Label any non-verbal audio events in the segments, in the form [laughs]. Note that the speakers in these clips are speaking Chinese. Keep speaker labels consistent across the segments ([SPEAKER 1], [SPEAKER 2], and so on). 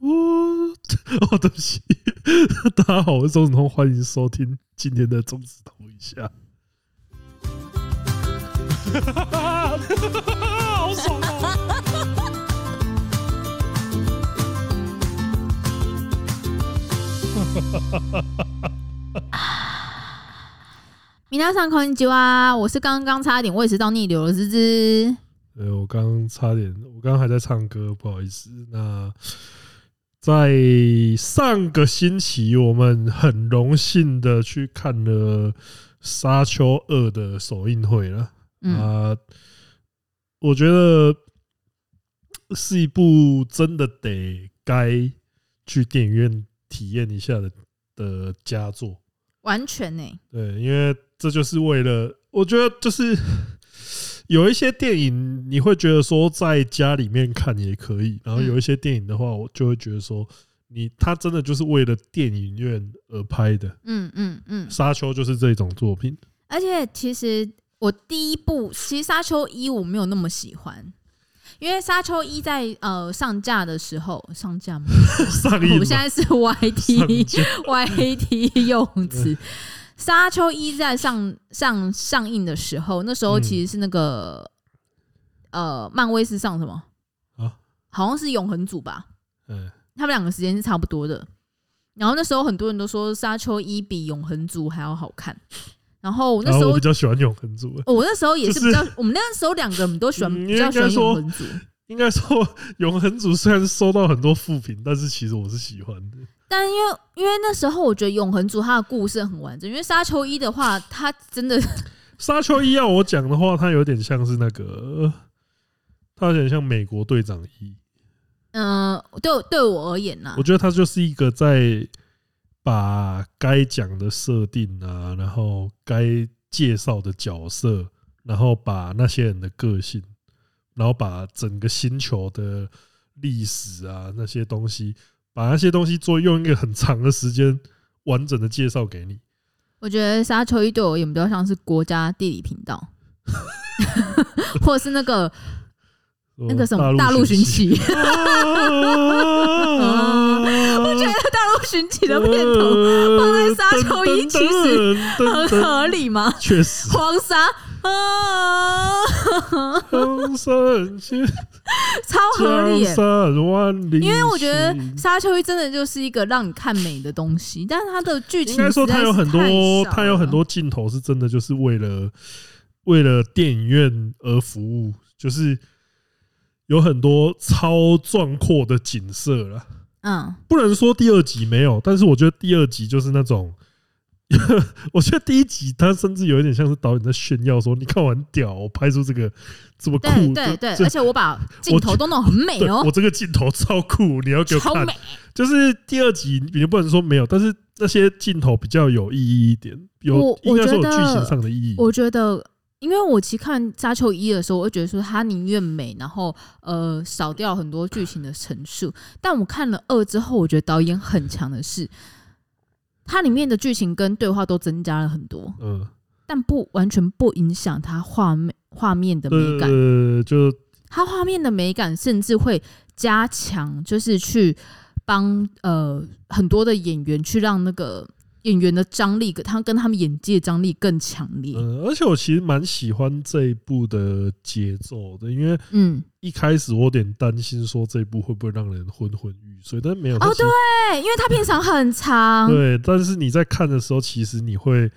[SPEAKER 1] 哦， [laughs] 哦，对不起，大家好，我是钟子通，欢迎收听今天的钟子通一下。 [laughs] 好爽哦！
[SPEAKER 2] 皆さんこんにちは，我是刚刚差点胃食道逆流的芝芝。
[SPEAKER 1] [laughs] 对，我刚差点，我刚还在唱歌，不好意思。那在上个星期，我们很荣幸的去看了《沙丘二》的首映会了。
[SPEAKER 2] 嗯，
[SPEAKER 1] 啊、我觉得是一部真的得该去电影院体验一下的的佳作。
[SPEAKER 2] 完全呢、
[SPEAKER 1] 对，因为这就是为了，我觉得就是有一些电影你会觉得说在家里面看也可
[SPEAKER 2] 嗯
[SPEAKER 1] 以，然后有一些电影的话，我就会觉得说你它真的就是为了电影院而拍的，
[SPEAKER 2] 嗯嗯嗯，
[SPEAKER 1] 《沙丘》就是这种作品。
[SPEAKER 2] 而且其实我第一部其实《沙丘一》我没有那么喜欢，因为《沙丘一在》呃上架的时候上架吗？
[SPEAKER 1] 上映
[SPEAKER 2] [laughs] 我
[SPEAKER 1] 嘛
[SPEAKER 2] 现在是
[SPEAKER 1] 上
[SPEAKER 2] YT
[SPEAKER 1] 架
[SPEAKER 2] YT [laughs] 用词。《沙丘一》在上上上映的时候，那时候
[SPEAKER 1] 嗯
[SPEAKER 2] 其实是那个、呃，漫威是上什么？
[SPEAKER 1] 啊，
[SPEAKER 2] 好像是永恒组吧？
[SPEAKER 1] 嗯，
[SPEAKER 2] 他们两个时间是差不多的。然后那时候很多人都说《沙丘一》比《永恒族》还要好看。然后我那
[SPEAKER 1] 然
[SPEAKER 2] 时
[SPEAKER 1] 后
[SPEAKER 2] 候，
[SPEAKER 1] 我比较
[SPEAKER 2] 我
[SPEAKER 1] 喜欢永恒族。
[SPEAKER 2] 那时候也
[SPEAKER 1] 就
[SPEAKER 2] 是
[SPEAKER 1] 是
[SPEAKER 2] 比较，我们那时候两个人都喜欢
[SPEAKER 1] 嗯
[SPEAKER 2] 比较喜欢
[SPEAKER 1] 应该
[SPEAKER 2] 《
[SPEAKER 1] 说
[SPEAKER 2] 永恒族》，
[SPEAKER 1] 应该说，永恒族虽然收到很多负评，但是其实我是喜欢的。
[SPEAKER 2] 但因为因为那时候我觉得《永恒族》它的故事很完整，因为《沙丘一》的话，它真的 [laughs]
[SPEAKER 1] 沙丘一要我讲的话，它有点像是那个，它有点像美国队长一。
[SPEAKER 2] 嗯、对我对我而言呐、
[SPEAKER 1] 我觉得它就是一个在把该讲的设定啊，然后该介绍的角色，然后把那些人的个性，然后把整个星球的历史啊那些东西，把那些东西做用一个很长的时间完整的介绍给你。
[SPEAKER 2] 我觉得《沙丘一》对我而言比较像是国家地理频道， [laughs] 或者是那个那个什么
[SPEAKER 1] 大，
[SPEAKER 2] 大陆寻奇，[laughs]
[SPEAKER 1] 我觉得
[SPEAKER 2] 大陆寻奇的片头放在沙丘一其实
[SPEAKER 1] 呃
[SPEAKER 2] 很合理吗？
[SPEAKER 1] 确实，
[SPEAKER 2] 黄沙啊，
[SPEAKER 1] 江山
[SPEAKER 2] 超合理
[SPEAKER 1] 江
[SPEAKER 2] 耶！
[SPEAKER 1] 山万里，
[SPEAKER 2] 因为我觉得《沙丘一》真的就是一个让你看美的东西，但是它的剧情
[SPEAKER 1] 应该说
[SPEAKER 2] 实在
[SPEAKER 1] 它有
[SPEAKER 2] 是
[SPEAKER 1] 很
[SPEAKER 2] 太
[SPEAKER 1] 多，
[SPEAKER 2] 少
[SPEAKER 1] 它有很
[SPEAKER 2] 了
[SPEAKER 1] 多镜头是真的就是为了为了电影院而服务，就是有很多超壮阔的景色了。
[SPEAKER 2] 嗯，
[SPEAKER 1] 不能说第二集没有，但是我觉得第二集就是那种， [laughs] 我觉得第一集他甚至有一点像是导演在炫耀说：“你看我很屌，我拍出这个这么酷，
[SPEAKER 2] 对对对，
[SPEAKER 1] 这
[SPEAKER 2] 而且我把镜头都弄很美
[SPEAKER 1] 对
[SPEAKER 2] 哦
[SPEAKER 1] 我，这个镜头超酷，你要给我
[SPEAKER 2] 超
[SPEAKER 1] 看
[SPEAKER 2] 美。”
[SPEAKER 1] 就是第二集也不能说没有，但是那些镜头比较有意义一点，有
[SPEAKER 2] 我
[SPEAKER 1] 应该说有
[SPEAKER 2] 我觉
[SPEAKER 1] 剧
[SPEAKER 2] 得
[SPEAKER 1] 情上的意义。
[SPEAKER 2] 我觉得，因为我其实看《沙丘一》的时候，我会觉得说它宁愿美，然后呃少掉很多剧情的陈述。但我看了二之后，我觉得导演很强的是，它里面的剧情跟对话都增加了很多，
[SPEAKER 1] 嗯，
[SPEAKER 2] 但不完全不影响它画面画面的美感。
[SPEAKER 1] 呃，就
[SPEAKER 2] 它画面的美感甚至会加强，就是去帮呃很多的演员去让那个。演员的张力，跟他跟他们演技的张力更强烈。
[SPEAKER 1] 嗯，而且我其实蛮喜欢这一部的节奏的，因为
[SPEAKER 2] 嗯，
[SPEAKER 1] 一开始我有点担心说这一部会不会让人昏昏欲睡，但没有。
[SPEAKER 2] 哦
[SPEAKER 1] 它其实
[SPEAKER 2] 对，啊因为它片长很长，
[SPEAKER 1] 对，但是你在看的时候，其实你会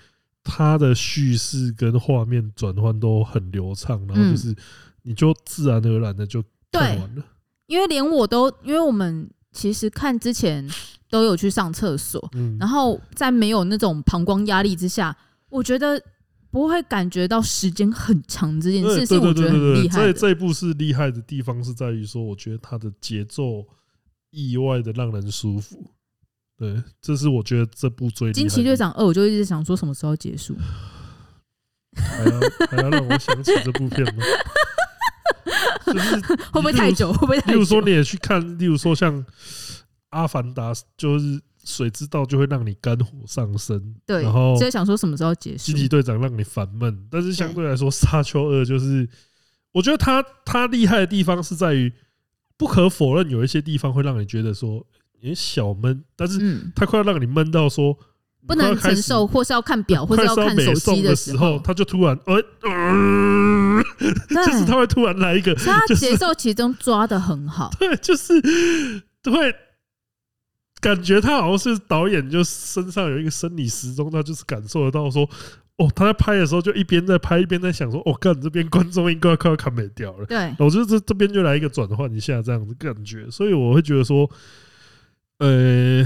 [SPEAKER 1] 它的叙事跟画面转换都很流畅，然
[SPEAKER 2] 嗯
[SPEAKER 1] 后就是你就自然而然的就看完了。
[SPEAKER 2] 因为连我都，因为我们其实看之前都有去上厕所，
[SPEAKER 1] 嗯
[SPEAKER 2] 然，后在没有那种膀胱压力之下，我觉得不会感觉到时间很长这件
[SPEAKER 1] 对
[SPEAKER 2] 事，是
[SPEAKER 1] 对对
[SPEAKER 2] 我觉得
[SPEAKER 1] 对
[SPEAKER 2] 很
[SPEAKER 1] 对
[SPEAKER 2] 厉
[SPEAKER 1] 对，
[SPEAKER 2] 害
[SPEAKER 1] 这
[SPEAKER 2] 的。
[SPEAKER 1] 这一部是厉害的地方是在于说，我觉得它的节奏意外的让人舒服。对，这是我觉得这部最厉害的
[SPEAKER 2] 惊奇队长哦二》，我就一直想说什么时候结束。 [laughs]
[SPEAKER 1] 还要还要让我想起这部片
[SPEAKER 2] [laughs]
[SPEAKER 1] 吗？就是
[SPEAKER 2] 会不会太久？会不会太
[SPEAKER 1] 例如说，
[SPEAKER 2] 久？
[SPEAKER 1] 你也去看，例如说像《阿凡达》，就是水之道就会让你肝火上升，
[SPEAKER 2] 对，
[SPEAKER 1] 然后
[SPEAKER 2] 就在想说什么时候结束
[SPEAKER 1] 惊。奇队长让你烦闷，但是相对来说，《沙丘二》就是我觉得它它厉害的地方是在于，不可否认有一些地方会让你觉得说你小闷，但是
[SPEAKER 2] 嗯，
[SPEAKER 1] 它快要让你闷到说
[SPEAKER 2] 不能承受，。或是要看表，或是
[SPEAKER 1] 快
[SPEAKER 2] 要看手
[SPEAKER 1] 北
[SPEAKER 2] 机
[SPEAKER 1] 宋的
[SPEAKER 2] 时
[SPEAKER 1] 候，
[SPEAKER 2] 候，嗯
[SPEAKER 1] 它就突然，呃，呃
[SPEAKER 2] 对，
[SPEAKER 1] 就是它会突然来一个，
[SPEAKER 2] 所以他
[SPEAKER 1] 就是
[SPEAKER 2] 节奏其中抓的
[SPEAKER 1] [laughs]
[SPEAKER 2] 很好。
[SPEAKER 1] 对，就是会感觉他好像是导演，就身上有一个生理时钟，他就是感受得到说，哦，他在拍的时候就一边在拍，一边在想说，哦，干这边观众应该快要看没掉了。
[SPEAKER 2] 对，
[SPEAKER 1] 我觉得这这边就来一个转换一下这样子感觉，所以我会觉得说，呃，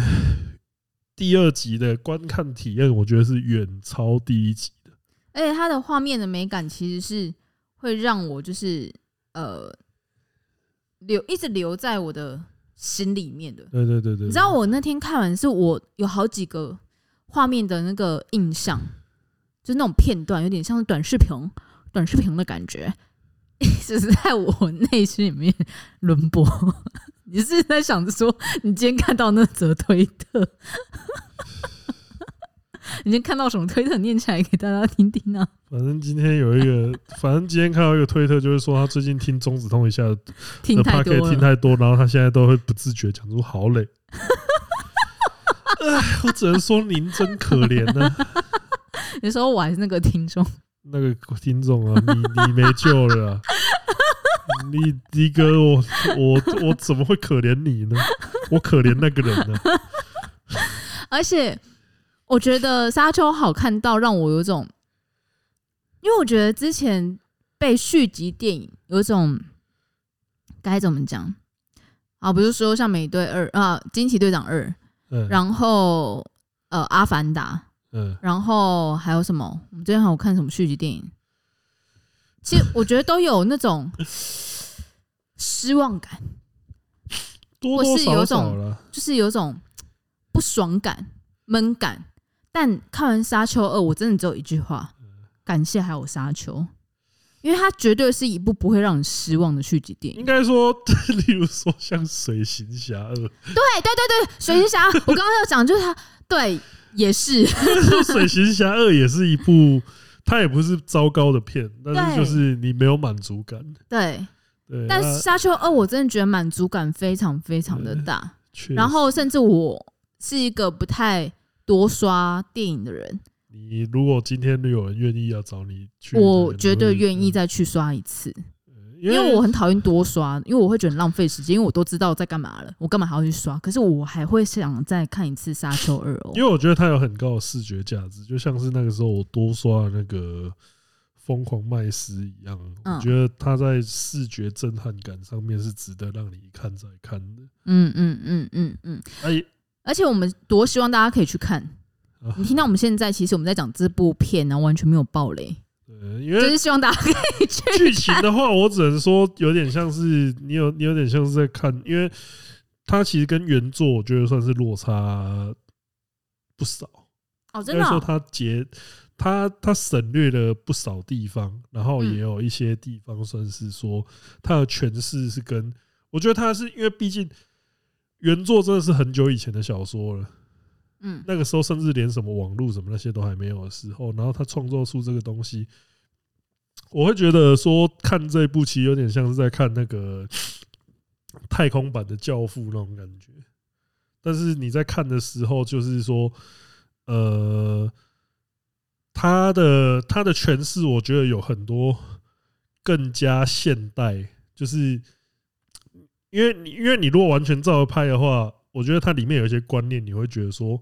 [SPEAKER 1] 第二集的观看体验，我觉得是远超第一集的。
[SPEAKER 2] 而且它的画面的美感其实是会让我就是呃留一直留在我的心里面的。
[SPEAKER 1] 对对对对，
[SPEAKER 2] 你知道我那天看完，是我有好几个画面的那个印象，就是那种片段，有点像是短视频、短视频的感觉，一直在我内心里面轮播。 [laughs] 你是在想着说，你今天看到那则推特， [laughs] 你今天看到什么推特？念起来给大家听听啊！
[SPEAKER 1] 反正今天有一个，反正今天看到一个推特，就是说他最近听中子通一下
[SPEAKER 2] 听太多
[SPEAKER 1] 可以听
[SPEAKER 2] 了，
[SPEAKER 1] 太多，然后他现在都会不自觉讲出好
[SPEAKER 2] [laughs]
[SPEAKER 1] 累。哎，我只能说您真可怜呢、
[SPEAKER 2] 有时候我还是那个听众，
[SPEAKER 1] 那个听众啊，你你没救了啊、你迪哥，我我我怎么会可怜你呢？我可怜那个人呢、
[SPEAKER 2] 而且我觉得《沙丘》好看到让我有一种，因为我觉得之前被续集电影有一种该怎么讲啊，比如说像《美队二》啊，《惊奇队长二》，
[SPEAKER 1] 嗯
[SPEAKER 2] 然后呃，《阿凡达
[SPEAKER 1] 嗯》，，
[SPEAKER 2] 然后还有什么？我们最近还有看什么续集电影？其实我觉得都有那种 [laughs] 失望感，
[SPEAKER 1] 多多
[SPEAKER 2] 我是有
[SPEAKER 1] 少少
[SPEAKER 2] 种
[SPEAKER 1] 了。
[SPEAKER 2] 就是有种不爽感、闷感。但看完《沙丘二》，我真的只有一句话：感谢还有《沙丘》，因为它绝对是一部不会让你失望的续集电
[SPEAKER 1] 应
[SPEAKER 2] 影。
[SPEAKER 1] 该说， [laughs] 例如说像《水行侠二》，
[SPEAKER 2] 对对对对，水行侠，我刚刚要讲就是它，对，也是 [laughs]
[SPEAKER 1] 《水行侠二》也是一部，它也不是糟糕的片，但是
[SPEAKER 2] 对
[SPEAKER 1] 就是你没有满足感。
[SPEAKER 2] 对。
[SPEAKER 1] 对，啊
[SPEAKER 2] 但
[SPEAKER 1] 那
[SPEAKER 2] 《沙丘二》我真的觉得满足感非常非常的大，
[SPEAKER 1] 确
[SPEAKER 2] 然
[SPEAKER 1] 实
[SPEAKER 2] 后甚至我是一个不太多刷电影的人，
[SPEAKER 1] 你如果今天有人愿意要找你去，
[SPEAKER 2] 我绝
[SPEAKER 1] 嗯
[SPEAKER 2] 对愿意再去刷一次。
[SPEAKER 1] 因
[SPEAKER 2] 因为
[SPEAKER 1] 为
[SPEAKER 2] 我很讨厌多刷，因为我会觉得很浪费时间，因为我都知道在干嘛了，我干嘛还要去刷？可是我还会想再看一次《沙丘二》哦
[SPEAKER 1] 因。为我觉得它有很高的视觉价值，就像是那个时候我多刷了那个《疯狂麦斯》一样，
[SPEAKER 2] 嗯
[SPEAKER 1] 我觉得它在视觉震撼感上面是值得让你一看再看的。
[SPEAKER 2] 嗯嗯嗯嗯嗯，
[SPEAKER 1] 哎，
[SPEAKER 2] 而且我们多希望大家可以去看
[SPEAKER 1] 啊。
[SPEAKER 2] 你听到我们现在其实我们在讲这部片呢，完全没有暴雷，
[SPEAKER 1] 呃 [laughs] 因
[SPEAKER 2] 就
[SPEAKER 1] 为
[SPEAKER 2] 是希望大家可以去
[SPEAKER 1] 剧情的话，我只能说有点像是你有你有点像是在看，因为它其实跟原作我觉得算是落差不少。
[SPEAKER 2] 哦，
[SPEAKER 1] 应该说他节他他省略了不少地方，然后
[SPEAKER 2] 嗯
[SPEAKER 1] 也有一些地方算是说他的诠释是跟我觉得他是因为毕竟原作真的是很久以前的小说了，
[SPEAKER 2] 嗯
[SPEAKER 1] 那个时候甚至连什么网络什么那些都还没有的时候，然后他创作出这个东西，我会觉得说看这部其实有点像是在看那个 [sniffs] 太空版的《教父》那种感觉，但是你在看的时候，就是说，呃，他的他的诠释，我觉得有很多更加现代，就是因为你因为你如果完全照着拍的话，我觉得它里面有一些观念，你会觉得说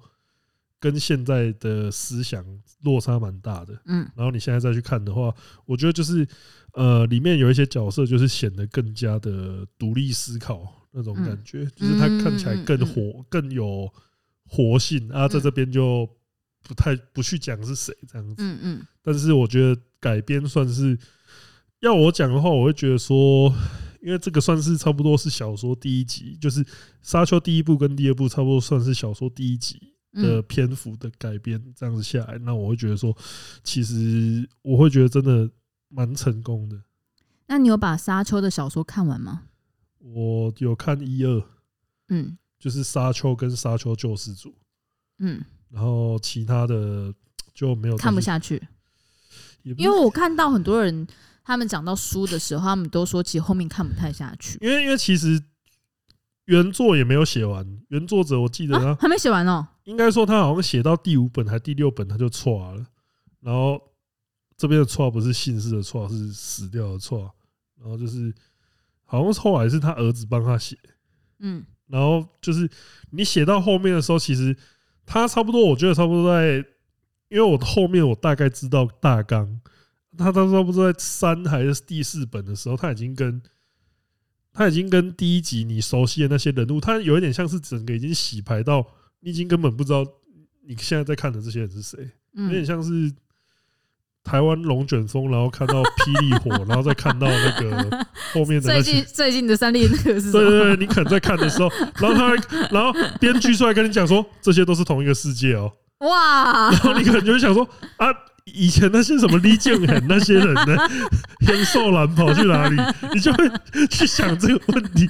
[SPEAKER 1] 跟现在的思想落差蛮大的。
[SPEAKER 2] 嗯
[SPEAKER 1] 然后你现在再去看的话，我觉得就是呃，里面有一些角色就是显得更加的独立思考那种感觉，就是他看起来更活、更有活性啊，在这边就不太不去讲是谁这样子。
[SPEAKER 2] 嗯嗯，
[SPEAKER 1] 但是我觉得改编算是要我讲的话，我会觉得说，因为这个算是差不多是小说第一集，就是《沙丘》第一部跟第二部差不多算是小说第一集的
[SPEAKER 2] 嗯，
[SPEAKER 1] 篇幅的改编，这样子下来，那我会觉得说，其实我会觉得真的蛮成功的。
[SPEAKER 2] 那你有把沙丘的小说看完吗？
[SPEAKER 1] 我有看一二，
[SPEAKER 2] 嗯
[SPEAKER 1] 就是《沙丘》跟《沙丘救世主》，
[SPEAKER 2] 嗯，
[SPEAKER 1] 然后其他的就没有
[SPEAKER 2] 看不
[SPEAKER 1] 再去，
[SPEAKER 2] 下去，
[SPEAKER 1] 也不是
[SPEAKER 2] 因为我看到很多人他们讲到书的时候，他们都说其实后面看不太下去。
[SPEAKER 1] 因为因为其实原作也没有写完，原作者我记得他、
[SPEAKER 2] 啊，还没写完哦。
[SPEAKER 1] 应该说他好像写到第五本还第六本他就错了，然后这边的错不是姓氏的错，是死掉的错，然后就是好像是后来是他儿子帮他写，
[SPEAKER 2] 嗯
[SPEAKER 1] 然后就是你写到后面的时候，其实他差不多，我觉得差不多在，因为我后面我大概知道大纲，他他差不多在三还是第四本的时候，他已经跟他已经跟第一集你熟悉的那些人物，他有一点像是整个已经洗牌到你已经根本不知道你现在在看的这些人是谁，有点
[SPEAKER 2] 嗯，
[SPEAKER 1] 像是。台湾龙卷风，然后看到霹雳火，然后再看到那个后 [laughs] 面的那些
[SPEAKER 2] 最近最近的三立那个是什
[SPEAKER 1] 对
[SPEAKER 2] 么？
[SPEAKER 1] 对对，你可能在看的时候，然后他会，然后编剧出来跟你讲说，这些都是同一个世界哦、
[SPEAKER 2] [laughs]
[SPEAKER 1] [laughs]
[SPEAKER 2] 哇，
[SPEAKER 1] 然后你可能就会想说，啊，以前那些什么李建恒那些人呢，杨寿兰跑去哪里？你就会去想这个问题。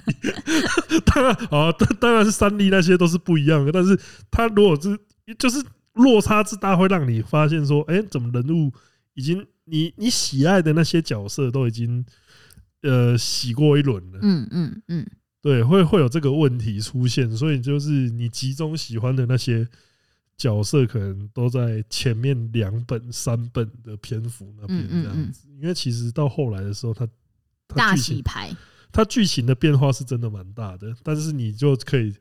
[SPEAKER 1] [laughs] 当然啊，当当然是三立那些都是不一样的，但是他如果是就是落差之大，会让你发现说，哎、怎么人物已经你你喜爱的那些角色都已经呃洗过一轮了。
[SPEAKER 2] 嗯嗯嗯，
[SPEAKER 1] 对，会会有这个问题出现，所以就是你集中喜欢的那些角色，可能都在前面两本、三本的篇幅那边这样子。因为其实到后来的时候，它它
[SPEAKER 2] 大
[SPEAKER 1] 剧
[SPEAKER 2] 洗
[SPEAKER 1] 情
[SPEAKER 2] 牌。
[SPEAKER 1] 它剧情的变化是真的蛮大的，但是你就可以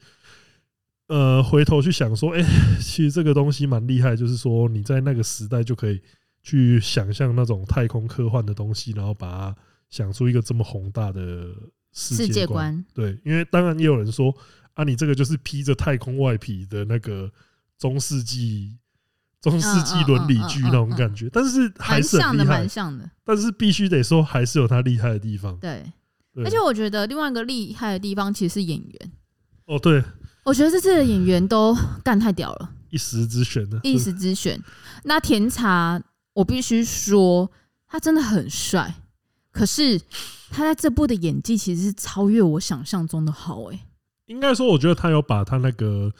[SPEAKER 1] 呃回头去想说，哎、其实这个东西蛮厉害，就是说你在那个时代就可以去想象那种太空科幻的东西，然后把它想出一个这么宏大的
[SPEAKER 2] 世界观，
[SPEAKER 1] 对，因为当然也有人说啊，你这个就是披着太空外皮的那个中世纪中
[SPEAKER 2] 嗯
[SPEAKER 1] 世纪伦理剧那种感觉，但是还
[SPEAKER 2] 蛮
[SPEAKER 1] 是
[SPEAKER 2] 像
[SPEAKER 1] 很
[SPEAKER 2] 的，
[SPEAKER 1] 厉
[SPEAKER 2] 嗯蛮
[SPEAKER 1] 害。
[SPEAKER 2] 像的。
[SPEAKER 1] 但是必须得说，还是有它厉害的地方。
[SPEAKER 2] 对，
[SPEAKER 1] 对
[SPEAKER 2] 而且我觉得另外一个厉害的地方其实是演员，
[SPEAKER 1] 哦，对，
[SPEAKER 2] 我觉得这次的演员都干太屌了，
[SPEAKER 1] 一时之选呢，
[SPEAKER 2] 一时之选。那甜茶，我必须说他真的很帅，可是他在这部的演技其实是超越我想象中的好欸诶、
[SPEAKER 1] 应该说，我觉得他有把他那个，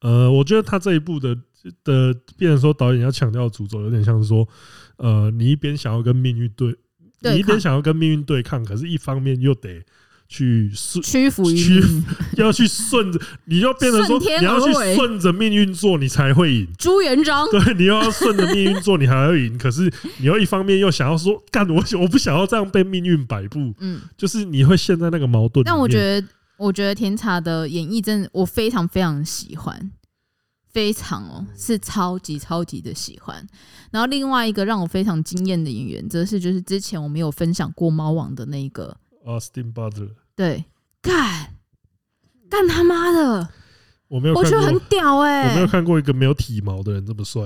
[SPEAKER 1] 呃，我觉得他这一部的的，变成说导演要强调的主轴，有点像是说，呃，你一边想要跟命运对，
[SPEAKER 2] 对
[SPEAKER 1] 你一边
[SPEAKER 2] 抗
[SPEAKER 1] 想要跟命运对抗，可是一方面又得去
[SPEAKER 2] [laughs]
[SPEAKER 1] 顺，
[SPEAKER 2] 屈服于
[SPEAKER 1] 屈
[SPEAKER 2] 命运
[SPEAKER 1] 要去顺着，你就变成说，
[SPEAKER 2] 顺天
[SPEAKER 1] 你要去
[SPEAKER 2] 而为
[SPEAKER 1] 顺着命运做，你才会赢。
[SPEAKER 2] 朱元璋，
[SPEAKER 1] 对，你又要顺着命运做，你还会赢。可是你又一方面又想要说，干我我不想要这样被命运摆布，
[SPEAKER 2] 嗯。
[SPEAKER 1] 就是你会陷在那个矛盾里面。
[SPEAKER 2] 但我觉得，我觉得甜茶的演绎真的，我非常非常喜欢，非常哦，是超级超级的喜欢。然后另外一个让我非常惊艳的演员，则是就是之前我们有分享过猫王的那一个，
[SPEAKER 1] Austin 哦 Butler，
[SPEAKER 2] 对，干干他妈的，
[SPEAKER 1] 我没有
[SPEAKER 2] 我
[SPEAKER 1] 看
[SPEAKER 2] 觉
[SPEAKER 1] 过，
[SPEAKER 2] 得很屌
[SPEAKER 1] 我
[SPEAKER 2] 哎、
[SPEAKER 1] 没有看过一个没有体毛的人这么帅。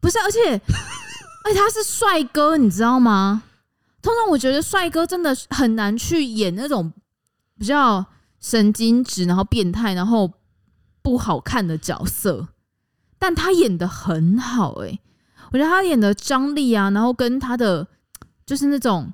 [SPEAKER 2] 不是，而且
[SPEAKER 1] [laughs]
[SPEAKER 2] 而且他是帅哥，你知道吗？通常我觉得帅哥真的很难去演那种比较神经质、然后变态、然后不好看的角色，但他演的很好、欸，我觉得他演的张力啊，然后跟他的就是那种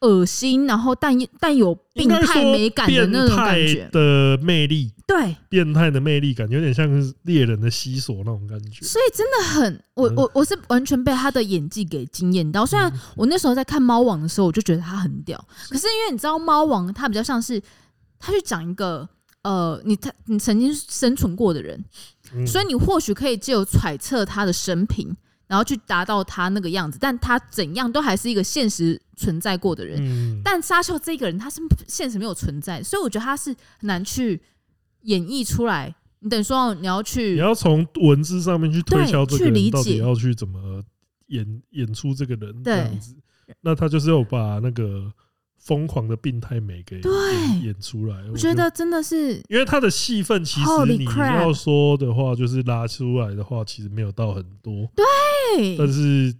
[SPEAKER 2] 恶心，然后但但有
[SPEAKER 1] 应
[SPEAKER 2] 病
[SPEAKER 1] 该
[SPEAKER 2] 态
[SPEAKER 1] 说
[SPEAKER 2] 美感的那种感
[SPEAKER 1] 变态
[SPEAKER 2] 觉，
[SPEAKER 1] 的魅力，
[SPEAKER 2] 对，
[SPEAKER 1] 变态的魅力感，有点像是猎人的西索那种感觉。
[SPEAKER 2] 所以真的很，
[SPEAKER 1] 嗯
[SPEAKER 2] 我我我是完全被他的演技给惊艳到。虽然我那时候在看《猫王》的时候，我就觉得他很屌，可是因为你知道，《猫王》他比较像是他去讲一个呃，你他你曾经生存过的人，
[SPEAKER 1] 嗯
[SPEAKER 2] 所以你或许可以借由揣测他的生平，然后去达到他那个样子，但他怎样都还是一个现实存在过的人。
[SPEAKER 1] 嗯，
[SPEAKER 2] 但沙丘这个人他是现实没有存在，所以我觉得他是很难去演绎出来。你等于说你要去
[SPEAKER 1] 你要从文字上面去推敲
[SPEAKER 2] 对
[SPEAKER 1] 这个
[SPEAKER 2] 去理
[SPEAKER 1] 人到底
[SPEAKER 2] 解
[SPEAKER 1] 要去怎么演演出这个人这
[SPEAKER 2] 对
[SPEAKER 1] 样子。那他就是有把那个疯狂的病态美给
[SPEAKER 2] 对
[SPEAKER 1] 演演出来。
[SPEAKER 2] 我觉得，真的是
[SPEAKER 1] 因为他的戏份其实
[SPEAKER 2] Holy
[SPEAKER 1] 你
[SPEAKER 2] crap
[SPEAKER 1] 要说的话，就是拉出来的话，其实没有到很多，
[SPEAKER 2] 对，
[SPEAKER 1] 但是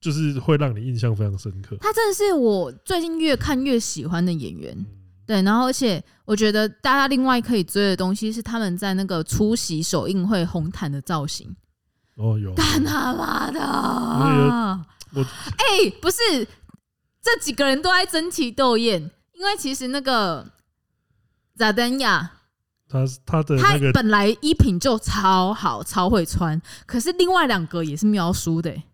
[SPEAKER 1] 就是会让你印象非常深刻。
[SPEAKER 2] 他真的是我最近越看越喜欢的演员。
[SPEAKER 1] 嗯
[SPEAKER 2] 对，然后而且我觉得大家另外可以追的东西是他们在那个出席首映会红毯的造型，
[SPEAKER 1] 哦，有啊
[SPEAKER 2] 干他妈的！
[SPEAKER 1] 我
[SPEAKER 2] [laughs] 哎、不是，这几个人都在争奇斗艳，因为其实那个扎丹亚
[SPEAKER 1] 他他的
[SPEAKER 2] 他
[SPEAKER 1] 那个
[SPEAKER 2] 本来衣品就超好，超会穿，可是另外两个也是喵叔的欸、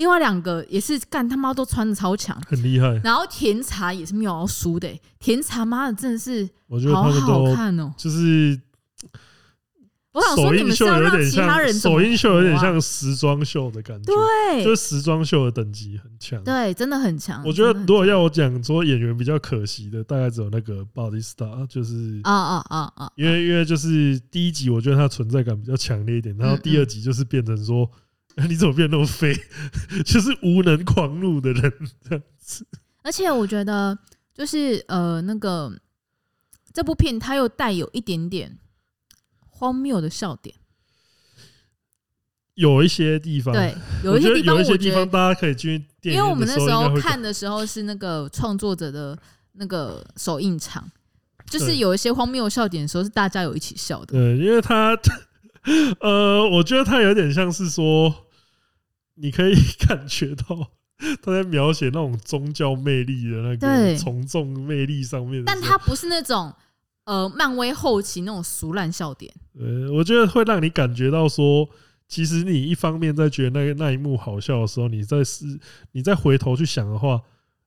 [SPEAKER 2] 另外两个也是干他妈都穿的超强。
[SPEAKER 1] 很厉害，
[SPEAKER 2] 然后甜茶也是喵叔的欸、甜茶妈的真的是
[SPEAKER 1] 我觉得
[SPEAKER 2] 好
[SPEAKER 1] 他们
[SPEAKER 2] 好
[SPEAKER 1] 都
[SPEAKER 2] 看哦、
[SPEAKER 1] 就是
[SPEAKER 2] 我想说
[SPEAKER 1] 首
[SPEAKER 2] 你
[SPEAKER 1] 映
[SPEAKER 2] 们是
[SPEAKER 1] 秀
[SPEAKER 2] 要
[SPEAKER 1] 有
[SPEAKER 2] 让
[SPEAKER 1] 点
[SPEAKER 2] 其他
[SPEAKER 1] 像
[SPEAKER 2] 人怎么
[SPEAKER 1] 首映秀有点
[SPEAKER 2] 活啊
[SPEAKER 1] 像时装秀的感觉，就是
[SPEAKER 2] 对
[SPEAKER 1] 时装秀的等级很强。
[SPEAKER 2] 对，真的很强。
[SPEAKER 1] 我觉得
[SPEAKER 2] 真的很
[SPEAKER 1] 如果要我讲说演员比较可惜的，大概只有那个 Body Star，就是
[SPEAKER 2] 啊啊啊啊！
[SPEAKER 1] 因为因为就是第一集我觉得他存在感比较强烈一点，然后
[SPEAKER 2] 嗯嗯
[SPEAKER 1] 第二集就是变成说。 [laughs] 你怎么变那么废？ [laughs] 就是无能狂怒的人，
[SPEAKER 2] 而且我觉得就是呃，那个这部片它又带有一点点荒谬的笑点，
[SPEAKER 1] 有一些地方，
[SPEAKER 2] 对，有
[SPEAKER 1] 我
[SPEAKER 2] 一
[SPEAKER 1] 觉
[SPEAKER 2] 些
[SPEAKER 1] 得
[SPEAKER 2] 地方
[SPEAKER 1] 有一些
[SPEAKER 2] 我
[SPEAKER 1] 地
[SPEAKER 2] 觉
[SPEAKER 1] 方
[SPEAKER 2] 得，
[SPEAKER 1] 大家可以去电
[SPEAKER 2] 因
[SPEAKER 1] 影
[SPEAKER 2] 为我
[SPEAKER 1] 院
[SPEAKER 2] 们
[SPEAKER 1] 的
[SPEAKER 2] 那
[SPEAKER 1] 时候
[SPEAKER 2] 时
[SPEAKER 1] 应该
[SPEAKER 2] 候
[SPEAKER 1] 会
[SPEAKER 2] 看的时候是那个创作者的那个首映场，就是
[SPEAKER 1] 对
[SPEAKER 2] 有一些荒谬的笑点的时候是大家有一起笑的，
[SPEAKER 1] 对，因为他呃，我觉得他有点像是说，你可以 [laughs] 感觉到他在描写那种宗教魅力的那个
[SPEAKER 2] 对
[SPEAKER 1] 从众魅力上面的时
[SPEAKER 2] 但
[SPEAKER 1] 候。
[SPEAKER 2] 它不是那种呃漫威后期那种俗烂笑点，
[SPEAKER 1] 呃，我觉得会让你感觉到说。其实你一方面在觉得那个那一幕好笑的时候，你再是你再回头去想的话，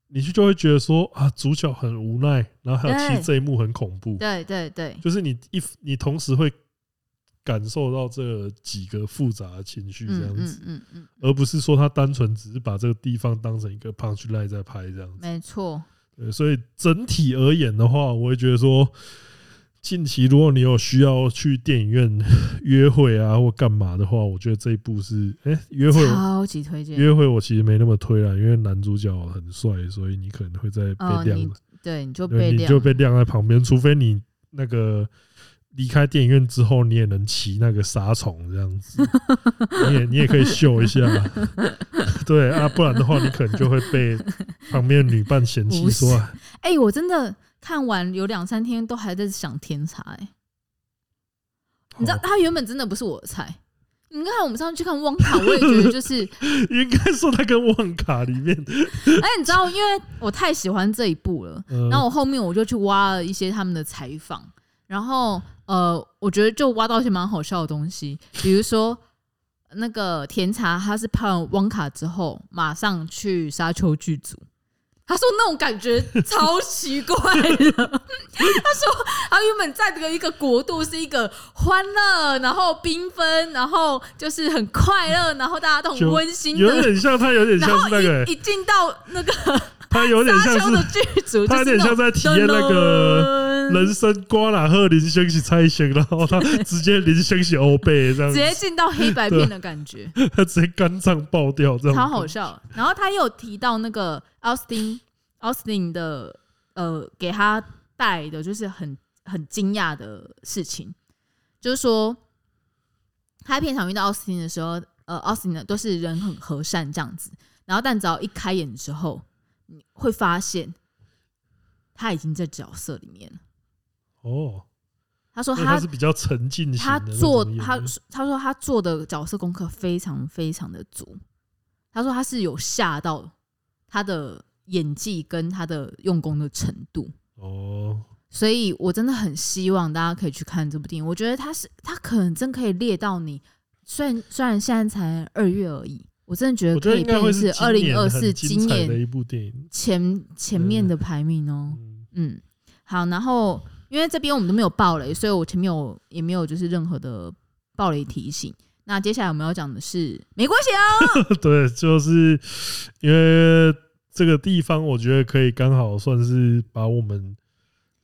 [SPEAKER 1] 你就就会觉得说啊，主角很无奈，然后还有其实
[SPEAKER 2] 对
[SPEAKER 1] 这一幕很恐怖，
[SPEAKER 2] 对对对
[SPEAKER 1] 就是你一你同时会感受到这几个复杂的情绪这样
[SPEAKER 2] 嗯
[SPEAKER 1] 子
[SPEAKER 2] 嗯。嗯嗯，
[SPEAKER 1] 而不是说他单纯只是把这个地方当成一个 punch line 在拍这样子。
[SPEAKER 2] 没错，
[SPEAKER 1] 对，所以整体而言的话，我会觉得说，近期如果你有需要去电影院 [laughs] 约会啊或干嘛的话，我觉得这一部是，哎、约会
[SPEAKER 2] 超级推荐。
[SPEAKER 1] 约会我其实没那么推啦，因为男主角很帅，所以你可能会在被
[SPEAKER 2] 哦，
[SPEAKER 1] 晾，
[SPEAKER 2] 你对你就
[SPEAKER 1] 对
[SPEAKER 2] 被
[SPEAKER 1] 你
[SPEAKER 2] 晾
[SPEAKER 1] 就被晾在旁边，除非你那个。离开电影院之后，你也能骑那个沙虫这样
[SPEAKER 2] [laughs]
[SPEAKER 1] 子，你也你也可以秀一下，对啊，不然的话你可能就会被旁边的女伴嫌弃
[SPEAKER 2] 不是
[SPEAKER 1] 说，啊
[SPEAKER 2] 哎、我真的看完有两三天都还在想甜茶、欸， [laughs] 你知道
[SPEAKER 1] 好
[SPEAKER 2] 它原本真的不是我的菜。你看我们上次去看汪塔，我也觉得就是， [laughs]
[SPEAKER 1] 应该说他跟旺卡里面，
[SPEAKER 2] 哎，你知道，因为我太喜欢这一部了，
[SPEAKER 1] 嗯
[SPEAKER 2] 然后我后面我就去挖了一些他们的采访，然后呃，我觉得就挖到一些蛮好笑的东西，比如说那个甜茶，他是拍完汪卡之后马上去沙丘剧组。他说那种感觉超奇怪的。 [laughs] 他说他原本在的一个国度是一个欢乐，然后缤纷，然后就是很快乐，然后大家都很
[SPEAKER 1] 就
[SPEAKER 2] 温馨
[SPEAKER 1] 有
[SPEAKER 2] 的。
[SPEAKER 1] 点像他，有点
[SPEAKER 2] 然
[SPEAKER 1] 像
[SPEAKER 2] 后
[SPEAKER 1] 是那
[SPEAKER 2] 一、
[SPEAKER 1] 个、欸，
[SPEAKER 2] 一进到那个
[SPEAKER 1] 他 [laughs] 有点
[SPEAKER 2] 沙
[SPEAKER 1] 像
[SPEAKER 2] 丘的
[SPEAKER 1] 是
[SPEAKER 2] 剧组，
[SPEAKER 1] 他有
[SPEAKER 2] 就是
[SPEAKER 1] 点像
[SPEAKER 2] 那种
[SPEAKER 1] 在体验那个
[SPEAKER 2] 噔噔
[SPEAKER 1] 人生瓜啦赫林先起猜想，然后他直接林先起欧贝这样
[SPEAKER 2] 直
[SPEAKER 1] 子，
[SPEAKER 2] 接进到黑白片的
[SPEAKER 1] [laughs]
[SPEAKER 2] 感觉，
[SPEAKER 1] 他直接肝脏爆掉这样子，
[SPEAKER 2] 超好笑。然后他也有提到那个奥斯汀，奥斯汀的呃，给他带的就是很很惊讶的事情，就是说他在片场遇到奥斯汀的时候，呃，奥斯汀呢都是人很和善这样子，然后但只要一开演之后，你会发现他已经在角色里面了。
[SPEAKER 1] 哦。
[SPEAKER 2] 他说
[SPEAKER 1] 因为
[SPEAKER 2] 他
[SPEAKER 1] 他是比较沉浸型
[SPEAKER 2] 他
[SPEAKER 1] 的那
[SPEAKER 2] 做
[SPEAKER 1] 种演员，
[SPEAKER 2] 他他说他做的角色功课非常非常的足，他说他是有吓到他的演技跟他的用功的程度，
[SPEAKER 1] 哦，
[SPEAKER 2] 所以我真的很希望大家可以去看这部电影。我觉得他是他可能真可以列到你，虽然虽然现在才二月而已，我真的觉
[SPEAKER 1] 我
[SPEAKER 2] 得
[SPEAKER 1] 觉
[SPEAKER 2] 可
[SPEAKER 1] 得
[SPEAKER 2] 以
[SPEAKER 1] 应该会
[SPEAKER 2] 变
[SPEAKER 1] 是
[SPEAKER 2] 是
[SPEAKER 1] 今
[SPEAKER 2] 二零
[SPEAKER 1] 年
[SPEAKER 2] 二
[SPEAKER 1] 很
[SPEAKER 2] 四今
[SPEAKER 1] 精彩的
[SPEAKER 2] 年
[SPEAKER 1] 一部电影。
[SPEAKER 2] 前前面的排名哦、
[SPEAKER 1] 嗯， [laughs]
[SPEAKER 2] 嗯，好，然后因为这边我们都没有爆雷，所以我前面有也没有就是任何的爆雷提醒。那接下来我们要讲的是《没关系啊》，
[SPEAKER 1] 对，就是因为这个地方，我觉得可以刚好算是把我们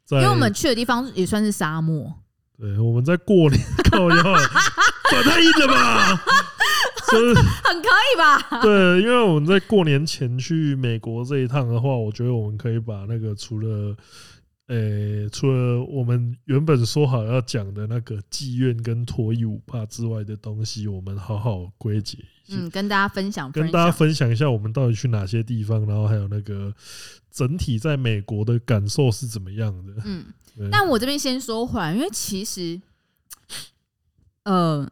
[SPEAKER 1] 在
[SPEAKER 2] 因为我们去的地方也算是沙漠，
[SPEAKER 1] 对我们在过年 [laughs] 靠腰，把太硬了
[SPEAKER 2] [laughs]
[SPEAKER 1] 吧？就是
[SPEAKER 2] 很可以吧？
[SPEAKER 1] 对，因为我们在过年前去美国这一趟的话，我觉得我们可以把那个除了呃，除了我们原本说好要讲的那个妓院跟脱衣舞霸之外的东西，我们好好归结一下，
[SPEAKER 2] 嗯，跟大家分享，
[SPEAKER 1] 跟大家分享一下我们到底去哪些地方，然后还有那个整体在美国的感受是怎么样的。
[SPEAKER 2] 嗯，
[SPEAKER 1] 对
[SPEAKER 2] 但我这边先说回来，因为其实，呃，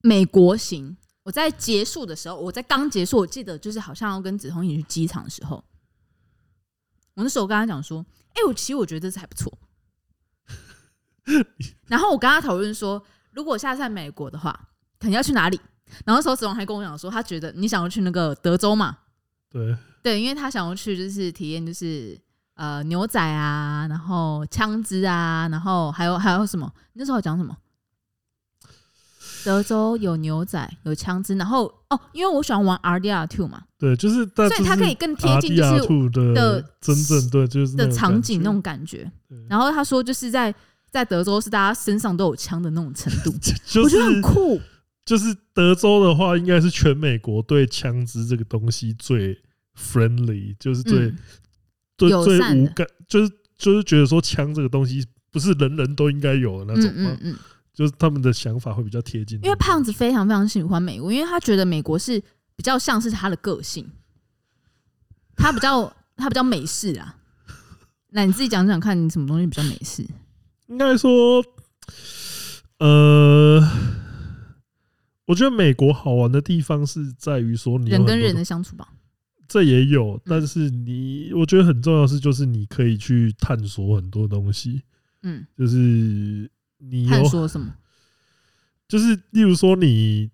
[SPEAKER 2] 美国行，我在结束的时候，我在刚结束，我记得就是好像要跟子彤一起去机场的时候，我那时候跟他讲说，哎、我其实我觉得这次还不错。然后我跟他讨论说，如果下次在美国的话，可能要去哪里？然后那时候子龙还跟我讲说，他觉得你想要去那个德州嘛，
[SPEAKER 1] 对，
[SPEAKER 2] 对，因为他想要去就是体验就是呃牛仔啊，然后枪支啊，然后还有还有什么？那时候讲什么？德州有牛仔有枪支，然后哦，因为我喜欢玩 RDR two 嘛，
[SPEAKER 1] 对，就是大，
[SPEAKER 2] 所以它可以更贴近就
[SPEAKER 1] R
[SPEAKER 2] 是
[SPEAKER 1] two 的
[SPEAKER 2] 的
[SPEAKER 1] 真正对，就是那
[SPEAKER 2] 的
[SPEAKER 1] 种
[SPEAKER 2] 场景
[SPEAKER 1] 感觉
[SPEAKER 2] 那种感觉
[SPEAKER 1] 对。
[SPEAKER 2] 然后他说就是在在德州是大家身上都有枪的那种程度，
[SPEAKER 1] [laughs] 就
[SPEAKER 2] 我
[SPEAKER 1] 是
[SPEAKER 2] 觉得很酷。
[SPEAKER 1] 就是德州的话，应该是全美国对枪支这个东西最 friendly，就是最、
[SPEAKER 2] 嗯
[SPEAKER 1] 最
[SPEAKER 2] 友
[SPEAKER 1] 最
[SPEAKER 2] 善的
[SPEAKER 1] 无感，就是就是觉得说枪这个东西不是人人都应该有的那
[SPEAKER 2] 嗯
[SPEAKER 1] 种嘛，
[SPEAKER 2] 嗯嗯，
[SPEAKER 1] 就是他们的想法会比较贴近。
[SPEAKER 2] 因为胖子非常非常喜欢美国，因为他觉得美国是比较像是他的个性，他比较他比较美式啊。那你自己讲讲看，你什么东西比较美式？
[SPEAKER 1] 应该说，呃，我觉得美国好玩的地方是在于说你有
[SPEAKER 2] 人跟
[SPEAKER 1] 很多
[SPEAKER 2] 人的相处吧。
[SPEAKER 1] 这也
[SPEAKER 2] 嗯
[SPEAKER 1] 有，但是你我觉得很重要的是，就是你可以去探索很多东西，
[SPEAKER 2] 嗯，
[SPEAKER 1] 就是你
[SPEAKER 2] 探
[SPEAKER 1] 有
[SPEAKER 2] 索什么？
[SPEAKER 1] 就是例如说你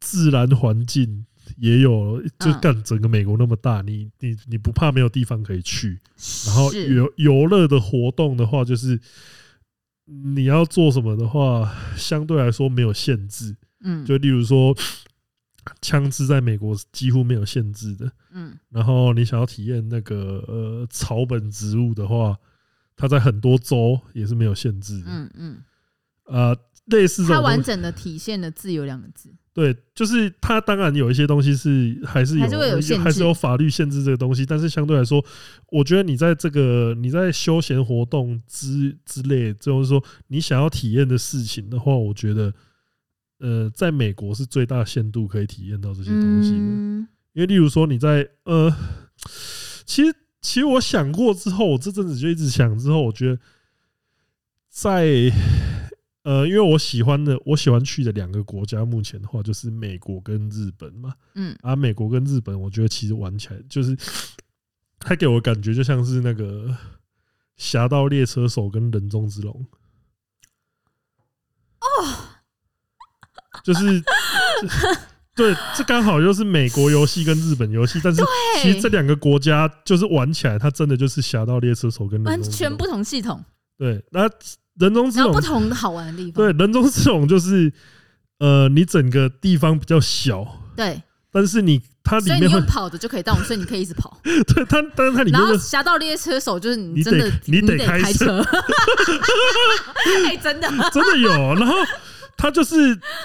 [SPEAKER 1] 自然环境也有，就
[SPEAKER 2] 嗯
[SPEAKER 1] 干整个美国那么大，你你你不怕没有地方可以去，然后
[SPEAKER 2] 是
[SPEAKER 1] 游游乐的活动的话，就是你要做什么的话，相对来说没有限制，
[SPEAKER 2] 嗯
[SPEAKER 1] 就例如说。枪支在美国是几乎没有限制的，
[SPEAKER 2] 嗯
[SPEAKER 1] 然后你想要体验那个呃草本植物的话，它在很多州也是没有限制的。
[SPEAKER 2] 嗯嗯，
[SPEAKER 1] 呃，类似这
[SPEAKER 2] 它
[SPEAKER 1] 种东西
[SPEAKER 2] 完整的体现了“自由”两个字。
[SPEAKER 1] 对，就是它当然有一些东西是还是有
[SPEAKER 2] 还是会有限制
[SPEAKER 1] 还是有法律限制这个东西，但是相对来说，我觉得你在这个你在休闲活动之之类，就是说你想要体验的事情的话，我觉得呃，在美国是最大限度可以体验到这些东西的。
[SPEAKER 2] 嗯，
[SPEAKER 1] 因为例如说你在呃，其实其实我想过之后，我这阵子就一直想之后，我觉得在呃，因为我喜欢的我喜欢去的两个国家，目前的话就是美国跟日本嘛。
[SPEAKER 2] 嗯
[SPEAKER 1] 啊，美国跟日本，我觉得其实玩起来就是， [sniffs] 它给我的感觉就像是那个《侠盗猎车手》跟《人中之龙》哦，就是。对，这刚好就是美国游戏跟日本游戏，但是其实这两个国家就是玩起来，它真的就是《侠盗猎车手》跟《人
[SPEAKER 2] 完
[SPEAKER 1] 中之
[SPEAKER 2] 全
[SPEAKER 1] 龙》
[SPEAKER 2] 不同系统，
[SPEAKER 1] 对。那《人中之
[SPEAKER 2] 然后
[SPEAKER 1] 龙
[SPEAKER 2] 不》同的好玩的地
[SPEAKER 1] 对
[SPEAKER 2] 方。
[SPEAKER 1] 《人中之龙》就是呃，你整个地方比较小，
[SPEAKER 2] 对，
[SPEAKER 1] 但是你它里
[SPEAKER 2] 所以
[SPEAKER 1] 面
[SPEAKER 2] 你
[SPEAKER 1] 会
[SPEAKER 2] 用跑的就可以到，所以你可以一直跑。
[SPEAKER 1] 对它，但是它里面
[SPEAKER 2] 然后
[SPEAKER 1] 的
[SPEAKER 2] 《侠盗猎车手》就是你
[SPEAKER 1] 你
[SPEAKER 2] 真的
[SPEAKER 1] 得你得开
[SPEAKER 2] 开
[SPEAKER 1] 车
[SPEAKER 2] 车，
[SPEAKER 1] [laughs]
[SPEAKER 2] 哎，真的。
[SPEAKER 1] 真的
[SPEAKER 2] [laughs]
[SPEAKER 1] 有。然后它就是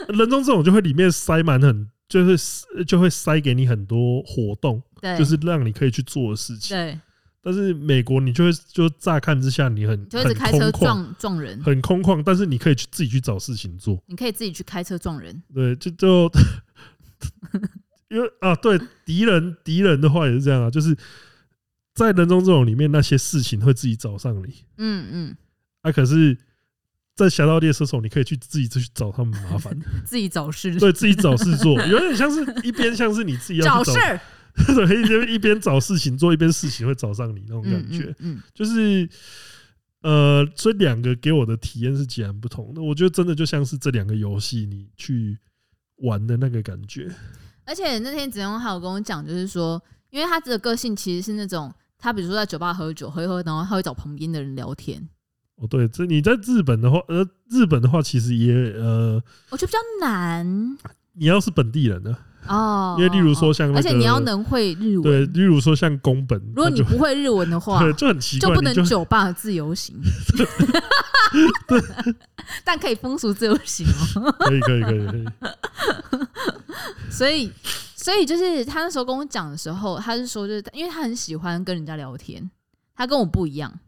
[SPEAKER 1] 人中这种就会里面塞满很，就是就会塞给你很多活动，
[SPEAKER 2] 对，
[SPEAKER 1] 就是让你可以去做的事情。
[SPEAKER 2] 对，
[SPEAKER 1] 但是美国你就会就乍看之下你很
[SPEAKER 2] 你就一直
[SPEAKER 1] 很
[SPEAKER 2] 开车
[SPEAKER 1] 空旷，
[SPEAKER 2] 撞撞人，
[SPEAKER 1] 很空旷，但是你可以去自己去找事情做。
[SPEAKER 2] 你可以自己去开车撞人。
[SPEAKER 1] 对，就
[SPEAKER 2] [laughs]
[SPEAKER 1] 就因为啊，对敌人敌人的话也是这样啊，就是在人中这种里面那些事情会自己找上你。
[SPEAKER 2] 嗯
[SPEAKER 1] 啊，可是，在《侠盗猎车手》，你可以去自己去找他们麻烦，
[SPEAKER 2] 嗯，自己找事，
[SPEAKER 1] 对自己找事做，有点像是一边像是你自己要
[SPEAKER 2] 找
[SPEAKER 1] 去
[SPEAKER 2] 事儿，
[SPEAKER 1] 找， [laughs] 对，一边一边找事情做，一边事情会找上你那种
[SPEAKER 2] 嗯
[SPEAKER 1] 感觉，
[SPEAKER 2] 嗯嗯，
[SPEAKER 1] 就是。呃，这两个给我的体验是截然不同的。我觉得真的就像是这两个游戏你去玩的那个感觉。
[SPEAKER 2] 而且那天子荣还有跟我讲，就是说，因为他的个性其实是那种，他比如说在酒吧喝酒，喝一喝，然后他会找旁边的人聊天，
[SPEAKER 1] 哦，对，这你在日本的话，呃，日本的话其实也呃，
[SPEAKER 2] 我觉得比较难
[SPEAKER 1] 你要是本地人呢、
[SPEAKER 2] 哦。
[SPEAKER 1] 因为例如说像那个，
[SPEAKER 2] 而且你要能会日
[SPEAKER 1] 对，
[SPEAKER 2] 文，
[SPEAKER 1] 例如说像宫本，
[SPEAKER 2] 如果
[SPEAKER 1] 那
[SPEAKER 2] 你
[SPEAKER 1] 就
[SPEAKER 2] 不会日文的话，
[SPEAKER 1] [laughs] 对，就很奇
[SPEAKER 2] 就
[SPEAKER 1] 怪，
[SPEAKER 2] 不
[SPEAKER 1] 你
[SPEAKER 2] 能酒吧自由行。 [laughs] 但可以风俗自由行哦。
[SPEAKER 1] [laughs] 可以可以可以可
[SPEAKER 2] [laughs]
[SPEAKER 1] 以，
[SPEAKER 2] 所以，所以就是他那时候跟我讲的时候，他是说，就是因为他很喜欢跟人家聊天，他跟我不一样，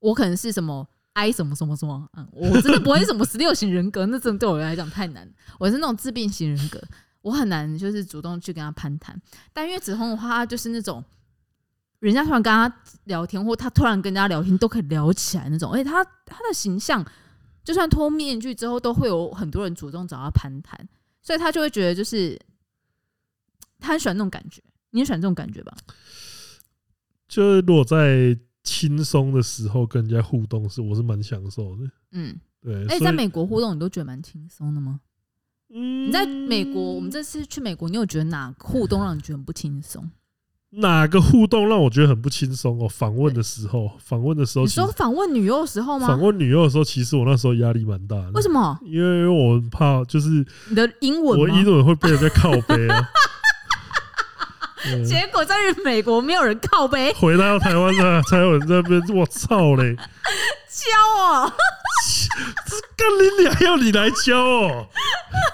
[SPEAKER 2] 我可能是什么 I 什么什么什么，嗯，我真的不会什么十六型人格，那真的对我来讲太难。我是那种自闭型人格，我很难就是主动去跟他攀谈。但因为子红的话，他就是那种人家突然跟他聊天，或他突然跟人家聊天都可以聊起来那种，而且他他的形象，就算脱面具之后，都会有很多人主动找他攀谈，所以他就会觉得就是他很喜欢那种感觉。你也喜欢这种感觉吧？
[SPEAKER 1] 就是如果在轻松的时候跟人家互动，是我是蛮享受的。
[SPEAKER 2] 嗯，
[SPEAKER 1] 对，
[SPEAKER 2] 而且
[SPEAKER 1] 所以
[SPEAKER 2] 在美国互动，你都觉得蛮轻松的吗？
[SPEAKER 1] 嗯
[SPEAKER 2] 你在美国，我们这次去美国，你有觉得哪互动让你觉得很不轻松？
[SPEAKER 1] 哪个互动让我觉得很不轻松哦？访问的时候，访问的时候
[SPEAKER 2] 你
[SPEAKER 1] 其实，
[SPEAKER 2] 说访问女优的时候吗
[SPEAKER 1] 访？问女优的时候，其实我那时候压力蛮大的。
[SPEAKER 2] 为什
[SPEAKER 1] 么？
[SPEAKER 2] 么？
[SPEAKER 1] 因为我怕就是
[SPEAKER 2] 你的英文
[SPEAKER 1] 我
[SPEAKER 2] 吗
[SPEAKER 1] 英？文会被人家靠背
[SPEAKER 2] [laughs]
[SPEAKER 1] 啊。嗯
[SPEAKER 2] 结果在美国没有人靠背
[SPEAKER 1] 回到台湾呢，才有人在那边，我操嘞！
[SPEAKER 2] 教哦，
[SPEAKER 1] 干你俩要你来教哦，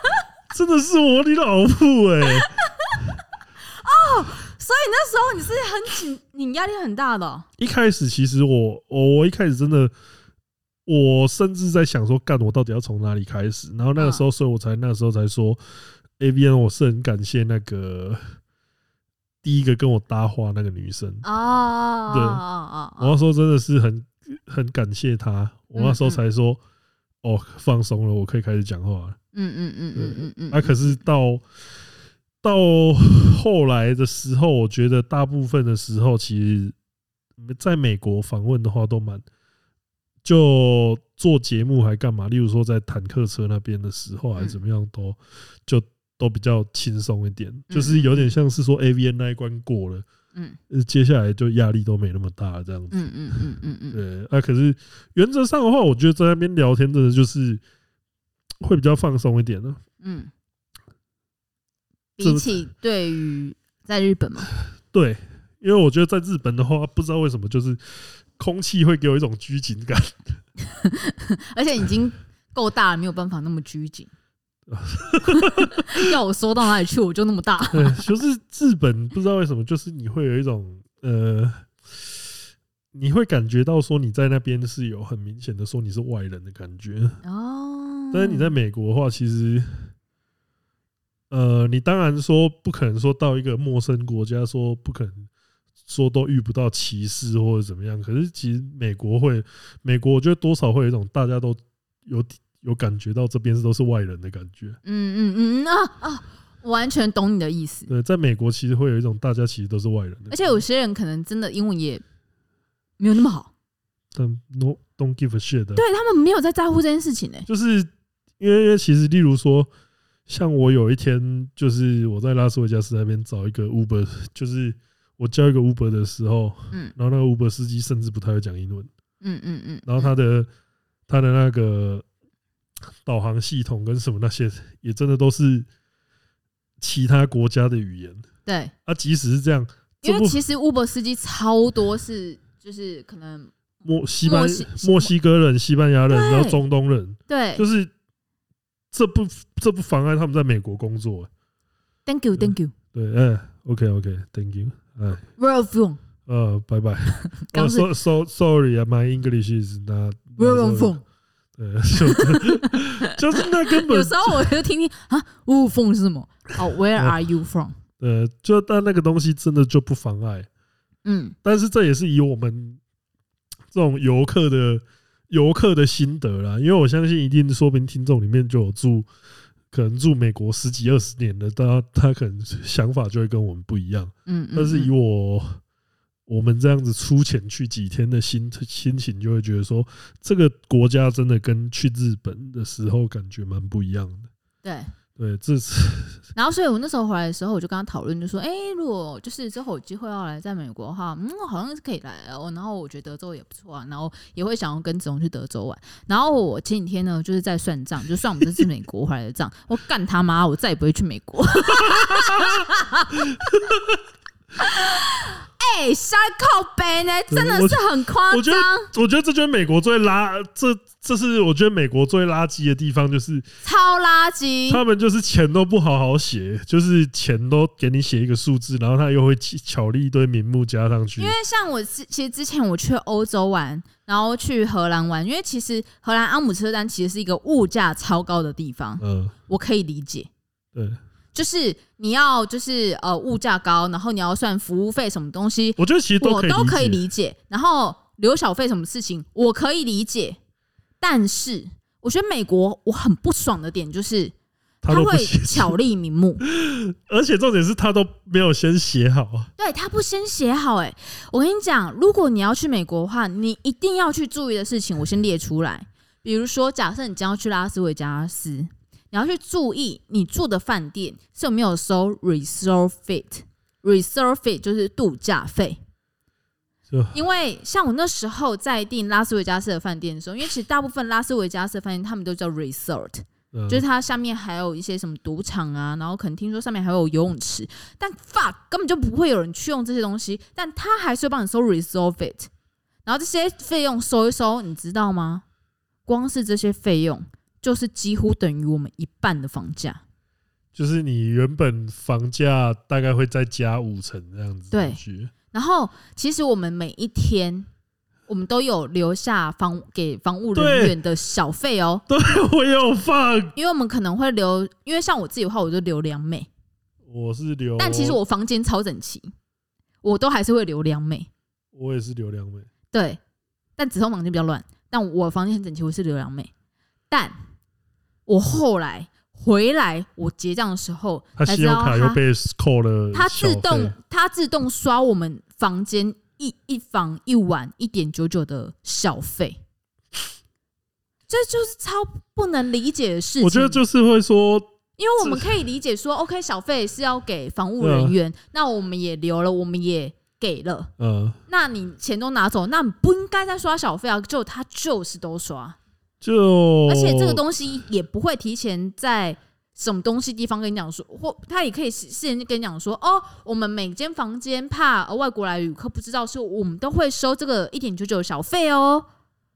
[SPEAKER 2] [laughs]
[SPEAKER 1] 真的是我你老父哎、
[SPEAKER 2] [laughs] 所以那时候你是很紧，你压力很大的哦、
[SPEAKER 1] 一开始其实我我我一开始真的，我甚至在想说，干我到底要从哪里开始？然后那个时候，所以我才那时候才说，A B N，我是很感谢那个第一个跟我搭话那个女生，
[SPEAKER 2] 哦哦哦
[SPEAKER 1] 我
[SPEAKER 2] 哦哦，
[SPEAKER 1] 那时候真的是很很感谢她，我那时候才说，哦，放松了，我可以开始讲话了。
[SPEAKER 2] 嗯嗯嗯嗯嗯嗯，
[SPEAKER 1] 啊，可是到到后来的时候，我觉得大部分的时候，其实在美国访问的话都蛮就做节目还干嘛？例如说在坦克车那边的时候，还
[SPEAKER 2] 嗯
[SPEAKER 1] 是怎么样都就都比较轻松一点，就是有点像是说 A V N 那一关过了，
[SPEAKER 2] 嗯
[SPEAKER 1] 呃接下来就压力都没那么大这样子。
[SPEAKER 2] 嗯嗯嗯嗯嗯，
[SPEAKER 1] 对，啊，可是原则上的话，我觉得在那边聊天真的就是会比较放松一点啊呢、
[SPEAKER 2] 嗯，
[SPEAKER 1] 这
[SPEAKER 2] 比起对于在日本嘛，
[SPEAKER 1] 对，因为我觉得在日本的话，不知道为什么就是空气会给我一种拘谨感。
[SPEAKER 2] 而且已经够大了，没有办法那么拘谨。要我说到哪里去，我就那么大。
[SPEAKER 1] 对， [laughs] 就是日本不知道为什么，就是你会有一种呃，你会感觉到说你在那边是有很明显的说你是外人的感觉。
[SPEAKER 2] 哦，
[SPEAKER 1] 但是你在美国的话，其实。呃，你当然说不可能说到一个陌生国家，说不可能说都遇不到歧视或者怎么样。可是其实美国会，美国我觉得多少会有一种大家都有有感觉到这边是都是外人的感觉。
[SPEAKER 2] 嗯嗯嗯嗯啊啊，我完全懂你的意思。
[SPEAKER 1] 对，在美国其实会有一种大家其实都是外人的感觉，
[SPEAKER 2] 而且有些人可能真的英文也没有那么好，
[SPEAKER 1] 但 no don't give a shit 啊的，
[SPEAKER 2] 对他们没有在在乎这件事情呢、
[SPEAKER 1] 就是因为因为其实例如说，像我有一天就是我在拉斯维加斯那边找一个 Uber，就是我叫一个 Uber 的时候，
[SPEAKER 2] 嗯
[SPEAKER 1] 然后那个 Uber 司机甚至不太会讲英文，
[SPEAKER 2] 嗯嗯嗯。
[SPEAKER 1] 然后他的他的那个导航系统跟什么那些也真的都是其他国家的语言。
[SPEAKER 2] 对，
[SPEAKER 1] 啊，即使是这样，这
[SPEAKER 2] 因为
[SPEAKER 1] 不
[SPEAKER 2] 其实 Uber 司机超多是就是可能
[SPEAKER 1] 墨西班
[SPEAKER 2] 墨西
[SPEAKER 1] 墨西哥人、西班牙人，
[SPEAKER 2] 对
[SPEAKER 1] 然后中东人，
[SPEAKER 2] 对
[SPEAKER 1] 就是这不这不妨碍他们在美国工作。欸
[SPEAKER 2] ，Thank you Thank you
[SPEAKER 1] 对，嗯、o k OK，Thank、you，哎、
[SPEAKER 2] Where are you？
[SPEAKER 1] 呃，拜
[SPEAKER 2] [laughs]
[SPEAKER 1] 拜。
[SPEAKER 2] 刚
[SPEAKER 1] 哦
[SPEAKER 2] 是
[SPEAKER 1] ，so so sorry 啊，my English is not
[SPEAKER 2] Where are you from？
[SPEAKER 1] [laughs] 对，就就是 [laughs] 那根
[SPEAKER 2] [laughs] 有
[SPEAKER 1] 本
[SPEAKER 2] 时候我就听听啊，Where from 是什么？哦，Where are you from？
[SPEAKER 1] 呃，就但那个东西真的就不妨碍，
[SPEAKER 2] [laughs] 嗯
[SPEAKER 1] 但是这也是以我们这种游客的游客的心得啦，因为我相信一定说不定听众里面就有住，可能住美国十几二十年的，他他可能想法就会跟我们不一样。
[SPEAKER 2] 嗯，嗯
[SPEAKER 1] 但是以
[SPEAKER 2] 嗯
[SPEAKER 1] 我我们这样子出钱去几天的心心情，就会觉得说，这个国家真的跟去日本的时候感觉蛮不一样的。
[SPEAKER 2] 对。
[SPEAKER 1] 对，这是
[SPEAKER 2] 然后，所以我那时候回来的时候，我就跟他讨论，就说：“哎、如果就是之后有机会要来在美国的话，嗯，好像是可以来哦。然后我觉得德州也不错啊，然后也会想要跟子龙去德州玩。然后我前几天呢，就是在算账，就算我们这次美国回来的 [laughs] 账，我干他妈， [laughs] 我再也不会去美国。哎、哎、瞎靠背呢，
[SPEAKER 1] 对
[SPEAKER 2] 真的是很夸
[SPEAKER 1] 我觉
[SPEAKER 2] 张，
[SPEAKER 1] 得， [laughs] 我觉得这就是美国最垃，这这是我觉得美国最垃圾的地方，就是
[SPEAKER 2] 超垃圾。
[SPEAKER 1] 他们就是钱都不好好写，就是钱都给你写一个数字，然后他又会起巧立一堆名目加上去
[SPEAKER 2] 因为。像我之其实之前我去欧洲玩，然后去荷兰玩，因为其实荷兰阿姆斯特丹其实是一个物价超高的地方，
[SPEAKER 1] 嗯，
[SPEAKER 2] 我可以理解。
[SPEAKER 1] 对，
[SPEAKER 2] 就是你要就是呃物价高，然后你要算服务费什么东西，
[SPEAKER 1] 我觉得其实都
[SPEAKER 2] 我
[SPEAKER 1] 可以，
[SPEAKER 2] 都可以。理解。然后留小费什么事情，我可以理解。但是我觉得美国我很不爽的点就是，
[SPEAKER 1] 他
[SPEAKER 2] 他
[SPEAKER 1] 都不
[SPEAKER 2] 会
[SPEAKER 1] 写，
[SPEAKER 2] 巧立名目，
[SPEAKER 1] 而且重点是他都没有先写好啊。
[SPEAKER 2] 对他不先写好、欸。我跟你讲，如果你要去美国的话，你一定要去注意的事情，我先列出来。比如说，假设你将要去拉斯维加斯，你要去注意你住的饭店是有没有收 resort fit。resort fit 就是度假费
[SPEAKER 1] 就，
[SPEAKER 2] 因为像我那时候在订拉斯维加斯的饭店的时候，因为其实大部分拉斯维加斯的饭店他们都叫 resort，
[SPEAKER 1] 嗯
[SPEAKER 2] 就是它下面还有一些什么赌场啊，然后可能听说上面还有游泳池，但 fuck 根本就不会有人去用这些东西，但他还是会帮你收 resolve it，然后这些费用收一收，你知道吗？光是这些费用就是几乎等于我们一半的房价，
[SPEAKER 1] 就是你原本房价大概会再加五成这样子
[SPEAKER 2] 对
[SPEAKER 1] 上去。 [laughs]
[SPEAKER 2] 然后其实我们每一天。我们都有留下房给房务人
[SPEAKER 1] 对
[SPEAKER 2] 员的小费哦，
[SPEAKER 1] 对，我有放，
[SPEAKER 2] 因为我们可能会留，因为像我自己的话，我就留两美，
[SPEAKER 1] 我是留，
[SPEAKER 2] 但其实我房间超整齐，我都还是会留两美。
[SPEAKER 1] 我也是留两美，
[SPEAKER 2] 对，但子通房间比较乱，但我房间很整齐，我是流浪妹。但我后来回来，我结账的时候
[SPEAKER 1] 他
[SPEAKER 2] 才
[SPEAKER 1] 信
[SPEAKER 2] 知
[SPEAKER 1] 用
[SPEAKER 2] 道
[SPEAKER 1] 卡又被扣了
[SPEAKER 2] 他
[SPEAKER 1] 小费，
[SPEAKER 2] 自动他自动刷我们房间一一房一晚一点九九的小费，这就是超不能理解的事情。
[SPEAKER 1] 我觉得就是会说，
[SPEAKER 2] 因为我们可以理解说，OK，小费是要给房务
[SPEAKER 1] 啊
[SPEAKER 2] 人员，那我们也留了，我们也给了。
[SPEAKER 1] 嗯，
[SPEAKER 2] 那你钱都拿走，那你不应该再刷小费啊！就他就是都刷，
[SPEAKER 1] 哦就
[SPEAKER 2] 而且这个东西也不会提前在什么东西地方跟你讲说，或他也可以事先跟你讲说，哦，我们每间房间怕呃外国来旅客不知道，所以我们都会收这个一点九九小费哦，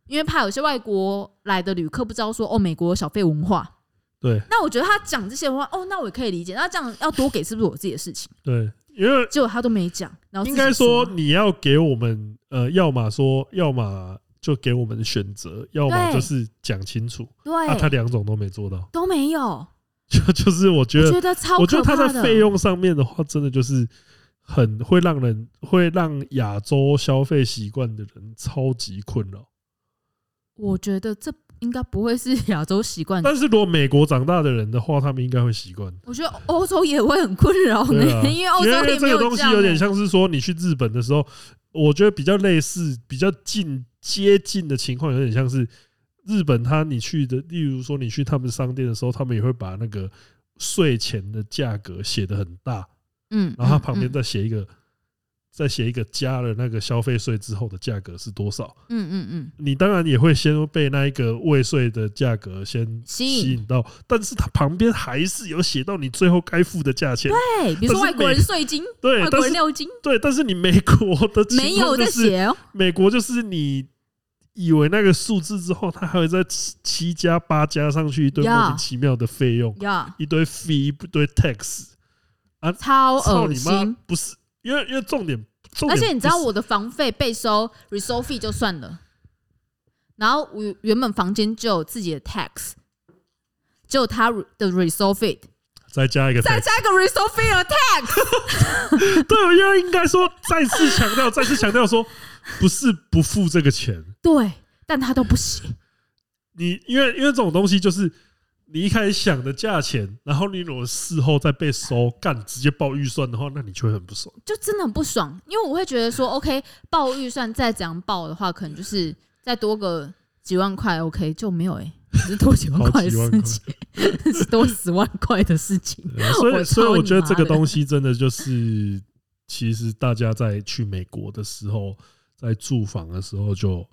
[SPEAKER 2] 因为怕有些外国来的旅客不知道说，哦，美国有小费文化。
[SPEAKER 1] 对
[SPEAKER 2] 那我觉得他讲这些话，哦，那我也可以理解。那这样要多给是不是我自己的事情？
[SPEAKER 1] 对，因为
[SPEAKER 2] 结果他都没讲，然后自
[SPEAKER 1] 应
[SPEAKER 2] 己
[SPEAKER 1] 该说
[SPEAKER 2] 刷
[SPEAKER 1] 你要给我们，呃，要么说，要么就给我们选择，要么
[SPEAKER 2] 对
[SPEAKER 1] 就是讲清楚，
[SPEAKER 2] 对、
[SPEAKER 1] 啊，他两种都没做到， [laughs]
[SPEAKER 2] 都没有，
[SPEAKER 1] 就就是我觉
[SPEAKER 2] 我
[SPEAKER 1] 得
[SPEAKER 2] 觉得超
[SPEAKER 1] 我觉得
[SPEAKER 2] 可怕
[SPEAKER 1] 他
[SPEAKER 2] 的。
[SPEAKER 1] 在费用上面的话，真的就是很会让人会让亚洲消费习惯的人超级困扰。
[SPEAKER 2] 我觉得这应该不会是亚洲习惯，
[SPEAKER 1] 但是如果美国长大的人的话，他们应该会习惯。
[SPEAKER 2] 我觉得欧洲也会很困扰呢、
[SPEAKER 1] 对啊，
[SPEAKER 2] 哦 [laughs] 因为欧洲也
[SPEAKER 1] 这
[SPEAKER 2] 没
[SPEAKER 1] 个
[SPEAKER 2] 有
[SPEAKER 1] 东
[SPEAKER 2] 这
[SPEAKER 1] 西
[SPEAKER 2] 样、啊
[SPEAKER 1] 有点像是说，你去日本的时候，我觉得比较类似、比较近接近的情况，有点像是日本，他你去的，例如说你去他们商店的时候，他们也会把那个税前的价格写得很大，
[SPEAKER 2] 嗯，嗯，
[SPEAKER 1] 然后它旁边
[SPEAKER 2] 嗯
[SPEAKER 1] 再写一个，再写一个加了那个消费税之后的价格是多少。
[SPEAKER 2] 嗯嗯嗯，
[SPEAKER 1] 你当然也会先被那一个未税的价格先
[SPEAKER 2] 吸引
[SPEAKER 1] 吸引到，但是它旁边还是有写到你最后该付的价钱。
[SPEAKER 2] 对，哎比如
[SPEAKER 1] 但
[SPEAKER 2] 说外
[SPEAKER 1] 是
[SPEAKER 2] 国人
[SPEAKER 1] 美
[SPEAKER 2] 税金，
[SPEAKER 1] 对
[SPEAKER 2] 外，国
[SPEAKER 1] 但
[SPEAKER 2] 人
[SPEAKER 1] 是
[SPEAKER 2] 料金
[SPEAKER 1] 对，但是你美国的情
[SPEAKER 2] 没有
[SPEAKER 1] 况就
[SPEAKER 2] 在
[SPEAKER 1] 是
[SPEAKER 2] 写哦，
[SPEAKER 1] 美国就是你以为那个数字之后，它还会再七七加八加上去一堆莫
[SPEAKER 2] 呀
[SPEAKER 1] 名其妙的费用，
[SPEAKER 2] 呀，
[SPEAKER 1] 一堆 fee，一堆 tax。
[SPEAKER 2] 超
[SPEAKER 1] 操
[SPEAKER 2] 恶
[SPEAKER 1] 你妈
[SPEAKER 2] 心。！
[SPEAKER 1] 不是，因为因为重点，重
[SPEAKER 2] 而
[SPEAKER 1] 点
[SPEAKER 2] 且你知道
[SPEAKER 1] 不是
[SPEAKER 2] 我的房费被收 resort fee 就算了，然后我原本房间就有自己的 tax，就他的 resort fee
[SPEAKER 1] 再加一个 tax，
[SPEAKER 2] 再加一个 resort fee 的 tax，
[SPEAKER 1] 对，因为应该说再次强调，再次强调说，不是不付这个钱，
[SPEAKER 2] 对，但他都不写。
[SPEAKER 1] 你因为因为这种东西就是你一开始想的价钱，然后你如果事后再被收，干直接报预算的话，那你就会很不爽。
[SPEAKER 2] 就真的很不爽，因为我会觉得说，OK，报预算再怎样报的话，可能就是再多个几万块，OK 就没有哎、欸，只是多几万
[SPEAKER 1] 好
[SPEAKER 2] 块的
[SPEAKER 1] 几万
[SPEAKER 2] 事情， [laughs] 是多十万块的事情。
[SPEAKER 1] 对所
[SPEAKER 2] 啊我
[SPEAKER 1] 以所以
[SPEAKER 2] 操
[SPEAKER 1] 我
[SPEAKER 2] 你
[SPEAKER 1] 觉得
[SPEAKER 2] 妈
[SPEAKER 1] 这个
[SPEAKER 2] 的
[SPEAKER 1] 东西真的就是，其实大家在去美国的时候，在住房的时候就。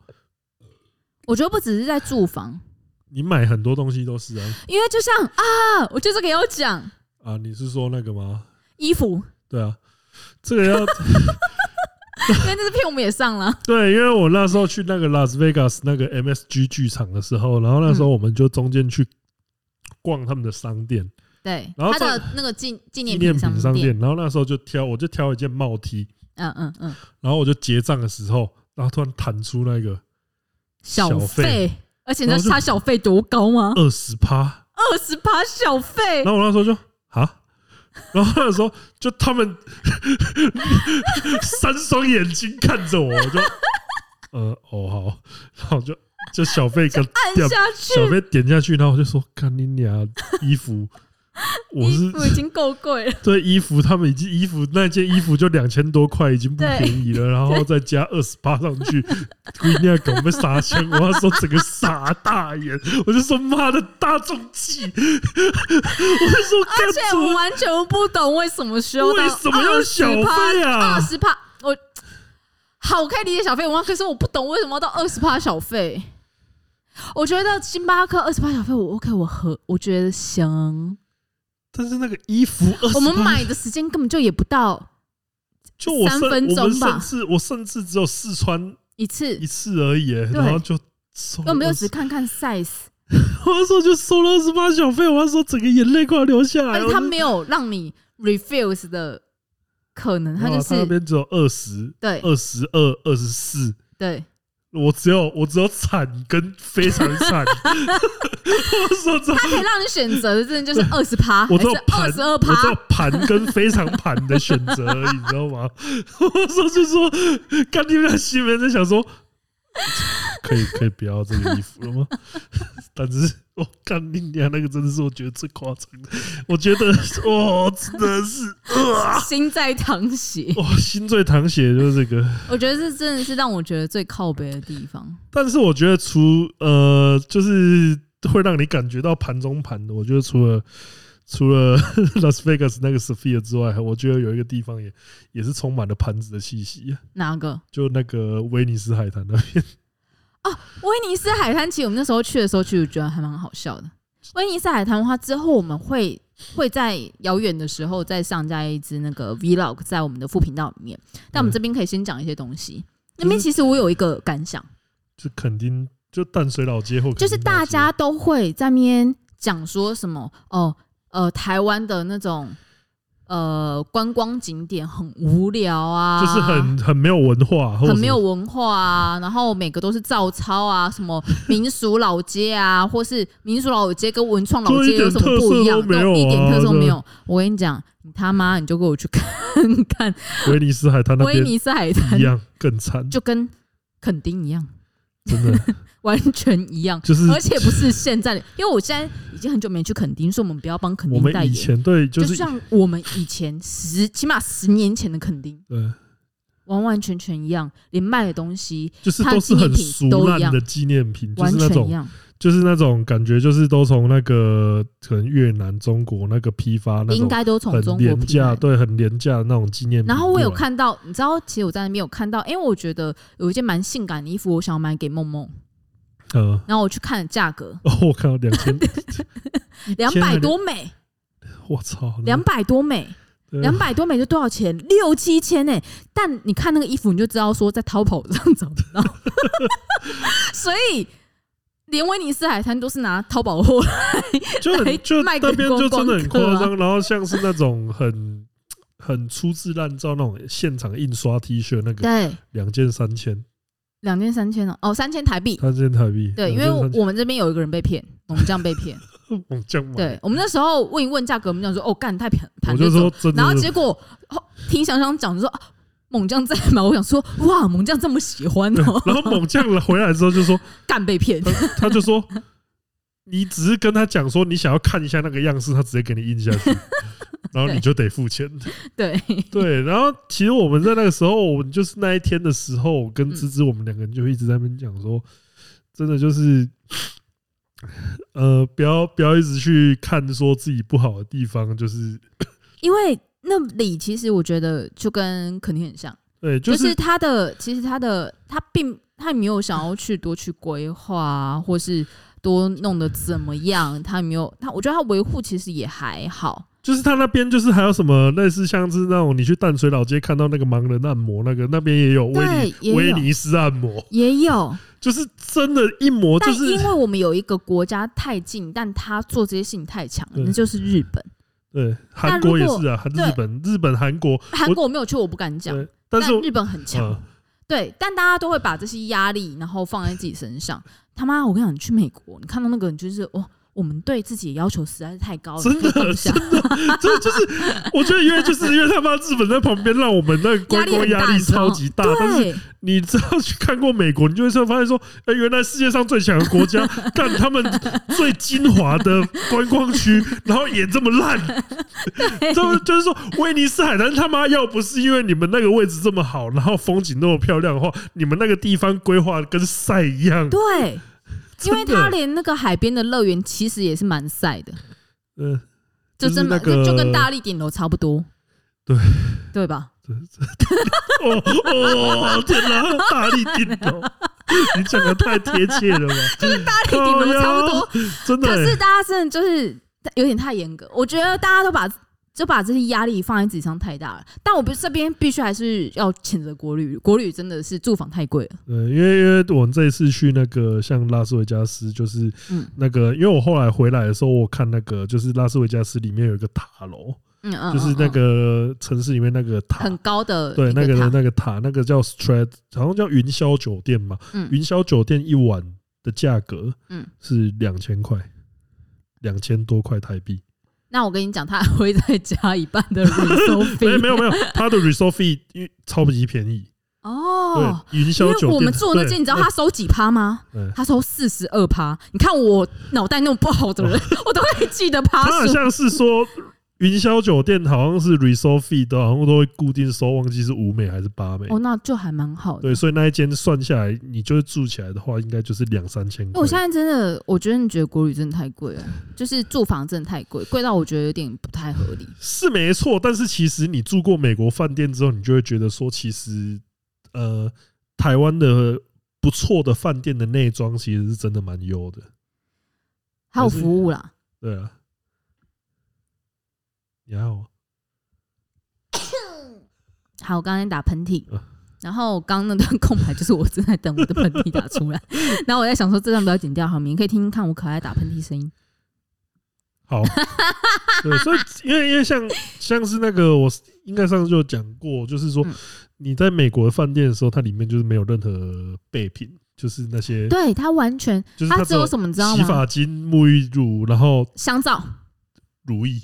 [SPEAKER 2] 我觉得不只是在住房，
[SPEAKER 1] 你买很多东西都是啊
[SPEAKER 2] 因为就像啊，我就这个要讲
[SPEAKER 1] 啊！你是说那个吗？
[SPEAKER 2] 衣服，
[SPEAKER 1] 对啊，这个要
[SPEAKER 2] 因为那支片我们也上了，
[SPEAKER 1] [laughs] 对，因为我那时候去那个 Las Vegas 那个 MSG 剧场的时候，然后那时候我们就中间去逛他们的商店，
[SPEAKER 2] 对，
[SPEAKER 1] 然后
[SPEAKER 2] 他的那个纪纪
[SPEAKER 1] 纪
[SPEAKER 2] 念
[SPEAKER 1] 念
[SPEAKER 2] 品
[SPEAKER 1] 品商
[SPEAKER 2] 店，
[SPEAKER 1] 店，然后那时候就挑，我就挑一件帽 T，
[SPEAKER 2] 嗯嗯嗯，
[SPEAKER 1] 然后我就结账的时候，然后突然弹出那个
[SPEAKER 2] 小
[SPEAKER 1] 小费
[SPEAKER 2] 费，而且你知
[SPEAKER 1] 然后
[SPEAKER 2] 道
[SPEAKER 1] 就
[SPEAKER 2] 他小费多
[SPEAKER 1] [laughs]
[SPEAKER 2] 高吗？
[SPEAKER 1] 二十趴，
[SPEAKER 2] 二十八小费
[SPEAKER 1] 然，后我那时候就啊。 [laughs] 然后那时候就他们 [laughs] 三双眼睛看着我，我就呃哦好，然后就就小费跟
[SPEAKER 2] 按下
[SPEAKER 1] 小
[SPEAKER 2] 去，
[SPEAKER 1] 飞点下去，然后我就说：“看你俩衣服，我
[SPEAKER 2] 衣
[SPEAKER 1] 是
[SPEAKER 2] 服已经够贵了，
[SPEAKER 1] 对衣服，他们已经衣服那件衣服就两千多块，已经不
[SPEAKER 2] 对
[SPEAKER 1] 便宜了，然后再加二十八上去，姑娘狗被傻钱，我要说整个傻大眼，我就说妈的大众气，我就说 [laughs]
[SPEAKER 2] 而且我
[SPEAKER 1] 干
[SPEAKER 2] 完全不懂为什么需要到
[SPEAKER 1] 为什么要小费啊
[SPEAKER 2] 二十趴，我好我可以理解小费文化，可是我不懂为什么要到二十趴小费。我觉得星巴克二十趴小费我 OK，我合我觉得行。
[SPEAKER 1] 但是那个衣服28，
[SPEAKER 2] 我们买的时间根本就也不到
[SPEAKER 1] 就我
[SPEAKER 2] 三
[SPEAKER 1] 甚
[SPEAKER 2] 分
[SPEAKER 1] 我们
[SPEAKER 2] 钟吧
[SPEAKER 1] 甚至我甚至只有试穿
[SPEAKER 2] 一次
[SPEAKER 1] 一，次而已，然后就收
[SPEAKER 2] 我们就
[SPEAKER 1] 20
[SPEAKER 2] 只看看 size，
[SPEAKER 1] 我那时候就收了二十八小费，我那时候整个眼泪快要流下来。
[SPEAKER 2] 而且他没有让你 refuse 的可能，
[SPEAKER 1] 我
[SPEAKER 2] 他就
[SPEAKER 1] 哇那
[SPEAKER 2] 是
[SPEAKER 1] 边只有二十、
[SPEAKER 2] 对
[SPEAKER 1] 二十二、二十四，
[SPEAKER 2] 对。 [laughs]
[SPEAKER 1] 我只有我只有惨跟非常惨。 [laughs] 我说这，
[SPEAKER 2] 它可以让你选择的，真的就是二十趴，还
[SPEAKER 1] 我只
[SPEAKER 2] 是
[SPEAKER 1] 有
[SPEAKER 2] 二
[SPEAKER 1] 盘，
[SPEAKER 2] 十二
[SPEAKER 1] 我只有
[SPEAKER 2] 趴？
[SPEAKER 1] 盘跟非常盘的选择而已，你知道吗？ [laughs] 我说就说，看你们俩心里面在想说，可以可以不要这个衣服了吗？ [laughs] 但是我看你俩那个真的是我觉得最夸张的，我觉得哇，真的是啊。
[SPEAKER 2] 心在淌血，
[SPEAKER 1] 哇，心醉淌血就是这个。
[SPEAKER 2] [laughs] 我觉得这真的是让我觉得最靠北的地方。
[SPEAKER 1] 但是我觉得除呃，就是会让你感觉到盘中盘的，我觉得除了。除了 [laughs] Las Vegas 那个 Sophia 之外，我觉得有一个地方也也是充满了盘子的气息，啊
[SPEAKER 2] 哪个？
[SPEAKER 1] 就那个威尼斯海滩那边。
[SPEAKER 2] 威尼斯海滩，其实我们那时候去的时候，其实我觉得还蛮好笑的。威尼斯海滩的话，之后我们会会在遥远的时候再上架一支那个 vlog 在我们的副频道里面。但我们这边可以先讲一些东西。
[SPEAKER 1] 嗯
[SPEAKER 2] 那边其实我有一个感想，
[SPEAKER 1] 就肯定就淡水老街或垦丁
[SPEAKER 2] 就是大
[SPEAKER 1] 老
[SPEAKER 2] 家
[SPEAKER 1] 街
[SPEAKER 2] 都会在那边讲说什么哦，呃，台湾的那种呃观光景点很无聊啊，
[SPEAKER 1] 就是很很没有文化，或者
[SPEAKER 2] 很没有文化啊，然后每个都是照抄啊，什么民俗老街啊，或是民俗老街跟文创老街有什么不一样？
[SPEAKER 1] 就一点特色都没有啊
[SPEAKER 2] 对一点特色都没有。我跟你讲，你他妈你就给我去看看
[SPEAKER 1] 威尼斯海滩那
[SPEAKER 2] 威
[SPEAKER 1] 边
[SPEAKER 2] 尼斯海滩
[SPEAKER 1] 一，样更惨，
[SPEAKER 2] 就跟垦丁一样，
[SPEAKER 1] 真
[SPEAKER 2] [laughs]
[SPEAKER 1] 的
[SPEAKER 2] 完全一样。
[SPEAKER 1] 就是
[SPEAKER 2] 而且不是现在的，因为我现在已经很久没去垦丁，所以我们不要帮垦
[SPEAKER 1] 我
[SPEAKER 2] 丁
[SPEAKER 1] 们
[SPEAKER 2] 代
[SPEAKER 1] 以
[SPEAKER 2] 言。
[SPEAKER 1] 前对
[SPEAKER 2] 就
[SPEAKER 1] 就是
[SPEAKER 2] 像我们以前十，起码十年前的垦丁，
[SPEAKER 1] 对
[SPEAKER 2] 完完全全一样，连卖的东西
[SPEAKER 1] 就是
[SPEAKER 2] 它
[SPEAKER 1] 都
[SPEAKER 2] 的
[SPEAKER 1] 是
[SPEAKER 2] 纪念
[SPEAKER 1] 很
[SPEAKER 2] 品
[SPEAKER 1] 俗
[SPEAKER 2] 都一
[SPEAKER 1] 烂
[SPEAKER 2] 样
[SPEAKER 1] 的纪念品，就
[SPEAKER 2] 完
[SPEAKER 1] 是那
[SPEAKER 2] 全一
[SPEAKER 1] 种
[SPEAKER 2] 样。
[SPEAKER 1] 就是那种感觉，就是都从那个可能越南、中国那个批发那
[SPEAKER 2] 应
[SPEAKER 1] 种
[SPEAKER 2] 该都从
[SPEAKER 1] 很
[SPEAKER 2] 中国
[SPEAKER 1] 廉
[SPEAKER 2] 批
[SPEAKER 1] 价，
[SPEAKER 2] 来。
[SPEAKER 1] 对，很廉价的那种纪念品。
[SPEAKER 2] 然后我有
[SPEAKER 1] 对吧，
[SPEAKER 2] 看到，你知道，其实我在那边有看到，因为我觉得有一件蛮性感的衣服，我想要买给梦梦。
[SPEAKER 1] 嗯，
[SPEAKER 2] 然后我去看了价格，
[SPEAKER 1] [laughs] 哦，我看到两
[SPEAKER 2] [laughs]
[SPEAKER 1] 千，
[SPEAKER 2] 两
[SPEAKER 1] 天啊
[SPEAKER 2] 百
[SPEAKER 1] 你
[SPEAKER 2] 多美，
[SPEAKER 1] 我操，
[SPEAKER 2] 两百多美，
[SPEAKER 1] 对啊
[SPEAKER 2] 两百多美就多少钱？六七千呢、欸但你看那个衣服，你就知道说在淘宝上找不
[SPEAKER 1] [laughs]
[SPEAKER 2] 到，所以连威尼斯海滩都是拿淘宝货。
[SPEAKER 1] 就很就
[SPEAKER 2] 卖
[SPEAKER 1] 那
[SPEAKER 2] 给
[SPEAKER 1] 边就真的很
[SPEAKER 2] 观光客啊
[SPEAKER 1] 夸张，然后像是那种很很粗制滥造那种现场印刷 T 恤，那个
[SPEAKER 2] 对，
[SPEAKER 1] 两件三千，
[SPEAKER 2] 两千三千哦，哦，三千台币。
[SPEAKER 1] 三千台币，
[SPEAKER 2] 对，因
[SPEAKER 1] 两件
[SPEAKER 2] 为我
[SPEAKER 1] 三千
[SPEAKER 2] 我们这边有一个人被骗，我们这样被骗。
[SPEAKER 1] 往这样买，
[SPEAKER 2] 对，我们那时候问一问价格，我们讲说哦，干太盘
[SPEAKER 1] 我
[SPEAKER 2] 盘
[SPEAKER 1] 就
[SPEAKER 2] 就走
[SPEAKER 1] 说。真的，
[SPEAKER 2] 然后结果哦，听想想讲说、啊、猛将在吗？我想说哇，猛将这么喜欢
[SPEAKER 1] 对 [laughs]
[SPEAKER 2] 哦，
[SPEAKER 1] 然后猛将回来之后就说。
[SPEAKER 2] 干
[SPEAKER 1] [laughs]
[SPEAKER 2] 被骗。
[SPEAKER 1] 他他就说，你只是跟他讲说你想要看一下那个样式，他直接给你印下
[SPEAKER 2] [laughs]
[SPEAKER 1] 去，然后你就得付钱。
[SPEAKER 2] 对，
[SPEAKER 1] 对，然后其实我们在那个时候，我们就是那一天的时候，我跟
[SPEAKER 2] 嗯
[SPEAKER 1] 芝芝我们两个人就一直在那边讲说，真的就是。 [laughs] 呃，不要不要一直去看说自己不好的地方，就是
[SPEAKER 2] 因为那里其实我觉得就跟肯定很像，
[SPEAKER 1] 对，
[SPEAKER 2] 就
[SPEAKER 1] 就是是
[SPEAKER 2] 他的其实他的他并他也没有想要去多去规划、啊，或是多弄得怎么样，他也没有他，我觉得他维护其实也还好。
[SPEAKER 1] 就是他那边就是还有什么类似像是那种你去淡水老街看到那个盲人按摩那个，那边也有威
[SPEAKER 2] 对也
[SPEAKER 1] 尼
[SPEAKER 2] 有
[SPEAKER 1] 威尼斯按摩，
[SPEAKER 2] 也有，
[SPEAKER 1] 就是真的，一模就
[SPEAKER 2] 但
[SPEAKER 1] 是
[SPEAKER 2] 因为我们有一个国家太近，但他做这些事情太强了，
[SPEAKER 1] 对
[SPEAKER 2] 那就是日本。
[SPEAKER 1] 对韩国也
[SPEAKER 2] 那如果
[SPEAKER 1] 是啊，韩
[SPEAKER 2] 对
[SPEAKER 1] 日本日本韩国，
[SPEAKER 2] 韩国我没有去，我不敢讲，
[SPEAKER 1] 对，但
[SPEAKER 2] 但
[SPEAKER 1] 是
[SPEAKER 2] 日本很强。
[SPEAKER 1] [laughs] 嗯
[SPEAKER 2] 对，但大家都会把这些压力，然后放在自己身上。他妈，我跟你讲，你去美国，你看到那个人就是哦，我们对自己的要求实在是太高了，
[SPEAKER 1] 真的
[SPEAKER 2] 你放不下
[SPEAKER 1] 啊这就是我觉得因为就是因为他妈日本在旁边，让我们那个观光压力超级大，但是 [laughs]
[SPEAKER 2] 对，
[SPEAKER 1] 你只要去看过美国，你就会说发现说，哎、原来世界上最强的国
[SPEAKER 2] [laughs]
[SPEAKER 1] 家，干他们最精华的观光区，然后也这么烂。就就是说，威尼斯海滩他妈要不是因为你们那个位置这么好，然后风景那么漂亮的话，你们那个地方规划得跟晒一样。
[SPEAKER 2] 对，因
[SPEAKER 1] 真
[SPEAKER 2] 为
[SPEAKER 1] 的
[SPEAKER 2] 他连那个海边的乐园其实也是蛮晒的，
[SPEAKER 1] 嗯、
[SPEAKER 2] 就
[SPEAKER 1] 就是
[SPEAKER 2] 真的
[SPEAKER 1] 那个
[SPEAKER 2] 就跟大力顶楼差不多，
[SPEAKER 1] 对
[SPEAKER 2] 对吧？
[SPEAKER 1] 哦哦，天哪，大力顶头，你讲的太贴切了
[SPEAKER 2] [laughs]
[SPEAKER 1] 吧？就是大力
[SPEAKER 2] 顶楼差不多，
[SPEAKER 1] 真的、
[SPEAKER 2] 可是
[SPEAKER 1] 欸。
[SPEAKER 2] 大家真的就是有点太严格，我觉得大家都把就把这些压力放在自己上太大了。但我不是这边必须还是要谴责国旅，国旅真的是住房太贵了。
[SPEAKER 1] 嗯，因为因为我们这一次去那个像拉斯维加斯，就是
[SPEAKER 2] 嗯
[SPEAKER 1] 那个，因为我后来回来的时候，我看那个就是拉斯维加斯里面有一个塔楼，
[SPEAKER 2] 嗯嗯，
[SPEAKER 1] 就是
[SPEAKER 2] 嗯
[SPEAKER 1] 那
[SPEAKER 2] 嗯
[SPEAKER 1] 个城市里面那个塔
[SPEAKER 2] 很，高的
[SPEAKER 1] 对，
[SPEAKER 2] 一
[SPEAKER 1] 那个
[SPEAKER 2] 塔
[SPEAKER 1] 那个塔，那个叫 Strat，好像叫云霄酒店嘛，
[SPEAKER 2] 嗯
[SPEAKER 1] 云霄酒店一晚的价格，
[SPEAKER 2] 嗯
[SPEAKER 1] 是两千块，两千多块台币。
[SPEAKER 2] 那我跟你讲，他还会再加一半的旅收
[SPEAKER 1] 没有
[SPEAKER 2] 费。
[SPEAKER 1] 没有没有，它的 resort fee 因为超级便宜，
[SPEAKER 2] 哦，
[SPEAKER 1] 对，云
[SPEAKER 2] 因
[SPEAKER 1] 霄酒店。
[SPEAKER 2] 为我们住的那
[SPEAKER 1] 对
[SPEAKER 2] 间，你知道他收几趴吗？
[SPEAKER 1] 嗯
[SPEAKER 2] 他收四十二趴。你看我脑袋那么不好的人， [laughs] 我都会记得趴
[SPEAKER 1] 哦它好
[SPEAKER 2] 数。
[SPEAKER 1] 像是说云霄酒店好像是 resort fee 的，好像都会固定收，忘记是五美还是八美。
[SPEAKER 2] 哦，那就还蛮好的。
[SPEAKER 1] 对，所以那一间算下来，你就是住起来的话，应该就是两三千
[SPEAKER 2] 因为
[SPEAKER 1] 块
[SPEAKER 2] 哎哦我。现在真的，我觉得你觉得国旅真的太贵了，就是住房真的太贵，贵到我觉得有点不太合理。
[SPEAKER 1] 是没错，但是其实你住过美国饭店之后，你就会觉得说，其实呃，台湾的不错的饭店的内装其实是真的蛮优的。
[SPEAKER 2] 还有服务啦，
[SPEAKER 1] 对啊，你还好吗？
[SPEAKER 2] 还有我刚才打喷嚏
[SPEAKER 1] 嗯，
[SPEAKER 2] 然后刚那段空白就是我正在等我的喷嚏打
[SPEAKER 1] [laughs]
[SPEAKER 2] 出来，然后我在想说这段不要剪掉，好，你可以听听看我可爱打喷嚏声音。
[SPEAKER 1] 好，对，所以 [laughs] 因为因为像像是那个我应该上次就讲过，就是说
[SPEAKER 2] 嗯
[SPEAKER 1] 你在美国的饭店的时候，它里面就是没有任何备品，就是那些
[SPEAKER 2] 对他完全，
[SPEAKER 1] 就是
[SPEAKER 2] 他
[SPEAKER 1] 它
[SPEAKER 2] 只有什么你知道
[SPEAKER 1] 洗
[SPEAKER 2] 吗？
[SPEAKER 1] 发精、沐浴乳，然后
[SPEAKER 2] 香皂，
[SPEAKER 1] 乳液，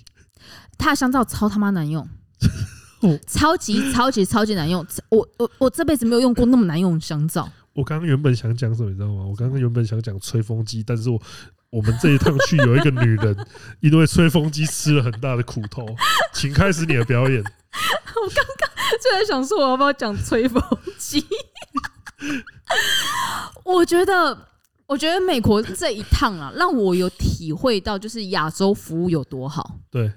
[SPEAKER 2] 他的香皂超他妈难用
[SPEAKER 1] [laughs] 哦，
[SPEAKER 2] 超级超级超级难用。我我我这辈子没有用过那么难用的香皂。
[SPEAKER 1] 我刚刚原本想讲什么，你知道吗？我刚刚原本想讲吹风机，但是我我们这一趟去有一个女人
[SPEAKER 2] [laughs]
[SPEAKER 1] 因为吹风机吃了很大的苦头，请开始你的表
[SPEAKER 2] [laughs]
[SPEAKER 1] 演。
[SPEAKER 2] 就在想说我要不要讲吹风机。 [laughs] 我觉得，我觉得美国这一趟啊，让我有体会到就是亚洲服务有多好。
[SPEAKER 1] 对，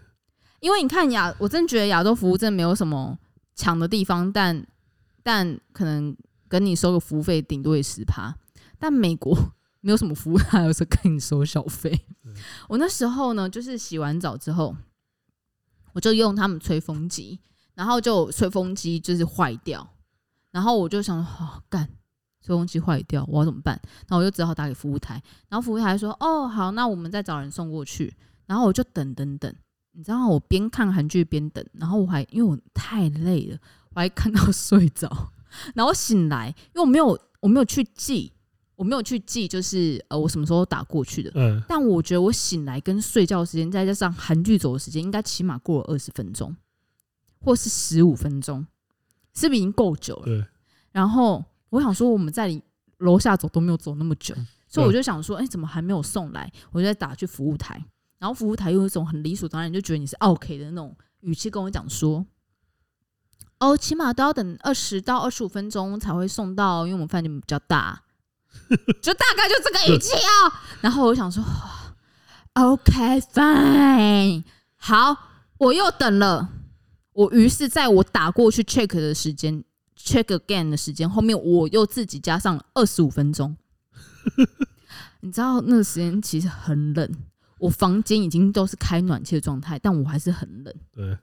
[SPEAKER 2] 因为你看亚，我真觉得亚洲服务真的没有什么强的地方，但但可能跟你收个服务费顶多也十趴，但美国 [laughs] 没有什么服务，他还是跟你收小费。我那时候呢，就是洗完澡之后，我就用他们吹风机，然后就吹风机就是坏掉，然后我就想说，哦，干，吹风机坏掉，我要怎么办？然后我就只好打给服务台，然后服务台说，哦，好，那我们再找人送过去。然后我就等等等，你知道我边看韩剧边等，然后我还因为我太累了，我还看到 [laughs] 睡着，然后醒来，因为我没有我没有去记，我没有去记，就是呃我什么时候打过去的，
[SPEAKER 1] 嗯，
[SPEAKER 2] 但我觉得我醒来跟睡觉的时间，再加上韩剧走的时间，应该起码过了二十分钟，或是十五分钟，是不是已经够久了？
[SPEAKER 1] 对，
[SPEAKER 2] 然后我想说，我们在楼下走都没有走那么久，所以我就想说，哎、怎么还没有送来？我就在打去服务台，然后服务台用一种很理所当然就觉得你是 OK 的那种语气跟我讲说。哦，起码都要等二十到二十五分钟才会送到，因为我们饭店比较大，就大概就这个语气哦。然后我就想说哇，OK fine，好，我又等了。我于是在我打过去 check 的时间，check again 的时间后面，我又自己加上了二十五分钟。你知道那个时间其实很冷，我房间已经都是开暖气的状态，但我还是很冷。
[SPEAKER 1] 对，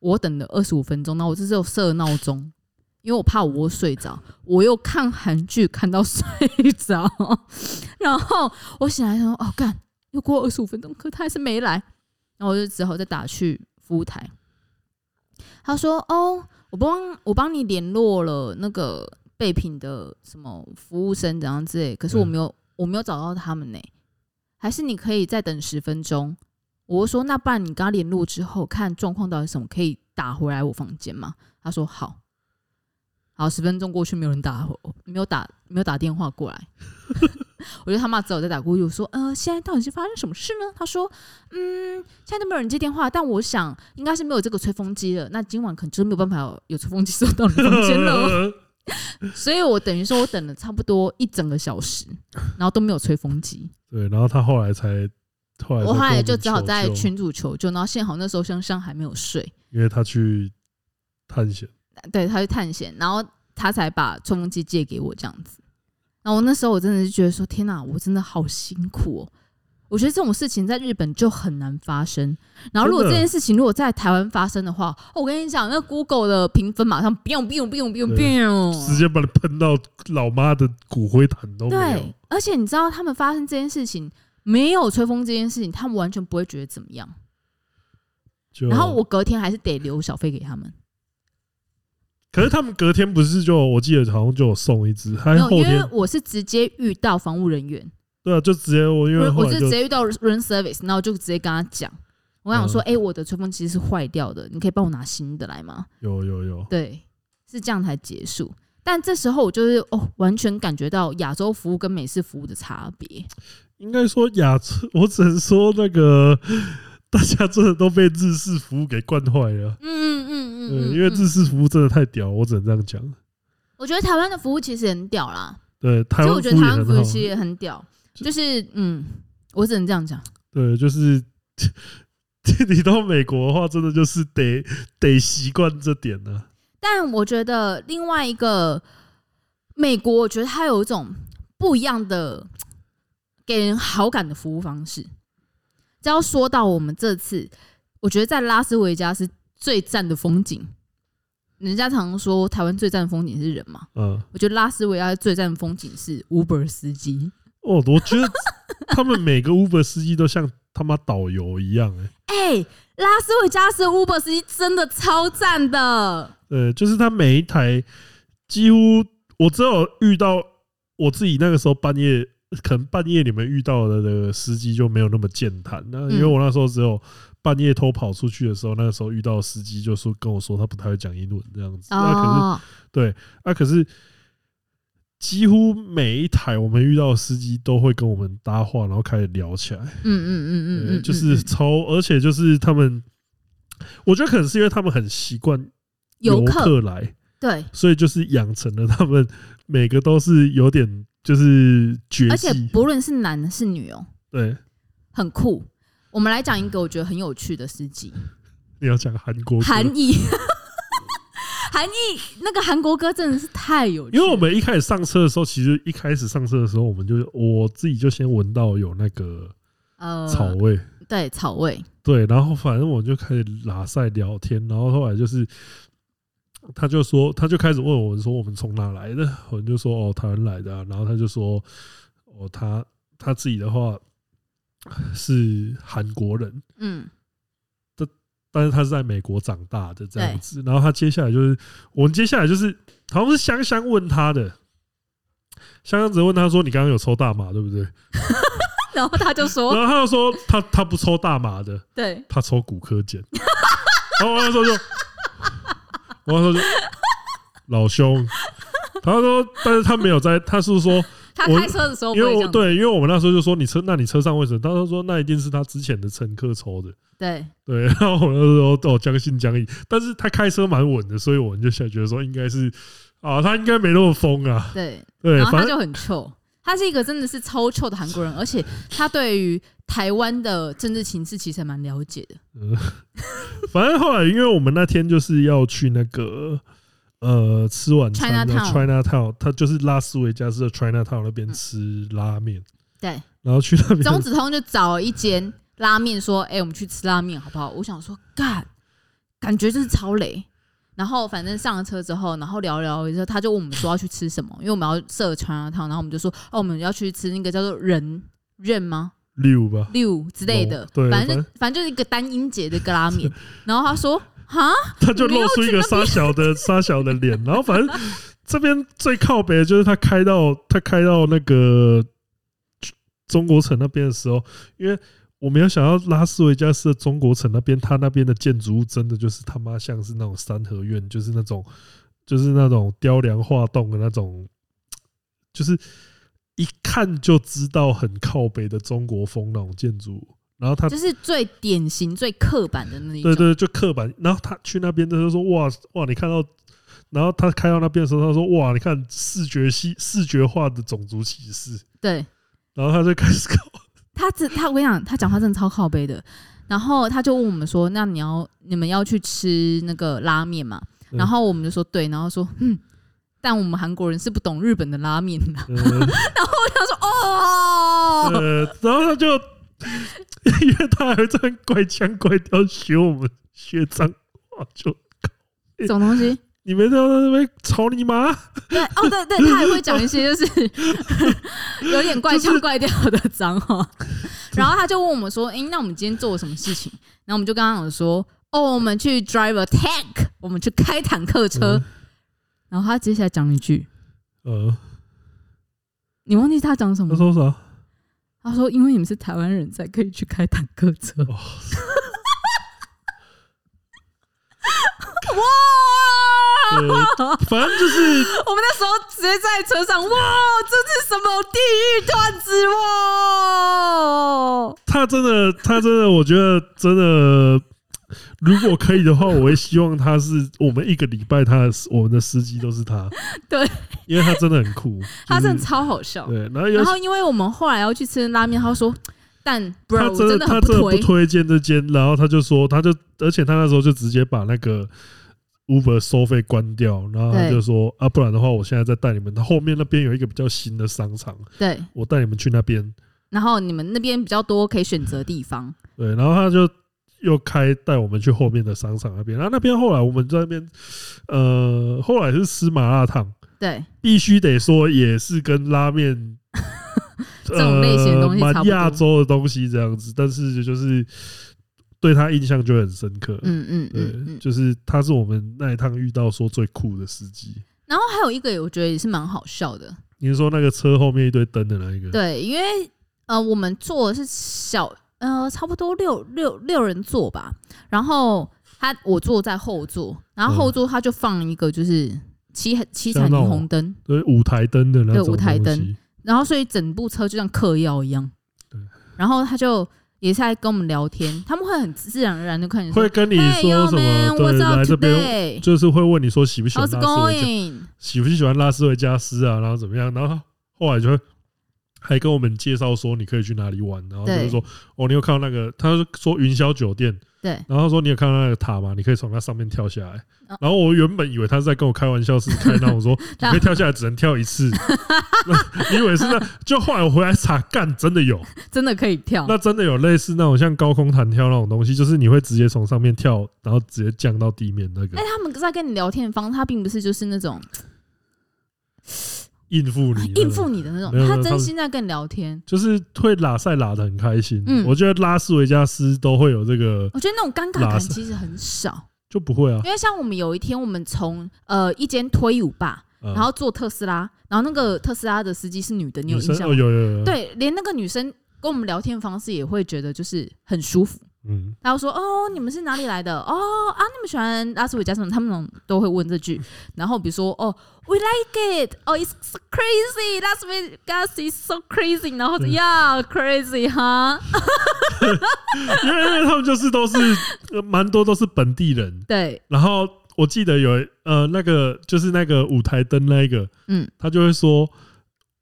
[SPEAKER 2] 我等了二十五分钟，那我这时候设闹钟，因为我怕我会睡着，我又看韩剧看到睡着，然后我醒来想说，哦，干，又过二十五分钟，可他还是没来，然后我就只好再打去服务台。他说，哦，我帮我帮你联络了那个备品的什么服务生怎样之类，可是我没有、我没有找到他们呢、还是你可以再等十分钟。我就说那不然你跟他联络之后看状况到底是什么，可以打回来我房间吗？他说好。好，十分钟过去没有人打我，没有打没有打电话过来， [laughs] 我就他妈只好再打过去。我说呃，现在到底是发生什么事呢？他说嗯，现在都没有人接电话，但我想应该是没有这个吹风机了。那今晚可能就没有办法有有吹风机送到你房间了哦。所以我等于说我等了差不多一整个小时，然后都没有吹
[SPEAKER 1] [laughs]
[SPEAKER 2] 风机。
[SPEAKER 1] [laughs] 对，然后他后来才，后来才
[SPEAKER 2] 我后
[SPEAKER 1] 跟
[SPEAKER 2] 来
[SPEAKER 1] 们
[SPEAKER 2] 就只好
[SPEAKER 1] 求
[SPEAKER 2] 在
[SPEAKER 1] 救，
[SPEAKER 2] 群主求救，然后幸好那时候香香还没有睡，
[SPEAKER 1] 因为他去探险，
[SPEAKER 2] 对，他去探险，然后他才把吹风机借给我这样子。然后我那时候我真的是觉得说，天哪，我真的好辛苦哦。我觉得这种事情在日本就很难发生。然后如果
[SPEAKER 1] 真
[SPEAKER 2] 这
[SPEAKER 1] 的
[SPEAKER 2] 件事情如果在台湾发生的话，哦我跟你讲，那 Google 的评分马上 biu biu biu biu
[SPEAKER 1] 对
[SPEAKER 2] biu，
[SPEAKER 1] 直接把你喷到老妈的骨灰坛都没有
[SPEAKER 2] 对。，而且你知道他们发生这件事情，没有吹风这件事情，他们完全不会觉得怎么样。
[SPEAKER 1] 就
[SPEAKER 2] 然后我隔天还是得留小费给他们，
[SPEAKER 1] 可是他们隔天不是就我记得好像就有送一只，还
[SPEAKER 2] 没有，
[SPEAKER 1] 后
[SPEAKER 2] 因为
[SPEAKER 1] 天
[SPEAKER 2] 我是直接遇到防务人员，
[SPEAKER 1] 对啊，就直接我因为
[SPEAKER 2] 我
[SPEAKER 1] 后
[SPEAKER 2] 我
[SPEAKER 1] 来
[SPEAKER 2] 是
[SPEAKER 1] 就
[SPEAKER 2] 直接遇到 room service，然后我就直接跟他讲，我想说，
[SPEAKER 1] 嗯
[SPEAKER 2] 哎、我的吹风机是坏掉的，你可以帮我拿新的来吗？
[SPEAKER 1] 有有有，
[SPEAKER 2] 对，是这样才结束。但这时候我就是哦，完全感觉到亚洲服务跟美式服务的差别。
[SPEAKER 1] 应该说亚洲，我只能说那个大家真的都被日式服务给惯坏了。
[SPEAKER 2] 嗯嗯嗯
[SPEAKER 1] 嗯，因为日式服务真的太屌，我只能这样讲。
[SPEAKER 2] 我觉得台湾的服务其实很屌啦，
[SPEAKER 1] 对，台
[SPEAKER 2] 所以
[SPEAKER 1] 湾
[SPEAKER 2] 我觉
[SPEAKER 1] 服
[SPEAKER 2] 得
[SPEAKER 1] 务
[SPEAKER 2] 台
[SPEAKER 1] 也
[SPEAKER 2] 湾
[SPEAKER 1] 很
[SPEAKER 2] 服
[SPEAKER 1] 好
[SPEAKER 2] 务。其实也很屌，
[SPEAKER 1] 就
[SPEAKER 2] 就是嗯，我只能这样讲。
[SPEAKER 1] 对，就是 [laughs] 你到美国的话，真的就是得得习惯这点呢、
[SPEAKER 2] 但我觉得另外一个美国，我觉得它有一种不一样的给人好感的服务方式。只要说到我们这次，我觉得在拉斯维加斯最赞的风景，人家常说台湾最赞的风景是人嘛，
[SPEAKER 1] 嗯，
[SPEAKER 2] 我觉得拉斯维加斯最赞的风景是 Uber 司机。
[SPEAKER 1] 哦，我觉得 [laughs] 他们每个 Uber 司机都像他妈导游一样、欸，
[SPEAKER 2] 哎、拉斯维加斯的 Uber 司机真的超赞的，
[SPEAKER 1] 对，就是他每一台几乎我只有遇到我自己那个时候半夜，可能半夜你们遇到的那个司机就没有那么健谈。那因为
[SPEAKER 2] 嗯
[SPEAKER 1] 我那时候只有半夜偷跑出去的时候，那个时候遇到的司机就说跟我说他不太会讲英文这样子。那可是
[SPEAKER 2] 哦，
[SPEAKER 1] 那可是几乎每一台我们遇到的司机都会跟我们搭话，然后开始聊起来。
[SPEAKER 2] 嗯嗯嗯嗯
[SPEAKER 1] 对，
[SPEAKER 2] 嗯，
[SPEAKER 1] 呃就是
[SPEAKER 2] 嗯
[SPEAKER 1] 超，而且就是他们，我觉得可能是因为他们很习惯
[SPEAKER 2] 游客
[SPEAKER 1] 客来。
[SPEAKER 2] 对，
[SPEAKER 1] 所以就是养成了他们每个都是有点就是绝
[SPEAKER 2] 而且
[SPEAKER 1] 技，
[SPEAKER 2] 不论是男的是女哦，
[SPEAKER 1] 对，
[SPEAKER 2] 很酷。我们来讲一个我觉得很有趣的司机，
[SPEAKER 1] 你要讲韩国歌，
[SPEAKER 2] 韩裔，韩裔那个韩国歌真的是太有趣
[SPEAKER 1] 因
[SPEAKER 2] 了，
[SPEAKER 1] 为我们一开始上车的时候，其实一开始上车的时候，我们就我自己就先闻到有那个
[SPEAKER 2] 呃
[SPEAKER 1] 草味，
[SPEAKER 2] 对草味，
[SPEAKER 1] 对，然后反正我就开始拉塞聊天，然后后来就是。他就说，他就开始问我们说我们从哪来的，我们就说哦台湾来的、啊，然后他就说哦他他自己的话是韩国人，
[SPEAKER 2] 嗯，
[SPEAKER 1] 但是他是在美国长大的这样子。然后他接下来就是，我们接下来就是，好像是香香问他的，香香只问他说：“你刚刚有抽大麻对不对？”
[SPEAKER 2] 然后他就说，
[SPEAKER 1] [laughs] 然后他就说：“他他不抽大麻的，
[SPEAKER 2] 对，
[SPEAKER 1] 他抽骨科碱。” [laughs] 然后我那时候就，我那时候就，老兄，他说，但是他没有在，他是说，
[SPEAKER 2] 他
[SPEAKER 1] 我
[SPEAKER 2] 开车的时候不
[SPEAKER 1] 因
[SPEAKER 2] 会
[SPEAKER 1] 为
[SPEAKER 2] 这
[SPEAKER 1] 我
[SPEAKER 2] 样子，
[SPEAKER 1] 对，因为我们那时候就说你车，那你车上为什么？他说那一定是他之前的乘客抽的。
[SPEAKER 2] 对，
[SPEAKER 1] 对，然后我那时候都将信将疑，但是他开车蛮稳的，所以我们就现在觉得说应该是啊，他应该没那么疯啊。
[SPEAKER 2] 对，
[SPEAKER 1] 对
[SPEAKER 2] 然，后他
[SPEAKER 1] 反正
[SPEAKER 2] 就很臭，他是一个真的是超臭的韩国人，而且他对于台湾的政治情势其实还蛮了解的，
[SPEAKER 1] 反正后来，因为我们那天就是要去那个呃吃晚餐的
[SPEAKER 2] Chinatown
[SPEAKER 1] China Town，他就是拉斯维加斯的 China Town 那边吃拉面，
[SPEAKER 2] 嗯对，
[SPEAKER 1] 然后去
[SPEAKER 2] [laughs]
[SPEAKER 1] 那边
[SPEAKER 2] 钟子通就找了一间拉面，说：“哎、我们去吃拉面好不好？”我想说，干，感觉就是超雷。然后反正上了车之后，然后聊聊之后，他就问我们说要去吃什么，因为我们要设川辣汤，然后我们就说哦，我们要去吃那个叫做人刃吗？
[SPEAKER 1] 溜吧，
[SPEAKER 2] 六之类的
[SPEAKER 1] 哦，对
[SPEAKER 2] 反正
[SPEAKER 1] 反
[SPEAKER 2] 就反正就是一个单音节的一个拉面。然后他说哈，
[SPEAKER 1] 他就露出一个沙小的沙小的脸，然后反正这边最靠北的就是他开到他开到那个中国城那边的时候，因为我没有想到拉斯维加斯的中国城那边，他那边的建筑物真的就是他妈像是那种三合院，就是那种 [laughs] 就是那种雕梁画栋的那种，就是一看就知道很靠北的中国风那种建筑物。然后他
[SPEAKER 2] 就是最典型、最刻板的那一种。
[SPEAKER 1] 对对，就刻板。然后他去那边的时候说：“哇哇，你看到。”然后他开到那边的时候，他说：“哇，你看视觉系视觉化的种族歧视。
[SPEAKER 2] 对”
[SPEAKER 1] 然后他就开始搞，
[SPEAKER 2] 他只他我跟你讲，他讲话真的超靠背的。然后他就问我们说：“那你要你们要去吃那个拉面嘛？”
[SPEAKER 1] 嗯
[SPEAKER 2] 然后我们就说：“对。”然后说：“嗯。”但我们韩国人是不懂日本的拉面的。 [laughs]
[SPEAKER 1] [laughs] 呃，
[SPEAKER 2] 他说：“哦，
[SPEAKER 1] 呃然后他就，因为他还在那边怪腔怪调学我们学脏话，就
[SPEAKER 2] 什么东西？
[SPEAKER 1] 你们在那边吵你妈，
[SPEAKER 2] 对，哦，对对，他还会讲一些就是 [laughs] 有点怪腔怪调的脏话。然后他就问我们说：“诶，那我们今天做了什么事情？”然后我们就跟他讲说：“哦，我们去 drive a tank，我们去开坦克
[SPEAKER 1] 嗯
[SPEAKER 2] 车。然后他接下来讲了一句：“
[SPEAKER 1] 呃，
[SPEAKER 2] 你忘记他讲什么
[SPEAKER 1] 他
[SPEAKER 2] 了？”
[SPEAKER 1] 说啥？
[SPEAKER 2] 他说：“因为你们是台湾人才可以去开坦克车。”
[SPEAKER 1] 哦
[SPEAKER 2] 哇！
[SPEAKER 1] 呃，反正就是
[SPEAKER 2] 我们那时候直接在车上，哇，这是什么地狱段子哇！
[SPEAKER 1] 他真的，他真的，我觉得真的，如果可以的话，我会希望他是我们一个礼拜他的我们的司机都是他，
[SPEAKER 2] [laughs] 对，
[SPEAKER 1] 因为他真的很酷，
[SPEAKER 2] [laughs] 他
[SPEAKER 1] 就
[SPEAKER 2] 真
[SPEAKER 1] 是
[SPEAKER 2] 的超好笑。
[SPEAKER 1] 对，然后尤
[SPEAKER 2] 然
[SPEAKER 1] 其
[SPEAKER 2] 后因为我们后来要去吃拉面，他说：“但 bro，
[SPEAKER 1] 他
[SPEAKER 2] 我
[SPEAKER 1] 真的
[SPEAKER 2] 的
[SPEAKER 1] 他
[SPEAKER 2] 很
[SPEAKER 1] 真的不
[SPEAKER 2] 推。
[SPEAKER 1] 推荐这间，然后他就说他就，而且他那时候就直接把那个 Uber 收费关掉，然后他
[SPEAKER 2] 对
[SPEAKER 1] 就说啊，不然的话，我现在再带你们，他后面那边有一个比较新的商场，”
[SPEAKER 2] 对，
[SPEAKER 1] 我带你们去那边，
[SPEAKER 2] 然后你们那边比较多可以选择地方，
[SPEAKER 1] 对，然后他就又开带我们去后面的商场那边，然后那边后来我们在那边，呃，后来是吃麻辣烫，
[SPEAKER 2] 对
[SPEAKER 1] 必须得说也是跟拉面
[SPEAKER 2] [laughs] 这种类型的东西
[SPEAKER 1] 呃蛮
[SPEAKER 2] 差不多
[SPEAKER 1] 亚洲的东西这样子，但是就是对他印象就很深刻。
[SPEAKER 2] 嗯嗯
[SPEAKER 1] 对，
[SPEAKER 2] 嗯嗯。
[SPEAKER 1] 就是他是我们那一趟遇到说最酷的司机。
[SPEAKER 2] 然后还有一个我觉得也是蛮好笑的，
[SPEAKER 1] 你是说那个车后面一堆灯的那一个？
[SPEAKER 2] 对，因为呃，我们坐的是小呃，差不多六六六人座吧。然后他我坐在后座，然
[SPEAKER 1] 嗯
[SPEAKER 2] 后后座他就放一个就是七七彩
[SPEAKER 1] 像那
[SPEAKER 2] 霓
[SPEAKER 1] 种
[SPEAKER 2] 虹灯，
[SPEAKER 1] 对，舞台灯的那
[SPEAKER 2] 对
[SPEAKER 1] 种
[SPEAKER 2] 舞台
[SPEAKER 1] 东
[SPEAKER 2] 灯
[SPEAKER 1] 西
[SPEAKER 2] 然后所以整部车就像嗑药一样
[SPEAKER 1] 对。
[SPEAKER 2] 然后他就也是在跟我们聊天，他们会很自然而然的看你说
[SPEAKER 1] 会，跟你
[SPEAKER 2] 嘿
[SPEAKER 1] 说
[SPEAKER 2] ，Yo
[SPEAKER 1] 什么？
[SPEAKER 2] man，
[SPEAKER 1] 对，
[SPEAKER 2] what's
[SPEAKER 1] 来
[SPEAKER 2] up
[SPEAKER 1] 这边
[SPEAKER 2] today？
[SPEAKER 1] 就是会问你说喜不喜欢
[SPEAKER 2] How's
[SPEAKER 1] 拉斯维加，
[SPEAKER 2] going？
[SPEAKER 1] 喜不喜欢拉斯维加斯啊，然后怎么样，然后后来就会还跟我们介绍说你可以去哪里玩，然后就是
[SPEAKER 2] 对
[SPEAKER 1] 说哦，你有看到那个，他就说云霄酒店，
[SPEAKER 2] 对，
[SPEAKER 1] 然后他说你有看到那个塔吗？你可以从那上面跳下来
[SPEAKER 2] 哦。
[SPEAKER 1] 然后我原本以为他是在跟我开玩笑，是开那种
[SPEAKER 2] [laughs]
[SPEAKER 1] 说你可以跳下来只能跳一次，你以为是那？就后来我回来查，干真的有，
[SPEAKER 2] 真的可以跳。
[SPEAKER 1] 那真的有类似那种像高空弹跳那种东西，就是你会直接从上面跳，然后直接降到地面那个
[SPEAKER 2] 哎，他们在跟你聊天的方式，他并不是就是那种
[SPEAKER 1] 应付你那种
[SPEAKER 2] 应付你的那种
[SPEAKER 1] 哎没有，没
[SPEAKER 2] 他
[SPEAKER 1] 有他
[SPEAKER 2] 真
[SPEAKER 1] 们
[SPEAKER 2] 心在跟你聊天。
[SPEAKER 1] 就是会拉赛拉的很开心。
[SPEAKER 2] 嗯
[SPEAKER 1] 我觉得拉斯维加斯都会有这个，
[SPEAKER 2] 我觉得那种尴尬
[SPEAKER 1] 拉
[SPEAKER 2] 感
[SPEAKER 1] 塞
[SPEAKER 2] 其实很少，
[SPEAKER 1] 就不会啊。
[SPEAKER 2] 因为像我们有一天，我们从呃一间推舞吧，
[SPEAKER 1] 然
[SPEAKER 2] 然后坐特斯拉，然后那个特斯拉的司机是女的，你有
[SPEAKER 1] 女
[SPEAKER 2] 印
[SPEAKER 1] 生
[SPEAKER 2] 象
[SPEAKER 1] 哦，
[SPEAKER 2] 吗？
[SPEAKER 1] 有有有，有，
[SPEAKER 2] 对，连那个女生跟我们聊天方式也会觉得就是很舒服。
[SPEAKER 1] 嗯，
[SPEAKER 2] 她会说：“哦，你们是哪里来的？哦啊，你们喜欢拉斯维加斯吗？”他们那种都会问这句。然后比如说：“哦，We like it. 哦，It's so crazy. 拉斯维加斯 is so crazy. 然后
[SPEAKER 1] 嗯
[SPEAKER 2] Yeah, crazy 哈、
[SPEAKER 1] 因为因为他们就是都是呃蛮多都是本地
[SPEAKER 2] [laughs]
[SPEAKER 1] 人，
[SPEAKER 2] 对，
[SPEAKER 1] 然后我记得有呃那个就是那个舞台灯那一个，
[SPEAKER 2] 嗯，
[SPEAKER 1] 他就会说。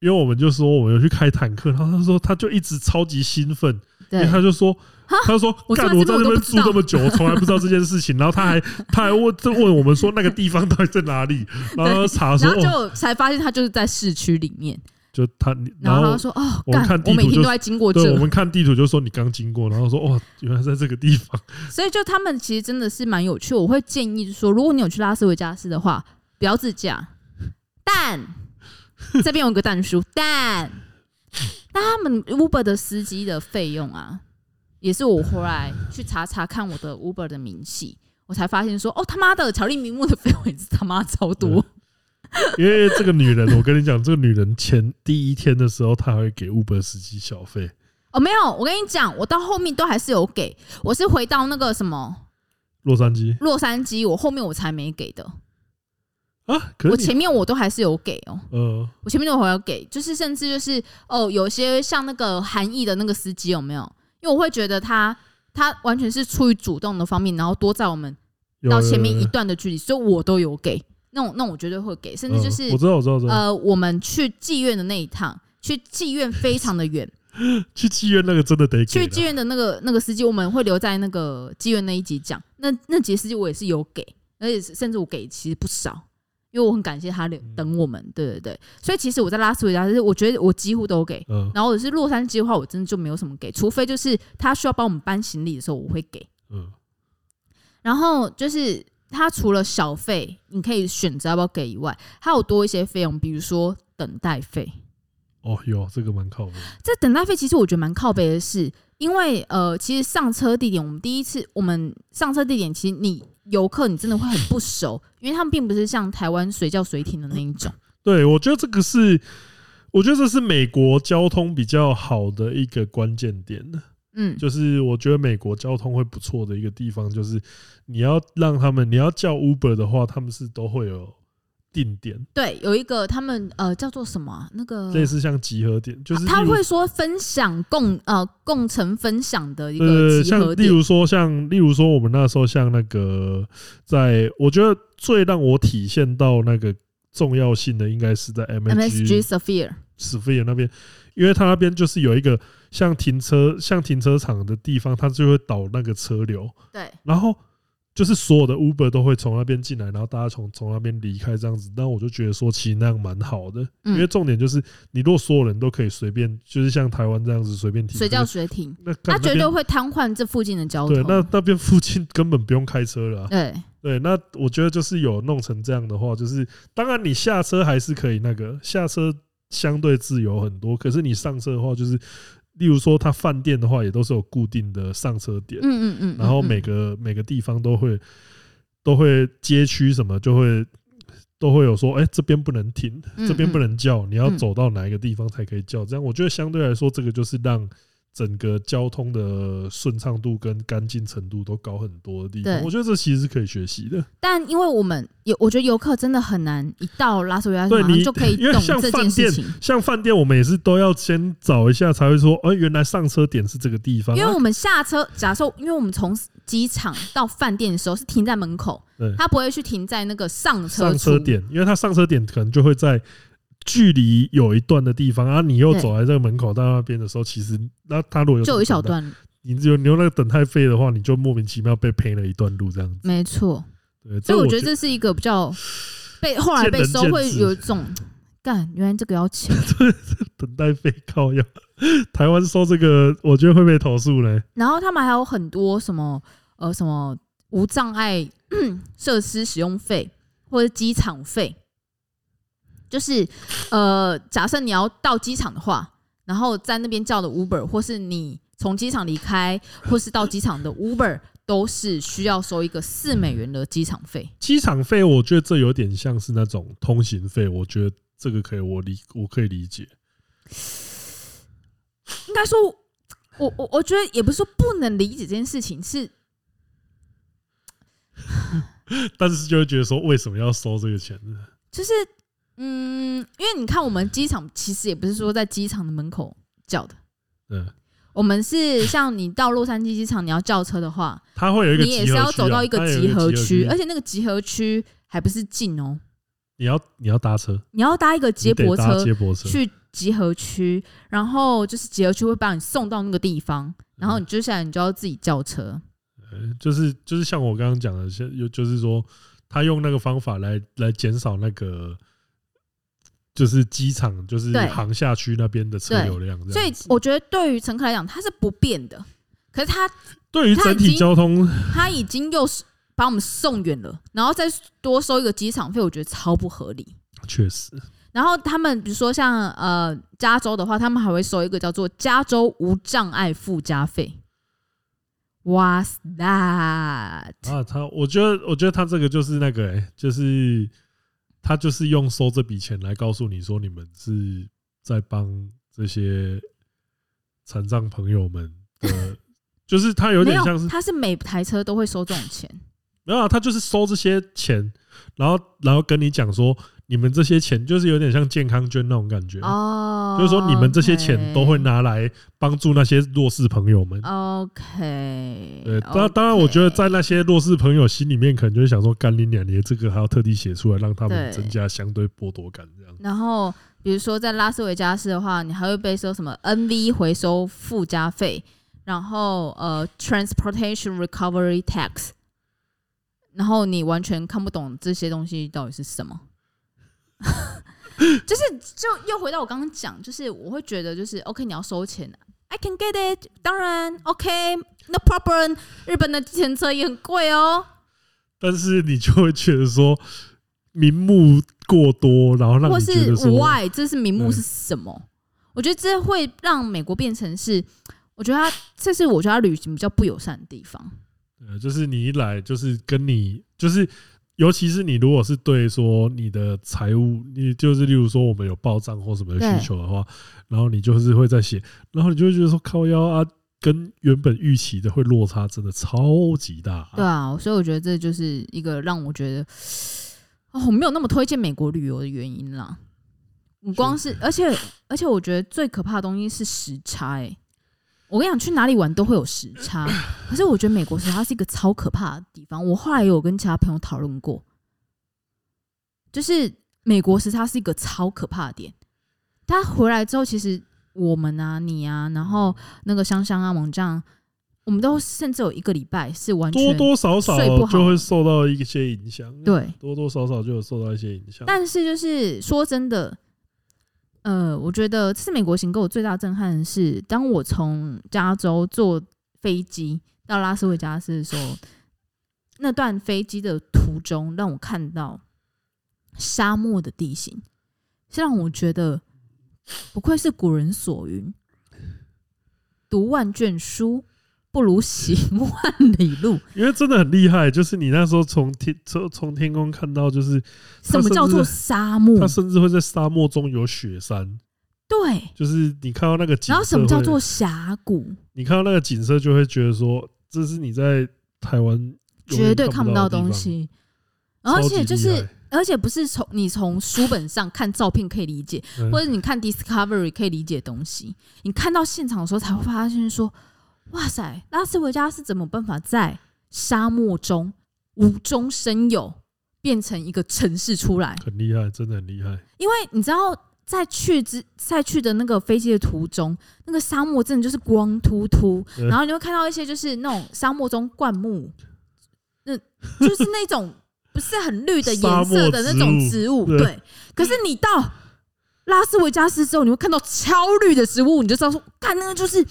[SPEAKER 1] 因为我们就说我们有去开坦克，然后他说他就一直超级兴奋，因为
[SPEAKER 2] 对，
[SPEAKER 1] 他就说他就说
[SPEAKER 2] 我
[SPEAKER 1] 干
[SPEAKER 2] 住在
[SPEAKER 1] 我
[SPEAKER 2] 这
[SPEAKER 1] 在那
[SPEAKER 2] 边我都
[SPEAKER 1] 边
[SPEAKER 2] 不知
[SPEAKER 1] 住那
[SPEAKER 2] 道 [laughs]
[SPEAKER 1] 么久，我从来不知道这件事情，然后他还他还问问我们说那个地方到底在哪里，然后他查说
[SPEAKER 2] 然后
[SPEAKER 1] 哦
[SPEAKER 2] 就才发现他就是在市区里面，
[SPEAKER 1] 就他，
[SPEAKER 2] 然后
[SPEAKER 1] 后
[SPEAKER 2] 他说：“哦，
[SPEAKER 1] 我们
[SPEAKER 2] 干
[SPEAKER 1] 看，地
[SPEAKER 2] 我每
[SPEAKER 1] 图
[SPEAKER 2] 天
[SPEAKER 1] 就
[SPEAKER 2] 都在经过这。”
[SPEAKER 1] 对，我们看地图就说你刚经过，然后说哇，原来在这个地方。 [laughs]
[SPEAKER 2] 所以就他们其实真的是蛮有趣。我会建议说，如果你有去拉斯维加斯的话，不要自驾。但这边有个蛋叔，但但他们 Uber 的司机的费用啊，也是我后来去查查看我的 Uber 的明细，我才发现说，哦他妈的，巧立名目的费用也是他妈超多。
[SPEAKER 1] 因为这个女人，我跟你讲，这个女人前第一天的时候，她还会给 Uber 司机小费，
[SPEAKER 2] 哦，没有，我跟你讲，我到后面都还是有给，我是回到那个什么
[SPEAKER 1] 洛杉矶
[SPEAKER 2] 洛杉矶，我后面我才没给的，
[SPEAKER 1] 啊，可
[SPEAKER 2] 我
[SPEAKER 1] 是你
[SPEAKER 2] 前面我都还是有给哦、
[SPEAKER 1] 呃，
[SPEAKER 2] 我前面都有要给，就是甚至就是哦，有些像那个韩裔的那个司机有没有？因为我会觉得他他完全是出于主动的方面，然后多在我们
[SPEAKER 1] 有
[SPEAKER 2] 到前面
[SPEAKER 1] 有
[SPEAKER 2] 一
[SPEAKER 1] 有
[SPEAKER 2] 段的距离，所以我都有给。那种那种我绝对会给，甚至就
[SPEAKER 1] 嗯
[SPEAKER 2] 是、
[SPEAKER 1] 我知道，我知道，我知道，
[SPEAKER 2] 呃，我们去妓院的那一趟，去妓院非常的远，
[SPEAKER 1] 去妓院那个真的得
[SPEAKER 2] 去
[SPEAKER 1] 给啊
[SPEAKER 2] 妓
[SPEAKER 1] 的，
[SPEAKER 2] 院的那个那个司机，我们会留在那个妓院那一集讲。那那集司机我也是有给，而且甚至我给其实不少，因为我很感谢他留等我们。对对对，所以其实我在拉斯维加斯，我觉得我几乎都给。
[SPEAKER 1] 嗯
[SPEAKER 2] 然后我是洛杉矶的话，我真的就没有什么给，除非就是他需要帮我们搬行李的时候，我会给。
[SPEAKER 1] 嗯，
[SPEAKER 2] 然后就是他除了小费，你可以选择要不要给以外，还有多一些费用，比如说等待费。
[SPEAKER 1] 哦，有这个蛮靠谱的，
[SPEAKER 2] 这等待费其实我觉得蛮靠背的是，因为呃，其实上车地点我们第一次我们上车地点，其实你游客你真的会很不熟，因为他们并不是像台湾随叫随停的那一种。
[SPEAKER 1] 对我觉得这个是，我觉得这是美国交通比较好的一个关键点
[SPEAKER 2] 嗯，
[SPEAKER 1] 就是我觉得美国交通会不错的一个地方，就是你要让他们，你要叫 Uber 的话，他们是都会有定点，
[SPEAKER 2] 对，有一个他们呃叫做什么啊、那个啊
[SPEAKER 1] 类似像集合点，就是
[SPEAKER 2] 他
[SPEAKER 1] 例如
[SPEAKER 2] 会说分享共呃共乘分享的一
[SPEAKER 1] 呃，
[SPEAKER 2] 个集合
[SPEAKER 1] 像例
[SPEAKER 2] 点。
[SPEAKER 1] 如说，像例如说，我们那时候像那个，在我觉得最让我体现到那个重要性的，应该是在
[SPEAKER 2] MSG
[SPEAKER 1] MSG
[SPEAKER 2] 呃 Sphere，
[SPEAKER 1] 史菲尔那边，因为他那边就是有一个像停车像停车场的地方，他就会导那个车流，
[SPEAKER 2] 对，
[SPEAKER 1] 然后就是所有的 Uber 都会从那边进来，然后大家从从那边离开这样子。但我就觉得说，其实那样蛮好的，因为
[SPEAKER 2] 嗯，
[SPEAKER 1] 重点就是你如果所有人都可以随便，就是像台湾这样子随便停车，
[SPEAKER 2] 随叫随停，
[SPEAKER 1] 那干
[SPEAKER 2] 他
[SPEAKER 1] 那
[SPEAKER 2] 绝
[SPEAKER 1] 边
[SPEAKER 2] 对会瘫痪这附近的交
[SPEAKER 1] 对，
[SPEAKER 2] 通。
[SPEAKER 1] 那那边附近根本不用开车了啊、
[SPEAKER 2] 对，
[SPEAKER 1] 对，那我觉得就是有弄成这样的话，就是当然你下车还是可以那个下车相对自由很多，可是你上车的话，就是例如说他饭店的话，也都是有固定的上车点，
[SPEAKER 2] 嗯嗯嗯。
[SPEAKER 1] 然后
[SPEAKER 2] 嗯
[SPEAKER 1] 每个每个地方都会都会街区什么就会都会有说，哎，这边不能停，
[SPEAKER 2] 嗯
[SPEAKER 1] 这边不
[SPEAKER 2] 嗯
[SPEAKER 1] 能叫，你要
[SPEAKER 2] 嗯
[SPEAKER 1] 走到哪一个地方才可以叫。这样我觉得相对来说，这个就是让整个交通的顺畅度跟干净程度都高很多的地方。
[SPEAKER 2] 对
[SPEAKER 1] 我觉得这其实是可以学习的，
[SPEAKER 2] 但因为我们有，我觉得游客真的很难一到拉斯维加斯
[SPEAKER 1] 对
[SPEAKER 2] 马上
[SPEAKER 1] 你
[SPEAKER 2] 就可以
[SPEAKER 1] 因为
[SPEAKER 2] 懂
[SPEAKER 1] 像
[SPEAKER 2] 这
[SPEAKER 1] 饭
[SPEAKER 2] 件事
[SPEAKER 1] 店
[SPEAKER 2] 情，
[SPEAKER 1] 像饭店我们也是都要先找一下才会说，哦，原来上车点是这个地方
[SPEAKER 2] 因为
[SPEAKER 1] 啊。
[SPEAKER 2] 我们下车，假设因为我们从机场到饭店的时候是停在门口
[SPEAKER 1] 对，
[SPEAKER 2] 他不会去停在那个上车
[SPEAKER 1] 上车
[SPEAKER 2] 处，
[SPEAKER 1] 点，因为它上车点可能就会在距离有一段的地方，然后你又
[SPEAKER 2] 对
[SPEAKER 1] 走来这个门口到那边的时候，其实那它如果有
[SPEAKER 2] 就有一小
[SPEAKER 1] 等待，
[SPEAKER 2] 段，
[SPEAKER 1] 你只有你有那个等太费的话，你就莫名其妙被赔了一段路这样子。
[SPEAKER 2] 没错。
[SPEAKER 1] 对，
[SPEAKER 2] 所以我
[SPEAKER 1] 我
[SPEAKER 2] 觉得这是一个比较被后来被收
[SPEAKER 1] 见仁见
[SPEAKER 2] 会
[SPEAKER 1] 智
[SPEAKER 2] 有一种干，原来这个要钱。
[SPEAKER 1] 等待费高要 [laughs] 台湾收这个，我觉得会被投诉嘞。
[SPEAKER 2] 然后他们还有很多什么呃什么无障 [clears throat] 碍设施使用费或者机场费，就是呃假设你要到机场的话，然后在那边叫的 Uber 或是你从机场离开或是到机场的 Uber 都是需要收一个四美元的机场费。
[SPEAKER 1] 机场费，我觉得这有点像是那种通行费，我觉得这个可以，我理我可以理解。
[SPEAKER 2] 应该说，我我我觉得也不是说不能理解这件事情，是
[SPEAKER 1] 但是就会觉得说，为什么要收这个钱呢？
[SPEAKER 2] 就是嗯，因为你看我们机场其实也不是说在机场的门口叫的。
[SPEAKER 1] 嗯，
[SPEAKER 2] 我们是像你到洛杉矶机场，你要叫车的话，
[SPEAKER 1] 它会有一个
[SPEAKER 2] 你也
[SPEAKER 1] 集合区啊、它有一个
[SPEAKER 2] 是要走到一个集合区，
[SPEAKER 1] 区，
[SPEAKER 2] 而且那个集合区还不是近哦，
[SPEAKER 1] 你要你要搭车，
[SPEAKER 2] 你要搭一个接
[SPEAKER 1] 你得
[SPEAKER 2] 驳
[SPEAKER 1] 搭
[SPEAKER 2] 车
[SPEAKER 1] 接驳车，
[SPEAKER 2] 去集合区，然后就是集合区会把你送到那个地
[SPEAKER 1] 嗯
[SPEAKER 2] 方，然后你接下来你就要自己叫车。
[SPEAKER 1] 呃就是就是像我刚刚讲的，像有就是说，他用那个方法来来减少那个就是机场就是
[SPEAKER 2] 对
[SPEAKER 1] 航厦区那边的车
[SPEAKER 2] 对
[SPEAKER 1] 流量这
[SPEAKER 2] 所以
[SPEAKER 1] 样子。
[SPEAKER 2] 我觉得对于乘客来讲，它是不变的。可是它
[SPEAKER 1] 对于
[SPEAKER 2] 它
[SPEAKER 1] 整
[SPEAKER 2] 已
[SPEAKER 1] 体
[SPEAKER 2] 经
[SPEAKER 1] 交通，
[SPEAKER 2] 它已经又是把我们送远了，然后再多收一个机场费，我觉得超不合理。
[SPEAKER 1] 确实
[SPEAKER 2] 然后他们比如说像呃加州的话，他们还会收一个叫做加州无障碍附加费。What's that？
[SPEAKER 1] 啊，他我觉得，我觉得他这个就是那个、欸，就是他就是用收这笔钱来告诉你说，你们是在帮这些残障朋友们
[SPEAKER 2] [laughs]
[SPEAKER 1] 的，就是他有
[SPEAKER 2] 没
[SPEAKER 1] 点
[SPEAKER 2] 有
[SPEAKER 1] 像是，
[SPEAKER 2] 它是每台车都会收这种
[SPEAKER 1] [laughs]
[SPEAKER 2] 钱。
[SPEAKER 1] 没有啊，他就是收这些钱，然后然后跟你讲说，你们这些钱就是有点像健康捐那种感觉，
[SPEAKER 2] 哦，
[SPEAKER 1] 就是说你们这些钱都会拿来帮助那些弱势朋友
[SPEAKER 2] 哦
[SPEAKER 1] 们。
[SPEAKER 2] OK。
[SPEAKER 1] 对，当当然，我觉得
[SPEAKER 2] OK
[SPEAKER 1] 在那些弱势朋友心里面，可能就会想说，干你娘，你的这个还要特地写出来，让他们
[SPEAKER 2] 对
[SPEAKER 1] 增加相对剥夺感，这样。
[SPEAKER 2] 然后比如说在拉斯维加斯的话，你还会被收什么 NV 回收附加费，然后呃 Transportation Recovery Tax，然后你完全看不懂这些东西到底是什么。 [laughs] 就是，就又回到我刚刚讲，就是我会觉得，就是 OK，你要收钱、I can get it，当然 OK，no、problem。日本的计程车也很贵哦，
[SPEAKER 1] 但是你就会觉得说，名目过多，然后让
[SPEAKER 2] 或
[SPEAKER 1] 你觉
[SPEAKER 2] 嗯是
[SPEAKER 1] 得说，
[SPEAKER 2] why 这是名目
[SPEAKER 1] 嗯
[SPEAKER 2] 是什么？我觉得这会让美国变成是，我觉得它这是我觉得它旅行比较不友善的地方。
[SPEAKER 1] 呃，就是你一来就是跟你就是。尤其是你如果是对说你的财务，你就是例如说我们有报账或什么的
[SPEAKER 2] 对
[SPEAKER 1] 需求的话，然后你就是会在写，然后你就会觉得说靠腰啊，跟原本预期的会落差真的超级大、
[SPEAKER 2] 对啊，所以我觉得这就是一个让我觉得哦，我没有那么推荐美国旅游的原因啦。你光是，而且而且，我觉得最可怕的东西是时差、欸。我跟你讲，去哪里玩都会有时差，可是我觉得美国时差是一个超可怕的地方。我后来有跟其他朋友讨论过，就是美国时差是一个超可怕的点。他回来之后，其实我们啊、你啊，然后那个香香啊、猛将，我们都甚至有一个礼拜是完全
[SPEAKER 1] 多多少少
[SPEAKER 2] 睡不好
[SPEAKER 1] 就会受到一些影响。，
[SPEAKER 2] 对，
[SPEAKER 1] 多多少少就有受到一些影响。
[SPEAKER 2] 但是就是说真的，呃，我觉得这次美国行给我最大震撼的是，当我从加州坐飞机到拉斯维加斯的时候，那段飞机的途中让我看到沙漠的地形，是让我觉得不愧是古人所云：“读万卷书，不如行万里路。
[SPEAKER 1] 因为真的很厉害，就是你那时候从天从从天空看到，就是”
[SPEAKER 2] 什么叫做沙漠
[SPEAKER 1] 它？甚至会在沙漠中有雪山，
[SPEAKER 2] 对。
[SPEAKER 1] 就是你看到那个景色，
[SPEAKER 2] 然后什么叫做？峡谷？
[SPEAKER 1] 你看到那个景色就会觉得说，这是你在台湾永远
[SPEAKER 2] 绝对看
[SPEAKER 1] 不
[SPEAKER 2] 不到
[SPEAKER 1] 的地
[SPEAKER 2] 东
[SPEAKER 1] 方，
[SPEAKER 2] 西。
[SPEAKER 1] 超
[SPEAKER 2] 而
[SPEAKER 1] 级
[SPEAKER 2] 且就
[SPEAKER 1] 厉
[SPEAKER 2] 是
[SPEAKER 1] 害，，
[SPEAKER 2] 而且不是从你从书本上看照片可以理解，
[SPEAKER 1] 嗯
[SPEAKER 2] 或者你看 Discovery 可以理解的东西，你看到现场的时候才会发现说，哇塞，拉斯维加斯怎么有办法在沙漠中无中生有，变成一个城市出来？
[SPEAKER 1] 很厉害，真的很厉害。
[SPEAKER 2] 因为你知道，在去之在去的那个飞机的途中，那个沙漠真的就是光秃秃，
[SPEAKER 1] 对
[SPEAKER 2] 然后你会看到一些就是那种沙漠中灌木，那就是那种不是很绿的颜色的那种植物，
[SPEAKER 1] 沙漠植物
[SPEAKER 2] 对。可是你到拉斯维加斯之后，你会看到超绿的植物，你就知道说，看那个就是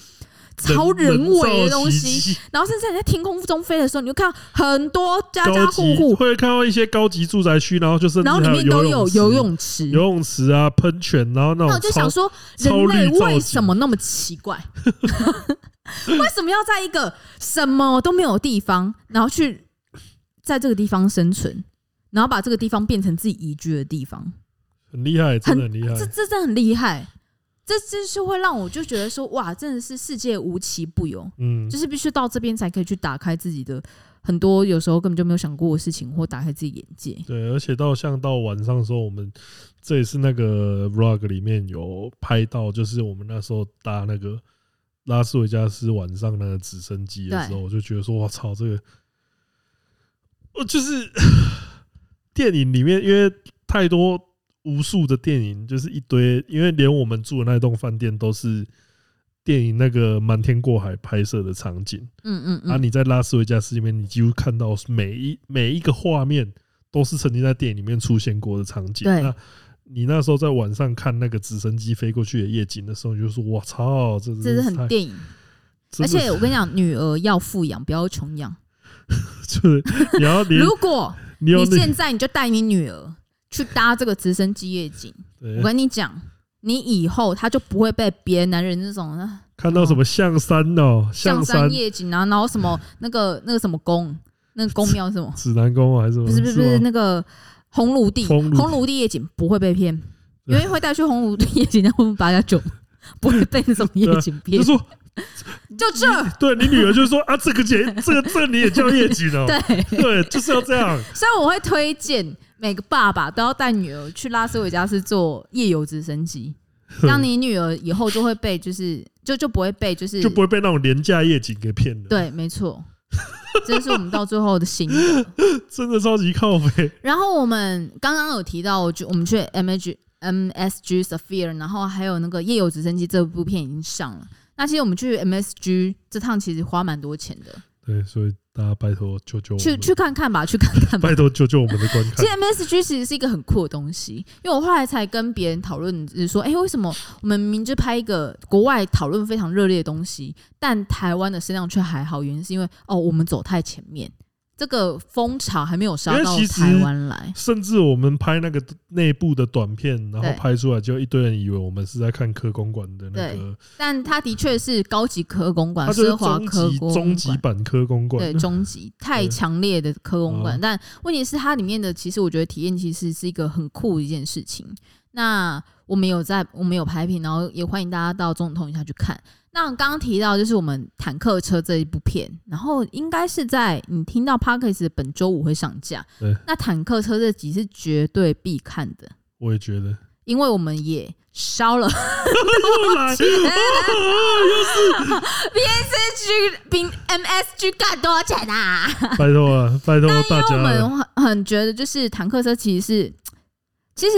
[SPEAKER 2] 超人为的
[SPEAKER 1] 人
[SPEAKER 2] 东
[SPEAKER 1] 造
[SPEAKER 2] 西。
[SPEAKER 1] 奇迹
[SPEAKER 2] 然后甚至你在天空中飞的时候，你就看到很多家
[SPEAKER 1] 高
[SPEAKER 2] 家户
[SPEAKER 1] 级
[SPEAKER 2] 户，
[SPEAKER 1] 会看到一些高级住宅区，然后就是
[SPEAKER 2] 然后里面都有游
[SPEAKER 1] 游
[SPEAKER 2] 泳池，
[SPEAKER 1] 游泳池啊、喷泉，然后那
[SPEAKER 2] 那
[SPEAKER 1] 种
[SPEAKER 2] 我就想
[SPEAKER 1] 超
[SPEAKER 2] 说，
[SPEAKER 1] 超
[SPEAKER 2] 人
[SPEAKER 1] 绿
[SPEAKER 2] 类
[SPEAKER 1] 造
[SPEAKER 2] 为
[SPEAKER 1] 景
[SPEAKER 2] 什么那么奇怪？ [laughs] 为什么要在一个什么都没有的地方，然后去在这个地方生存，然后把这个地方变成自己宜居的地方？
[SPEAKER 1] 很厉害，真的很厉害
[SPEAKER 2] 这。这真的很厉害，这这是会让我就觉得说，哇，真的是世界无奇不有，
[SPEAKER 1] 嗯
[SPEAKER 2] 就，是必须到这边才可以去打开自己的很多有时候根本就没有想过的事情，或打开自己眼界。
[SPEAKER 1] 对，而且到像到晚上的时候，我们这也是那个 vlog 里面有拍到，就是我们那时候搭那个拉斯维加斯晚上那个直升机的时候，
[SPEAKER 2] 对
[SPEAKER 1] 我就觉得说，我操，这个，我就是 [laughs] 电影里面，因为太多无数的电影，就是一堆，因为连我们住的那栋饭店都是电影那个瞒天过海拍摄的场景。
[SPEAKER 2] 嗯嗯
[SPEAKER 1] 啊，
[SPEAKER 2] 嗯，
[SPEAKER 1] 你在拉斯维加斯里面，你几乎看到每一每一个画面都是曾经在电影里面出现过的场景。
[SPEAKER 2] 对
[SPEAKER 1] 那你那时候在晚上看那个直升机飞过去的夜景的时候，你就说：“我操，这
[SPEAKER 2] 这是很
[SPEAKER 1] 太
[SPEAKER 2] 电影。
[SPEAKER 1] 真
[SPEAKER 2] 而
[SPEAKER 1] 的是
[SPEAKER 2] 且我跟你讲，女儿要富养，不要穷养。
[SPEAKER 1] 就是你要你
[SPEAKER 2] 如果
[SPEAKER 1] 你有
[SPEAKER 2] 你
[SPEAKER 1] 那
[SPEAKER 2] 现在你就带你女儿去搭这个直升机夜景，
[SPEAKER 1] [laughs]
[SPEAKER 2] 我
[SPEAKER 1] 对
[SPEAKER 2] 跟你讲，你以后她就不会被别的男人那种啊
[SPEAKER 1] 看到什么象山哦，
[SPEAKER 2] 象
[SPEAKER 1] 山？
[SPEAKER 2] 山夜景啊，然后什么那个那个什么宫，那个宫庙是什么
[SPEAKER 1] [laughs] 指南宫哦还是什么？
[SPEAKER 2] 不是不是不是
[SPEAKER 1] 吗
[SPEAKER 2] 那个红炉地，
[SPEAKER 1] 红炉地
[SPEAKER 2] 红炉地夜景不会被骗，因为会带去红炉地夜景，那我们八加九 [laughs] 不会被那种夜景骗
[SPEAKER 1] 就。啊说
[SPEAKER 2] 就这，
[SPEAKER 1] 对你女儿就说啊，这个
[SPEAKER 2] [laughs]
[SPEAKER 1] 姐，这个这个你也叫夜景哦，
[SPEAKER 2] 对，
[SPEAKER 1] 对，就是要这样。
[SPEAKER 2] 所以我会推荐每个爸爸都要带女儿去拉斯维加斯坐夜游直升机，让你女儿以后就会被就是就就不会被就是
[SPEAKER 1] 就不会被那种廉价夜景给骗了。，
[SPEAKER 2] 对，没错，这是我们到最后的心得。
[SPEAKER 1] 真的超级靠背。
[SPEAKER 2] 然后我们刚刚有提到，我就我们去 M H M S G Sphere，然后还有那个《夜游直升机》这部片已经上了。那其实我们去 M S G 这趟其实花蛮多钱的，
[SPEAKER 1] 对，所以大家拜托救救我
[SPEAKER 2] 去
[SPEAKER 1] 们，
[SPEAKER 2] 去看看吧，去看看
[SPEAKER 1] [laughs]
[SPEAKER 2] 吧
[SPEAKER 1] 拜。托救救我们的
[SPEAKER 2] [laughs]
[SPEAKER 1] 观
[SPEAKER 2] 其
[SPEAKER 1] 看
[SPEAKER 2] 实。MSG 其实是一个很酷的东西，因为我后来才跟别人讨论，就是说，哎、为什么我们明知拍一个国外讨论非常热烈的东西，但台湾的声量却还好？原因是因为哦，我们走太前面，这个风潮还没有杀
[SPEAKER 1] 因为
[SPEAKER 2] 到
[SPEAKER 1] 其实
[SPEAKER 2] 台湾来。
[SPEAKER 1] 甚至我们拍那个内部的短片，然后
[SPEAKER 2] 对
[SPEAKER 1] 拍出来就一堆人以为我们是在看科公馆的那个，
[SPEAKER 2] 但它的确是高级科公
[SPEAKER 1] 它
[SPEAKER 2] 馆、
[SPEAKER 1] 就是
[SPEAKER 2] 奢华
[SPEAKER 1] 终
[SPEAKER 2] 科
[SPEAKER 1] 极
[SPEAKER 2] 公
[SPEAKER 1] 终极
[SPEAKER 2] 馆。
[SPEAKER 1] 版科公馆。
[SPEAKER 2] 对，终极太
[SPEAKER 1] 对
[SPEAKER 2] 强烈的科公馆，
[SPEAKER 1] 哦
[SPEAKER 2] 但问题是它里面的，其实我觉得体验其实是一个很酷的一件事情。那我们有在，我们有拍片，然后也欢迎大家到总统通一下去看。那刚刚提到就是我们坦克车这一部片，然后应该是在你听到 p a r k a s 本周五会上架
[SPEAKER 1] 对。
[SPEAKER 2] 那坦克车这集是绝对必看的，
[SPEAKER 1] [laughs] 我也觉
[SPEAKER 2] [laughs]
[SPEAKER 1] 得
[SPEAKER 2] 因为我们也烧了
[SPEAKER 1] 又来， [laughs]
[SPEAKER 2] 啊 [laughs] MSG 比 MSG 干多少钱啊？
[SPEAKER 1] 拜托啊，拜托大
[SPEAKER 2] 我
[SPEAKER 1] 家了。
[SPEAKER 2] 们很很觉得，就是坦克车其实是，其实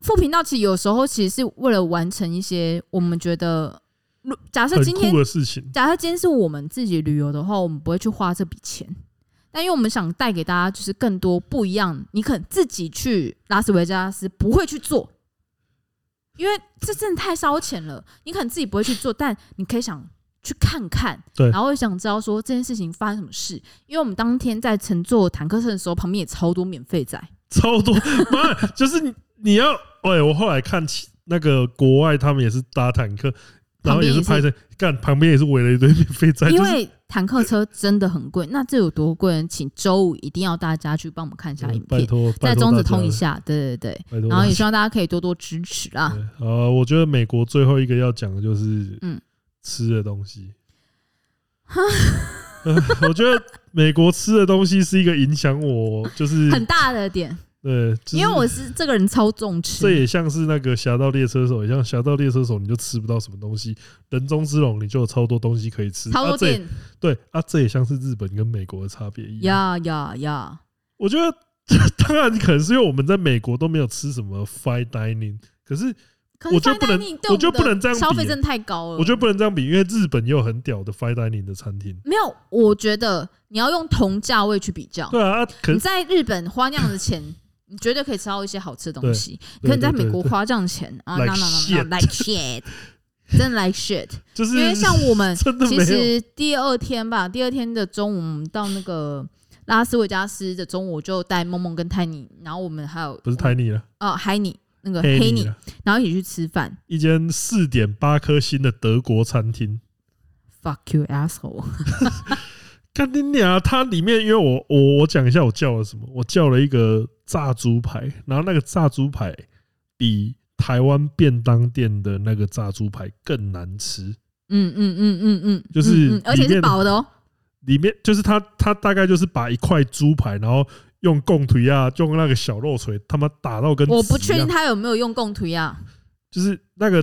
[SPEAKER 2] 副频道其实有时候其实是为了完成一些我们觉得，如假设
[SPEAKER 1] 很
[SPEAKER 2] 今天
[SPEAKER 1] 酷的事情，
[SPEAKER 2] 假设今天是我们自己旅游的话，我们不会去花这笔钱。但因为我们想带给大家就是更多不一样，你可能自己去拉斯维加斯不会去做，因为这真的太烧钱了。你可能自己不会去做，但你可以想去看看，
[SPEAKER 1] 对
[SPEAKER 2] 然后会想知道说这件事情发生什么事。因为我们当天在乘坐坦克车的时候，旁边也超多免费仔，
[SPEAKER 1] 超多， [laughs] 妈，就是你你要，哎，我后来看其那个国外，他们也是搭坦克，然后也是
[SPEAKER 2] 旁边
[SPEAKER 1] 拍
[SPEAKER 2] 也
[SPEAKER 1] 成干，旁边也是围了一堆免费站，
[SPEAKER 2] 因
[SPEAKER 1] 就是
[SPEAKER 2] 为坦克车真的很贵。那这有多贵呢？请周五一定要大家去帮我们看一下影
[SPEAKER 1] 拜
[SPEAKER 2] 片，
[SPEAKER 1] 托，
[SPEAKER 2] 在
[SPEAKER 1] 拜托
[SPEAKER 2] 中子
[SPEAKER 1] 大家
[SPEAKER 2] 通一
[SPEAKER 1] 了，
[SPEAKER 2] 下。对对对。
[SPEAKER 1] 拜托大家。
[SPEAKER 2] 然后也希望大家可以多多支持啊啦。
[SPEAKER 1] 对呃，我觉得美国最后一个要讲的就是，
[SPEAKER 2] 嗯
[SPEAKER 1] 吃的东西。 [laughs] 呃我觉得美国吃的东西是一个影响我，就是
[SPEAKER 2] 很大的点，
[SPEAKER 1] 对，就是
[SPEAKER 2] 因为我是这个人超重
[SPEAKER 1] 这
[SPEAKER 2] 吃，
[SPEAKER 1] 也像是那个《侠盗猎车手》一样，《侠盗猎车手》你就吃不到什么东西，《人中之龙》你就有超多东西可以吃，
[SPEAKER 2] 超
[SPEAKER 1] 啊
[SPEAKER 2] 多
[SPEAKER 1] 这也
[SPEAKER 2] 点
[SPEAKER 1] 对啊，这也像是日本跟美国的差别一样。
[SPEAKER 2] 呀呀呀！
[SPEAKER 1] 我觉得当然可能是因为我们在美国都没有吃什么 fine dining，可是
[SPEAKER 2] 可是
[SPEAKER 1] 我就
[SPEAKER 2] fine
[SPEAKER 1] 不能
[SPEAKER 2] dining 对
[SPEAKER 1] 我就
[SPEAKER 2] 们的
[SPEAKER 1] 不能这样比啊
[SPEAKER 2] 消费真的太高了。
[SPEAKER 1] 我觉得不能这样比，因为日本也有很屌的 fine dining 的餐厅。
[SPEAKER 2] 没有，我觉得你要用同价位去比较。
[SPEAKER 1] 对啊，啊可
[SPEAKER 2] 你
[SPEAKER 1] 是
[SPEAKER 2] 在日本花那样的钱， [laughs] 你绝对可以吃到一些好吃的东西。
[SPEAKER 1] 对对
[SPEAKER 2] 可你在
[SPEAKER 1] 对
[SPEAKER 2] 美国
[SPEAKER 1] 对
[SPEAKER 2] 花这样的钱啊，那
[SPEAKER 1] Like
[SPEAKER 2] 那那那 like shit，真的 like shit。
[SPEAKER 1] 就是
[SPEAKER 2] 因为像我
[SPEAKER 1] [laughs]
[SPEAKER 2] 们
[SPEAKER 1] 真的没
[SPEAKER 2] 其
[SPEAKER 1] 有
[SPEAKER 2] 实第二天吧，第二天的中午，我们到那个拉斯维加斯的中午，我就带梦梦跟泰尼，然后我们还有
[SPEAKER 1] 不是啊台泥了，
[SPEAKER 2] 哦海尼那个
[SPEAKER 1] 黑
[SPEAKER 2] 黑
[SPEAKER 1] 泥
[SPEAKER 2] 尼，
[SPEAKER 1] 了，
[SPEAKER 2] 然后一起去吃饭。
[SPEAKER 1] 啊一间四点八颗星的德国餐厅。
[SPEAKER 2] Fuck you
[SPEAKER 1] [laughs]
[SPEAKER 2] asshole！
[SPEAKER 1] 干你娘！它里面因为我我我讲一下我叫了什么，我叫了一个炸猪排，然后那个炸猪排比台湾便当店的那个炸猪排更难吃。
[SPEAKER 2] 嗯嗯嗯嗯嗯，
[SPEAKER 1] 就是
[SPEAKER 2] 嗯嗯而且
[SPEAKER 1] 里
[SPEAKER 2] 是
[SPEAKER 1] 面的
[SPEAKER 2] 饱的哦，
[SPEAKER 1] 里面就是它它大概就是把一块猪排，然后用贡腿啊，用那个小肉锤，他妈打到跟
[SPEAKER 2] 我不
[SPEAKER 1] 纸一
[SPEAKER 2] 确定
[SPEAKER 1] 样
[SPEAKER 2] 他有没有用共啊图呀。
[SPEAKER 1] 就是那个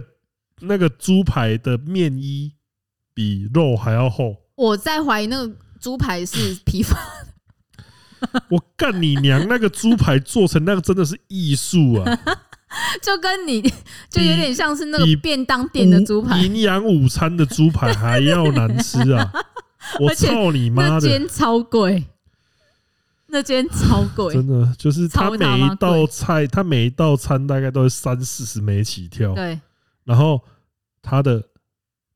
[SPEAKER 1] 那个猪排的面衣比肉还要厚。
[SPEAKER 2] 我在怀疑那个猪排是批发，
[SPEAKER 1] 我干你娘！ [laughs] 那个猪排做成那个真的是艺术啊！
[SPEAKER 2] [laughs] 就跟你就有点像是那个
[SPEAKER 1] 比
[SPEAKER 2] 便当店的猪
[SPEAKER 1] 午
[SPEAKER 2] 排，
[SPEAKER 1] 营养午餐的猪排
[SPEAKER 2] [laughs]
[SPEAKER 1] 还要难吃啊！我
[SPEAKER 2] 而且
[SPEAKER 1] 操你妈
[SPEAKER 2] 那
[SPEAKER 1] 的！
[SPEAKER 2] 间超贵。那间超贵，
[SPEAKER 1] 真的就是他
[SPEAKER 2] 超大
[SPEAKER 1] 每
[SPEAKER 2] 妈
[SPEAKER 1] 一道
[SPEAKER 2] 贵
[SPEAKER 1] 菜，他每一道餐大概都是三四十枚起跳，
[SPEAKER 2] 对，
[SPEAKER 1] 然后他的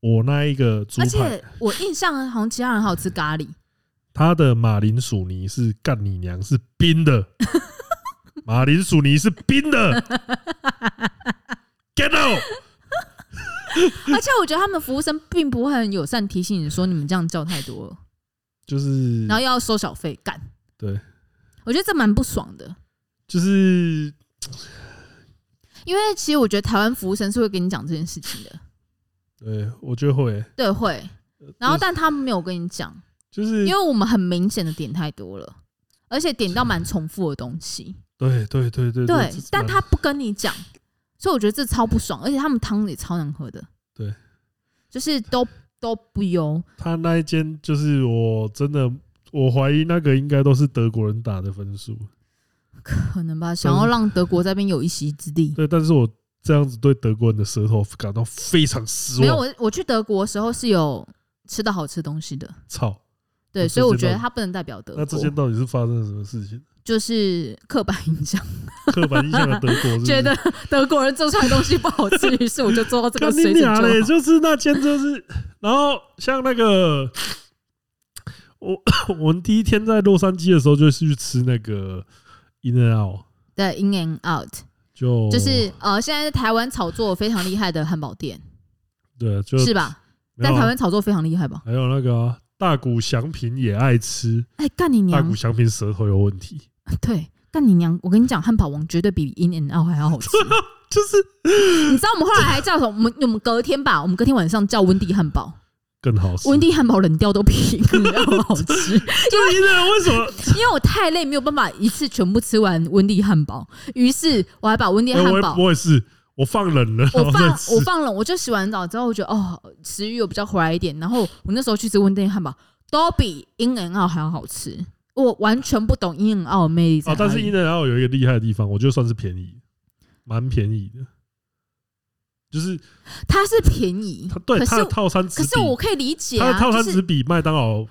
[SPEAKER 1] 我那一个猪
[SPEAKER 2] 而
[SPEAKER 1] 排
[SPEAKER 2] 且，我印象好像其他人还有吃咖喱，
[SPEAKER 1] 他的马铃薯泥是干你娘是冰
[SPEAKER 2] [laughs]
[SPEAKER 1] 的，马铃薯泥是冰的，get out！
[SPEAKER 2] 而且我觉得他们服务生并不会很友善，提醒你说你们这样叫太多了，
[SPEAKER 1] 就是
[SPEAKER 2] 然后又要收小费，干。
[SPEAKER 1] 嗯对，
[SPEAKER 2] 我觉得这蛮不爽的，
[SPEAKER 1] 就是
[SPEAKER 2] 因为其实我觉得台湾服务生是会跟你讲这件
[SPEAKER 1] [laughs]
[SPEAKER 2] 事情的，
[SPEAKER 1] 对我就会，
[SPEAKER 2] 对，会。然后，但他们没有跟你讲，
[SPEAKER 1] 就是
[SPEAKER 2] 因为我们很明显的点太多了，而且点到蛮重复的东西。
[SPEAKER 1] 对对对对
[SPEAKER 2] 对
[SPEAKER 1] 这是，
[SPEAKER 2] 但
[SPEAKER 1] 蛮
[SPEAKER 2] 他不跟你讲，所以我觉得这超不爽，而且他们汤也超难喝的。
[SPEAKER 1] 对，
[SPEAKER 2] 就是都都不油，
[SPEAKER 1] 他那一间就是我真的，我怀疑那个应该都是德国人打的分数。
[SPEAKER 2] 可能吧，想要让德国在那边有一席之地。
[SPEAKER 1] 对，但是我这样子对德国人的舌头感到非常失
[SPEAKER 2] 没有，
[SPEAKER 1] 望。
[SPEAKER 2] 我我去德国的时候是有吃到好吃东西的，
[SPEAKER 1] 操，
[SPEAKER 2] 对，
[SPEAKER 1] 哦
[SPEAKER 2] 所以我
[SPEAKER 1] 这
[SPEAKER 2] 觉
[SPEAKER 1] 间
[SPEAKER 2] 得
[SPEAKER 1] 到
[SPEAKER 2] 它不能代表德
[SPEAKER 1] 那
[SPEAKER 2] 国，
[SPEAKER 1] 之间到底是发生了什么事情？ [laughs]
[SPEAKER 2] 就是刻板印象，
[SPEAKER 1] 刻板印象的德国是不是
[SPEAKER 2] 觉得德国人做出来的东西不好吃，于是我就做到这
[SPEAKER 1] [laughs]
[SPEAKER 2] 个
[SPEAKER 1] 干
[SPEAKER 2] 水
[SPEAKER 1] 你
[SPEAKER 2] 准就
[SPEAKER 1] 俩嘞，
[SPEAKER 2] 好。
[SPEAKER 1] 就是那间就是，然后像那个。我 [coughs] 我们第一天在洛杉矶的时候，就是去吃那个 In and Out，
[SPEAKER 2] 对，in and out，
[SPEAKER 1] 就
[SPEAKER 2] 就是呃，现在台湾炒作非常厉害的汉堡店，
[SPEAKER 1] 对，就是
[SPEAKER 2] 吧？
[SPEAKER 1] 没
[SPEAKER 2] 在
[SPEAKER 1] 有啊
[SPEAKER 2] 台湾炒作非常厉害吧？
[SPEAKER 1] 还有那个啊、大谷祥平也爱吃，
[SPEAKER 2] 哎，干你
[SPEAKER 1] 大
[SPEAKER 2] 娘
[SPEAKER 1] 谷！祥平舌头有问题，
[SPEAKER 2] 对，干你娘！我跟你讲，汉堡王绝对比 In and Out 还要
[SPEAKER 1] [laughs]
[SPEAKER 2] 好吃。
[SPEAKER 1] 就是
[SPEAKER 2] 你知道我们后来还叫什么？我们我们隔天吧，我们隔天晚上叫温蒂汉堡，
[SPEAKER 1] 更好吃。
[SPEAKER 2] 温蒂汉堡冷掉都比 In and
[SPEAKER 1] [laughs]
[SPEAKER 2] Out 好吃，
[SPEAKER 1] 就因为为什
[SPEAKER 2] [laughs]
[SPEAKER 1] 么？
[SPEAKER 2] 因为我太累，没有办法一次全部吃完温蒂汉堡，于是我还把温蒂
[SPEAKER 1] 哎我
[SPEAKER 2] 汉
[SPEAKER 1] 也
[SPEAKER 2] 堡。
[SPEAKER 1] 我也是，我放冷了，然
[SPEAKER 2] 我
[SPEAKER 1] 后
[SPEAKER 2] 放
[SPEAKER 1] 再
[SPEAKER 2] 我
[SPEAKER 1] 吃。
[SPEAKER 2] 放冷，我就洗完澡之后，我觉得哦，食欲有比较回来一点。然后我那时候去吃温蒂汉堡，都比 In and Out 还要好吃。我完全不懂 In and Out 的魅力在
[SPEAKER 1] 啊，
[SPEAKER 2] 哪里、
[SPEAKER 1] 但是 In and Out 有一个厉害的地方，我觉得算是便宜，蛮便宜的。就是
[SPEAKER 2] 它是便宜
[SPEAKER 1] 它，对
[SPEAKER 2] 可
[SPEAKER 1] 它
[SPEAKER 2] 是
[SPEAKER 1] 的套餐只
[SPEAKER 2] 可
[SPEAKER 1] 比
[SPEAKER 2] 是我可以理解
[SPEAKER 1] 它
[SPEAKER 2] 啊，
[SPEAKER 1] 的套餐只
[SPEAKER 2] 就是
[SPEAKER 1] 比麦当劳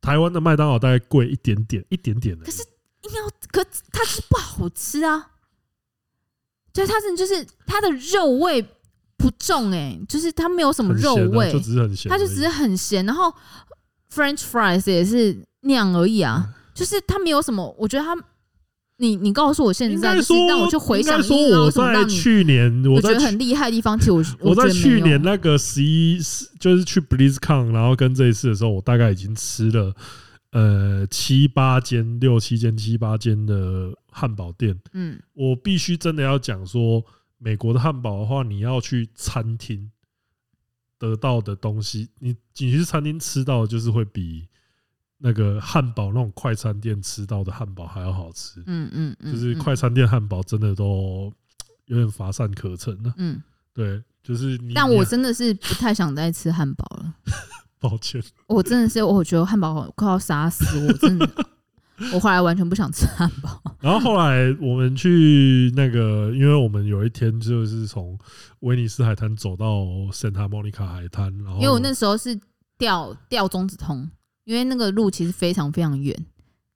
[SPEAKER 1] 台湾的麦当劳大概贵一点点，一点点而已。
[SPEAKER 2] 可是硬要，可它就是不好吃啊。对，它真的就是它的肉味不重哎、就是它没有什么
[SPEAKER 1] 很
[SPEAKER 2] 肉
[SPEAKER 1] 咸啊
[SPEAKER 2] 味
[SPEAKER 1] 就，只是很咸而
[SPEAKER 2] 它
[SPEAKER 1] 已，
[SPEAKER 2] 就只是很咸。然后 French fries 也是那样而已
[SPEAKER 1] 嗯
[SPEAKER 2] 啊，就是它没有什么，我觉得它。你你告诉我现
[SPEAKER 1] 应
[SPEAKER 2] 在，
[SPEAKER 1] 该
[SPEAKER 2] 就是
[SPEAKER 1] 说
[SPEAKER 2] 让我去回想
[SPEAKER 1] 应该
[SPEAKER 2] 一
[SPEAKER 1] 说
[SPEAKER 2] 下，
[SPEAKER 1] 我
[SPEAKER 2] 为什么
[SPEAKER 1] 在
[SPEAKER 2] 让你
[SPEAKER 1] 去年
[SPEAKER 2] 我
[SPEAKER 1] 我
[SPEAKER 2] 觉
[SPEAKER 1] 在
[SPEAKER 2] 得
[SPEAKER 1] 去
[SPEAKER 2] 很厉害的地方，其实我
[SPEAKER 1] 我
[SPEAKER 2] 觉
[SPEAKER 1] 在
[SPEAKER 2] 得没
[SPEAKER 1] 去
[SPEAKER 2] 有
[SPEAKER 1] 年那个十一，就是去 BlizzCon，然后跟这一次的时候，我大概已经吃了呃七八间、六七间、七八间的汉堡店。
[SPEAKER 2] 嗯
[SPEAKER 1] 我必须真的要讲说，美国的汉堡的话，你要去餐厅得到的东西，你你去餐厅吃到的就是会比那个汉堡那种快餐店吃到的汉堡还要好吃。
[SPEAKER 2] 嗯嗯嗯，
[SPEAKER 1] 就是
[SPEAKER 2] 嗯
[SPEAKER 1] 快餐店汉堡真的都有点乏善可陈了、
[SPEAKER 2] 嗯，
[SPEAKER 1] 对，就是你，
[SPEAKER 2] 但
[SPEAKER 1] 你
[SPEAKER 2] 我真的是不太想再吃汉堡了。
[SPEAKER 1] 抱歉，
[SPEAKER 2] 我真的是，我觉得汉堡快要杀死我， [laughs] 真的。我后来完全不想吃汉堡。
[SPEAKER 1] 然后后来我们去那个，因为我们有一天就是从威尼斯海滩走到圣塔莫尼卡海滩，然后
[SPEAKER 2] 因为我那时候是掉掉中子通，因为那个路其实非常非常远，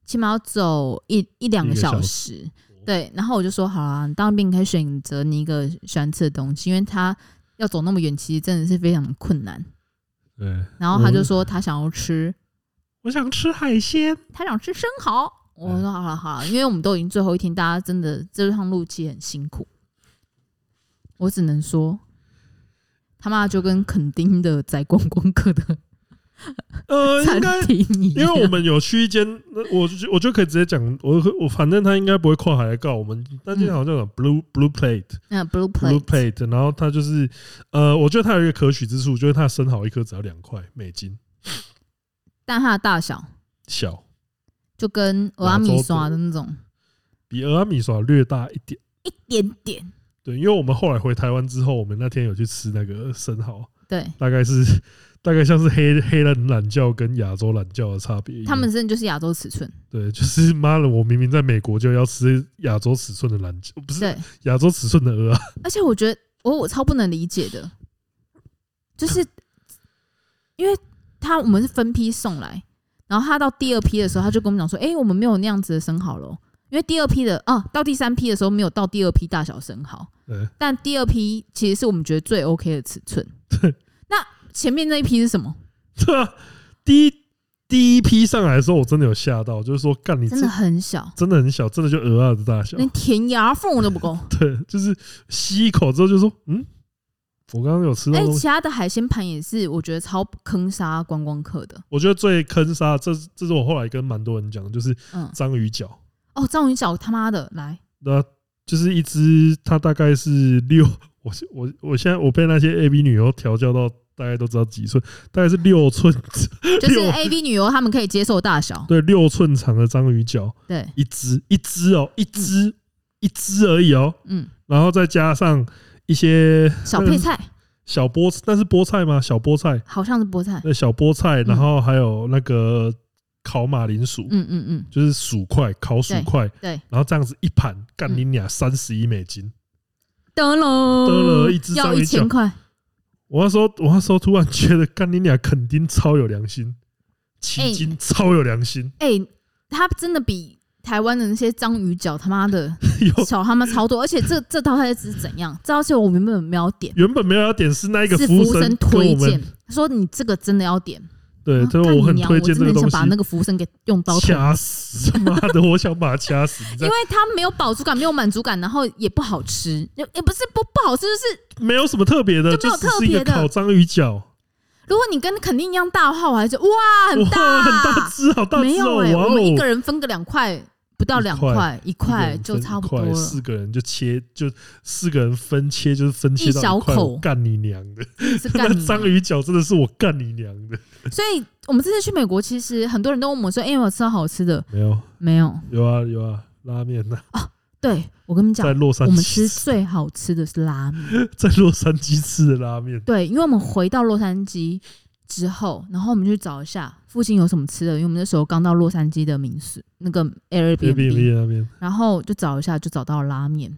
[SPEAKER 2] 起码要走一一两个小时。对，然后我就说好啦，你到那边可以选择你一个喜欢吃的东西，因为他要走那么远，其实真的是非常的困难。
[SPEAKER 1] 对，
[SPEAKER 2] 然后他就
[SPEAKER 1] 我
[SPEAKER 2] 说他想要吃，
[SPEAKER 1] 我想吃海鲜，
[SPEAKER 2] 他想吃生蚝。
[SPEAKER 1] 嗯
[SPEAKER 2] 我说好了好了，因为我们都已经最后一天，大家真的这趟路其实很辛苦。我只能说，他妈就跟垦丁的在观光客的 [laughs]
[SPEAKER 1] 呃，应
[SPEAKER 2] 餐
[SPEAKER 1] 该。
[SPEAKER 2] 厅一
[SPEAKER 1] 因
[SPEAKER 2] 样，
[SPEAKER 1] 为我们有去一间，那我就我就可以直接讲，我我反正他应该不会跨海来告我们。那间好像叫什么 Blue Blue Plate，
[SPEAKER 2] 嗯 blue
[SPEAKER 1] Blue
[SPEAKER 2] 嗯 plate，
[SPEAKER 1] Plate，然后它就是，呃，我觉得它有一个可取之处，就是它的生蚝一颗只要两块美金，
[SPEAKER 2] 但它的大小
[SPEAKER 1] 小，
[SPEAKER 2] 就跟俄阿米刷的那种
[SPEAKER 1] 比俄阿米耍略大一点。
[SPEAKER 2] 一点点，
[SPEAKER 1] 对，因为我们后来回台湾之后，我们那天有去吃那个生蚝，
[SPEAKER 2] 对。
[SPEAKER 1] 大概是大概像是黑黑人懒觉跟亚洲懒觉的差别一样。
[SPEAKER 2] 他们真的就是亚洲尺寸，
[SPEAKER 1] 对，就是妈的，我明明在美国就要吃亚洲尺寸的懒觉，不是
[SPEAKER 2] 对，
[SPEAKER 1] 亚洲尺寸的鹅啊，
[SPEAKER 2] 而且我觉得我我超不能理解的，就是因为他我们是分批送来，然然后他到第二批的时候，他就跟我们讲说：“哎、我们没有那样子的生蚝了哦，因为第二批的啊，到第三批的时候没有到第二批大小生蚝，
[SPEAKER 1] 对，
[SPEAKER 2] 但第二批其实是我们觉得最 OK 的尺寸。那前面那一批是什么？
[SPEAKER 1] 对啊，第一第一批上来的时候，我真的有吓到，就是说，干你这
[SPEAKER 2] 真的嗯很小，
[SPEAKER 1] 真的很小，真的就鹅啊的大小，
[SPEAKER 2] 连填牙缝都不够。
[SPEAKER 1] 对，就是吸一口之后就说，嗯，我刚刚有吃到
[SPEAKER 2] 哎、
[SPEAKER 1] 东西。
[SPEAKER 2] 其他的海鲜盘也是我觉得超坑杀观光客的。
[SPEAKER 1] 我觉得最坑杀，这这是我后来跟蛮多人讲的，就是
[SPEAKER 2] 嗯，
[SPEAKER 1] 章鱼脚，
[SPEAKER 2] 哦，章鱼脚他妈的来，
[SPEAKER 1] 那就是一只，它大概是六，我我我现在我被那些 A B 女优调教到大概都知道几寸，大概是六寸， [laughs]
[SPEAKER 2] [laughs] 就是
[SPEAKER 1] 六
[SPEAKER 2] A V 女优他们可以接受大小，
[SPEAKER 1] 对，六寸长的章鱼脚，
[SPEAKER 2] 对，
[SPEAKER 1] 一只一只哦，一只一只而已哦，
[SPEAKER 2] 嗯，
[SPEAKER 1] 然后再加上一些
[SPEAKER 2] 小
[SPEAKER 1] 那个
[SPEAKER 2] 配菜
[SPEAKER 1] 小菠，那是菠菜吗？小菠菜，
[SPEAKER 2] 好像是菠菜，
[SPEAKER 1] 那小菠菜，然后还有那个烤马铃薯，
[SPEAKER 2] 嗯嗯嗯，
[SPEAKER 1] 就是薯块，烤薯块，
[SPEAKER 2] 对，
[SPEAKER 1] 然后这样子一盘，干
[SPEAKER 2] 嗯
[SPEAKER 1] 你俩三十一美金。
[SPEAKER 2] 得了，
[SPEAKER 1] 得了一只
[SPEAKER 2] 要
[SPEAKER 1] 章
[SPEAKER 2] 一
[SPEAKER 1] 鱼脚
[SPEAKER 2] 千块，
[SPEAKER 1] 我那时候，我那时候突然觉得，干你俩肯定超有良心，
[SPEAKER 2] 哎
[SPEAKER 1] 迄今超有良心， [laughs]
[SPEAKER 2] 哎、它真的比台湾的那些章鱼脚他
[SPEAKER 1] [laughs]
[SPEAKER 2] 妈的
[SPEAKER 1] 有
[SPEAKER 2] 小他妈超多，而且这这道菜是怎样？这道菜我原本没有点，
[SPEAKER 1] 原本没有要点是那一个
[SPEAKER 2] 是
[SPEAKER 1] 服务
[SPEAKER 2] 务
[SPEAKER 1] 生跟
[SPEAKER 2] 推
[SPEAKER 1] 我们
[SPEAKER 2] 荐，他说你这个真的要点，
[SPEAKER 1] 对，
[SPEAKER 2] 啊
[SPEAKER 1] 他
[SPEAKER 2] 干
[SPEAKER 1] 说我
[SPEAKER 2] 你
[SPEAKER 1] 很
[SPEAKER 2] 娘
[SPEAKER 1] 推荐这
[SPEAKER 2] 真的
[SPEAKER 1] 个东
[SPEAKER 2] 很想
[SPEAKER 1] 西
[SPEAKER 2] 把，那个服务生给用刀捅
[SPEAKER 1] 掐死，他妈
[SPEAKER 2] [laughs]
[SPEAKER 1] 的，我想把他掐死，你知
[SPEAKER 2] 因
[SPEAKER 1] 道
[SPEAKER 2] 为它没有饱足感，没有满足感，然后也不好吃，也也不是不不好吃，就是
[SPEAKER 1] 没有什么特别的，
[SPEAKER 2] 就没
[SPEAKER 1] 就
[SPEAKER 2] 有
[SPEAKER 1] 只是一个
[SPEAKER 2] 特别的
[SPEAKER 1] 烤章鱼脚，
[SPEAKER 2] 如果你跟肯定一样大的话，我还是哇很
[SPEAKER 1] 哇，
[SPEAKER 2] 大
[SPEAKER 1] 很大只，好大
[SPEAKER 2] 啊没
[SPEAKER 1] 只哦，
[SPEAKER 2] 有哎、
[SPEAKER 1] 哇
[SPEAKER 2] 我们一个
[SPEAKER 1] 哦！
[SPEAKER 2] 人分个两块，不到两块，一
[SPEAKER 1] 一个
[SPEAKER 2] 块
[SPEAKER 1] 人
[SPEAKER 2] 就
[SPEAKER 1] 分
[SPEAKER 2] 差
[SPEAKER 1] 一
[SPEAKER 2] 不
[SPEAKER 1] 块
[SPEAKER 2] 多了。
[SPEAKER 1] 四个人就切，就四个人分切，就是分切
[SPEAKER 2] 一
[SPEAKER 1] 到
[SPEAKER 2] 小
[SPEAKER 1] 块
[SPEAKER 2] 口
[SPEAKER 1] 我干你娘的！
[SPEAKER 2] 是
[SPEAKER 1] [laughs]
[SPEAKER 2] 干
[SPEAKER 1] 那
[SPEAKER 2] 你
[SPEAKER 1] 章鱼脚真的是我干你娘的，
[SPEAKER 2] 所以我们这次去美国，其实很多人都问我说：“哎、有没有吃到好吃的
[SPEAKER 1] 没有，？”
[SPEAKER 2] 没有。
[SPEAKER 1] 有啊有啊，拉面呐，
[SPEAKER 2] 对我跟你们
[SPEAKER 1] 在
[SPEAKER 2] 讲，
[SPEAKER 1] 洛杉
[SPEAKER 2] 我
[SPEAKER 1] 矶
[SPEAKER 2] 们吃最好吃的是拉面。
[SPEAKER 1] 在洛杉矶吃的拉面，
[SPEAKER 2] 对，因为我们回到洛杉矶之后，然后我们去找一下附近有什么吃的，因为我们那时候刚到洛杉矶的民宿那个 Airbnb，
[SPEAKER 1] Airbnb 那边，
[SPEAKER 2] 然后就找一下，就找到了拉面。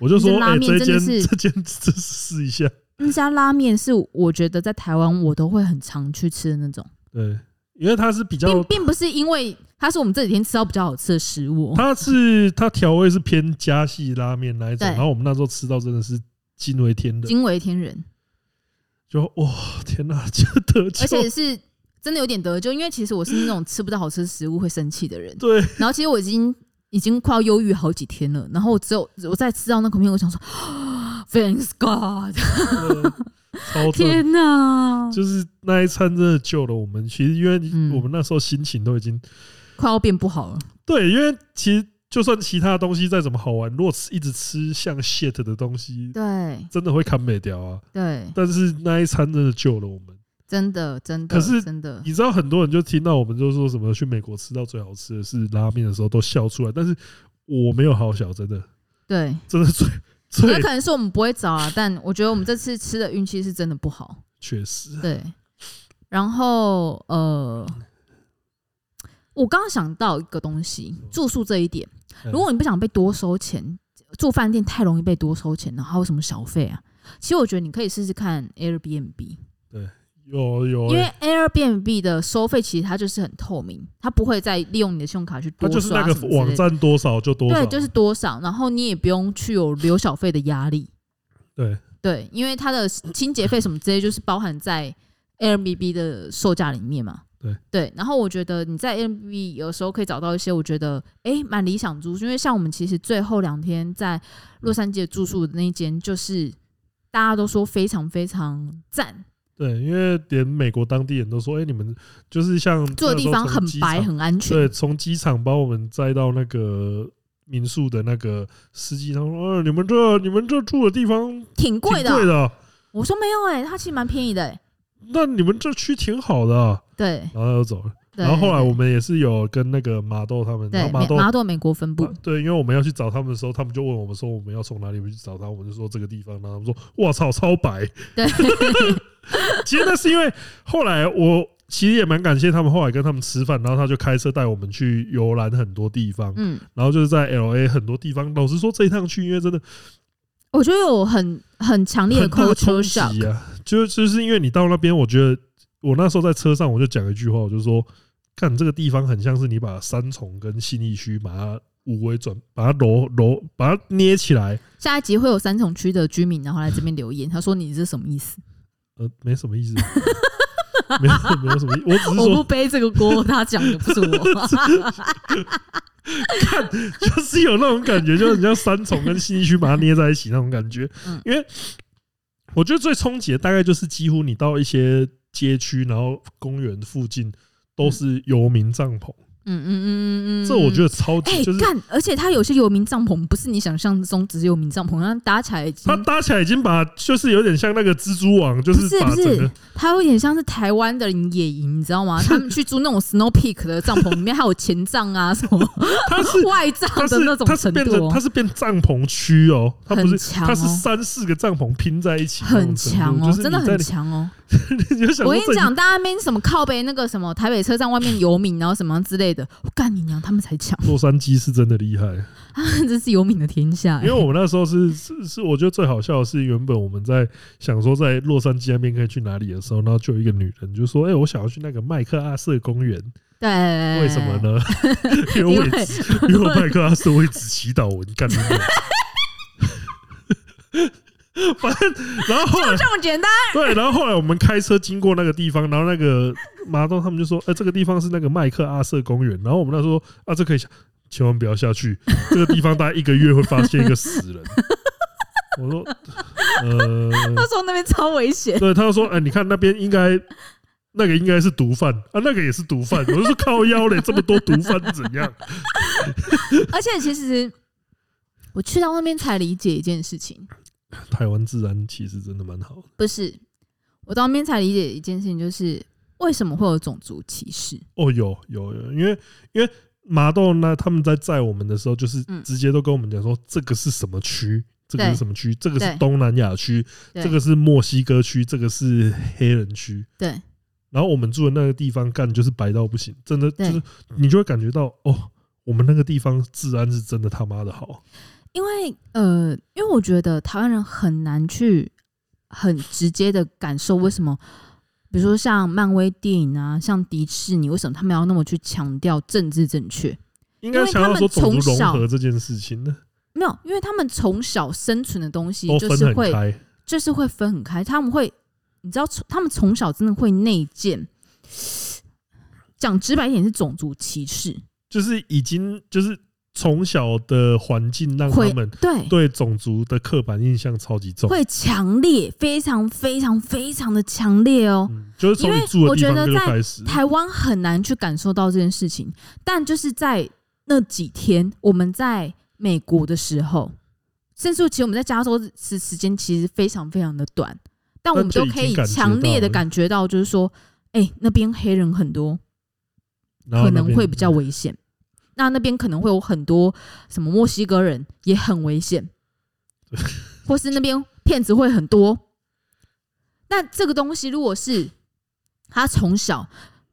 [SPEAKER 1] 我就
[SPEAKER 2] 你
[SPEAKER 1] 说
[SPEAKER 2] 的，拉
[SPEAKER 1] 哎，
[SPEAKER 2] 面
[SPEAKER 1] 这
[SPEAKER 2] 真的
[SPEAKER 1] 间
[SPEAKER 2] 是
[SPEAKER 1] 这间这试一下，
[SPEAKER 2] 那家拉面是我觉得在台湾我都会很常去吃的那种，
[SPEAKER 1] 对，因为它是比
[SPEAKER 2] 并
[SPEAKER 1] 较，
[SPEAKER 2] 并不是因为它是我们这几天吃到比较好吃的食物，哦
[SPEAKER 1] 它是它调味是偏加系拉面那一种，
[SPEAKER 2] 对
[SPEAKER 1] 然后我们那时候吃到真的是惊为天人，
[SPEAKER 2] 惊为天人，
[SPEAKER 1] 就哇天哪， [laughs] 这得救
[SPEAKER 2] 而，且是真的有点得救，因为其实我是那种吃不到好吃的食物会生气的
[SPEAKER 1] [laughs]
[SPEAKER 2] 人， [laughs]
[SPEAKER 1] 对，
[SPEAKER 2] 然后其实我已经已经快要忧郁好几天了，然后我只有我在吃到那口面，我想说 [gasps] ，Thanks God，
[SPEAKER 1] 呃超正。
[SPEAKER 2] 天哪，
[SPEAKER 1] 就是那一餐真的救了我们。其实因为
[SPEAKER 2] 嗯
[SPEAKER 1] 我们那时候心情都已经
[SPEAKER 2] 快要变不好了，
[SPEAKER 1] 对，因为其实就算其他东西再怎么好玩，如果吃一直吃像 shit 的东西，
[SPEAKER 2] 对
[SPEAKER 1] 真的会砍美掉啊。
[SPEAKER 2] 对，
[SPEAKER 1] 但是那一餐真的救了我们。
[SPEAKER 2] 真的真的，
[SPEAKER 1] 可是
[SPEAKER 2] 真的
[SPEAKER 1] 你知道，很多人就听到我们就说什么去美国吃到最好吃的是拉面的时候都笑出来，但是我没有好笑，真的，
[SPEAKER 2] 对。
[SPEAKER 1] 真的最
[SPEAKER 2] 那
[SPEAKER 1] 最
[SPEAKER 2] 可能是我们不会找啊，但我觉得我们这次吃的运气是真的不好。
[SPEAKER 1] 确实
[SPEAKER 2] 对，然后呃，我刚刚想到一个东西，住宿这一点，
[SPEAKER 1] 嗯
[SPEAKER 2] 如果你不想被多收钱，住饭店太容易被多收钱，然后还有什么小费啊？其实我觉得你可以试试看 Airbnb，
[SPEAKER 1] 有有、
[SPEAKER 2] 因
[SPEAKER 1] 欸
[SPEAKER 2] 为，Airbnb 的收费其实它就是很透明，它不会再利用你的信用卡去
[SPEAKER 1] 它
[SPEAKER 2] 多
[SPEAKER 1] 就是
[SPEAKER 2] 刷
[SPEAKER 1] 那
[SPEAKER 2] 啊什
[SPEAKER 1] 个
[SPEAKER 2] 么之类的
[SPEAKER 1] 网站多少就多少，
[SPEAKER 2] 对，就是多少，然后你也不用去有留小费的压力。
[SPEAKER 1] 对
[SPEAKER 2] 对，因为它的清洁费什么之类，就是包含在 Airbnb 的售价里面嘛。
[SPEAKER 1] 对
[SPEAKER 2] 然后我觉得你在 Airbnb 有时候可以找到一些我觉得诶蛮理想住宿，因为像我们其实最后两天在洛杉矶的住宿的那一间，就是大家都说非常非常赞，
[SPEAKER 1] 对，因为连美国当地人都说，哎、你们就是像
[SPEAKER 2] 住的地方很白
[SPEAKER 1] 很
[SPEAKER 2] 很安全，
[SPEAKER 1] 对，从机场把我们载到那个民宿的那个司机，他说，呃，你们这你们这住的地方挺
[SPEAKER 2] 挺贵的。
[SPEAKER 1] 贵的啊，
[SPEAKER 2] 我说没有诶，它其实蛮便宜的、诶
[SPEAKER 1] 那你们这区挺好的啊，
[SPEAKER 2] 对，
[SPEAKER 1] 然后他就走了。
[SPEAKER 2] 对
[SPEAKER 1] 然后后来我们也是有跟那个马豆他们，然
[SPEAKER 2] 对
[SPEAKER 1] 后马豆
[SPEAKER 2] 马豆美国分部
[SPEAKER 1] 啊，对，因为我们要去找他们的时候，他们就问我们说我们要从哪里去找他，我们就说这个地方，然后他们说哇操超白，
[SPEAKER 2] 对，
[SPEAKER 1] [laughs] 其实那是因为后来我其实也蛮感谢他们，后来跟他们吃饭，然后他就开车带我们去游览很多地方，
[SPEAKER 2] 嗯，
[SPEAKER 1] 然后就是在 L A 很多地方，老实说这一趟去因为真的
[SPEAKER 2] 我觉得有很很强烈的啊
[SPEAKER 1] 很大的
[SPEAKER 2] culture
[SPEAKER 1] 冲
[SPEAKER 2] shock，
[SPEAKER 1] 击啊，就就是因为你到那边，我觉得我那时候在车上我就讲一句话，我就说看这个地方很像是你把三重跟信义区把它五维转，把它揉揉，把它捏起来，
[SPEAKER 2] 下一集会有三重区的居民，然后来这边留言，他说你这什么意思？
[SPEAKER 1] 呃，没什么意 [laughs] 思，没有没有什么意 [laughs] 思，我只是
[SPEAKER 2] 我不
[SPEAKER 1] 说，
[SPEAKER 2] 背这个锅，他讲的不
[SPEAKER 1] [laughs]
[SPEAKER 2] 是我。
[SPEAKER 1] 看就是有那种感觉，就是你像三重跟信义区把它捏在一起那种感觉
[SPEAKER 2] 嗯，
[SPEAKER 1] 因为我觉得最冲击的大概就是几乎你到一些街区，然后公园附近都是游民帐篷，
[SPEAKER 2] 嗯嗯嗯嗯嗯，
[SPEAKER 1] 这我觉
[SPEAKER 2] 得。
[SPEAKER 1] 得超
[SPEAKER 2] 哎
[SPEAKER 1] 级，就是
[SPEAKER 2] 干！而且他有些游民帐篷不是你想象中只是游民帐篷，然后搭起来已经
[SPEAKER 1] 它搭起来已经把，就是有点像那个蜘蛛网，就是
[SPEAKER 2] 嗯不是
[SPEAKER 1] 把
[SPEAKER 2] 不
[SPEAKER 1] 整
[SPEAKER 2] 是
[SPEAKER 1] 个，
[SPEAKER 2] 它有点像是台湾的野营，你知道吗？他们去租那种 Snow Peak 的帐篷，里面还有前帐啊什么
[SPEAKER 1] 它是
[SPEAKER 2] 外帐
[SPEAKER 1] 它
[SPEAKER 2] 的
[SPEAKER 1] 是
[SPEAKER 2] 那种
[SPEAKER 1] 它是
[SPEAKER 2] 程
[SPEAKER 1] 变
[SPEAKER 2] 度
[SPEAKER 1] 成它
[SPEAKER 2] 哦，
[SPEAKER 1] 是变帐篷区哦，它不
[SPEAKER 2] 很
[SPEAKER 1] 是
[SPEAKER 2] 强哦
[SPEAKER 1] 它是三四个帐篷拼在一起那
[SPEAKER 2] 很
[SPEAKER 1] 种程度，
[SPEAKER 2] 强哦，
[SPEAKER 1] 就是
[SPEAKER 2] 真的
[SPEAKER 1] 你在
[SPEAKER 2] 很强哦。
[SPEAKER 1] 你就想
[SPEAKER 2] 我
[SPEAKER 1] 说
[SPEAKER 2] 跟你
[SPEAKER 1] 这
[SPEAKER 2] 讲，大家那边什么靠背那个什么台北车站外面游民，然后什么之类的，我干你娘，他们才强，
[SPEAKER 1] 洛杉矶是真的厉害，
[SPEAKER 2] [laughs] 哎这是游民的天下、
[SPEAKER 1] 因为我们那时候是是是，我觉得最好笑的是，原本我们在想说在洛杉矶那边可以去哪里的时候，然后就有一个女人就说：“哎，我想要去那个麦克阿瑟公园，
[SPEAKER 2] 对，
[SPEAKER 1] 为什么？呢？ [laughs] 因为
[SPEAKER 2] 因
[SPEAKER 1] 我
[SPEAKER 2] 为
[SPEAKER 1] 也只因为我麦克阿瑟为只祈祷文干你娘。反正，然后后来
[SPEAKER 2] 这么简单？
[SPEAKER 1] 对，然后后来我们开车经过那个地方，然后那个马东他们就说：“哎、这个地方是那个麦克阿瑟公园。”然后我们那时候啊，这可以下，千万不要下去，这个地方大概一个月会发现一个死人。我说，呃，
[SPEAKER 2] 他说那边超危 [laughs] 险，
[SPEAKER 1] 对，他就说：“哎、你看那边应该。”那个应该是毒贩啊，那个也是毒贩。我就说靠腰 [laughs] 嘞，这么多毒贩怎样？
[SPEAKER 2] 而且其实我去到那边才理解一件事情，
[SPEAKER 1] 台湾治安其实真的蛮好的，
[SPEAKER 2] 不是我到那边才理解一件事情，就是为什么会有种族歧视？
[SPEAKER 1] 哦，有有有，因为因为麻豆呢，他们在载我们的时候，就是
[SPEAKER 2] 嗯
[SPEAKER 1] 直接都跟我们讲说，这个是什么区，这个
[SPEAKER 2] 对
[SPEAKER 1] 是什么区，这个是
[SPEAKER 2] 对
[SPEAKER 1] 东南亚区，
[SPEAKER 2] 对
[SPEAKER 1] 这个是墨西哥区，这个是黑人区。
[SPEAKER 2] 对，
[SPEAKER 1] 然后我们住的那个地方干就是白到不行，真的就
[SPEAKER 2] 对
[SPEAKER 1] 是你就会感觉到哦，我们那个地方治安是真的他妈的好，
[SPEAKER 2] 因为呃，因为我觉得台湾人很难去很直接的感受为什么，比如说像漫威电影啊，像迪士尼，为什么他们要那么去强调政治正确？
[SPEAKER 1] 应
[SPEAKER 2] 因
[SPEAKER 1] 该
[SPEAKER 2] 为
[SPEAKER 1] 想要
[SPEAKER 2] 他们
[SPEAKER 1] 说种族
[SPEAKER 2] 从
[SPEAKER 1] 融
[SPEAKER 2] 小
[SPEAKER 1] 合这件事情呢，
[SPEAKER 2] 没有，因为他们从小生存的东西
[SPEAKER 1] 都
[SPEAKER 2] 就
[SPEAKER 1] 分
[SPEAKER 2] 是
[SPEAKER 1] 很
[SPEAKER 2] 会
[SPEAKER 1] 开。
[SPEAKER 2] 就是会分很开，他们会，你知道，从他们从小真的会内建，讲直白一点是种族歧视，
[SPEAKER 1] 就是已经就是从小的环境让他
[SPEAKER 2] 会
[SPEAKER 1] 们
[SPEAKER 2] 对，
[SPEAKER 1] 对种族的刻板印象超级重，
[SPEAKER 2] 会强烈，非常非常非常的强烈哦。
[SPEAKER 1] 嗯，就是从你住的地方就开始，
[SPEAKER 2] 台湾很难去感受到这件事情，但就是在那几天我们在美国的时候，甚至其实我们在加州时时间其实非常非常的短，但我们
[SPEAKER 1] 但
[SPEAKER 2] 都
[SPEAKER 1] 就已
[SPEAKER 2] 可以
[SPEAKER 1] 经感觉到
[SPEAKER 2] 强烈的
[SPEAKER 1] 了
[SPEAKER 2] 感觉到，就是说，哎、那边黑人很多，
[SPEAKER 1] 然后
[SPEAKER 2] 可
[SPEAKER 1] 那
[SPEAKER 2] 能
[SPEAKER 1] 边嗯
[SPEAKER 2] 会比较危险。那那边可能会有很多什么墨西哥人也很危
[SPEAKER 1] [laughs]
[SPEAKER 2] 险，或是那边骗子会很多。那这个东西，如果是他从小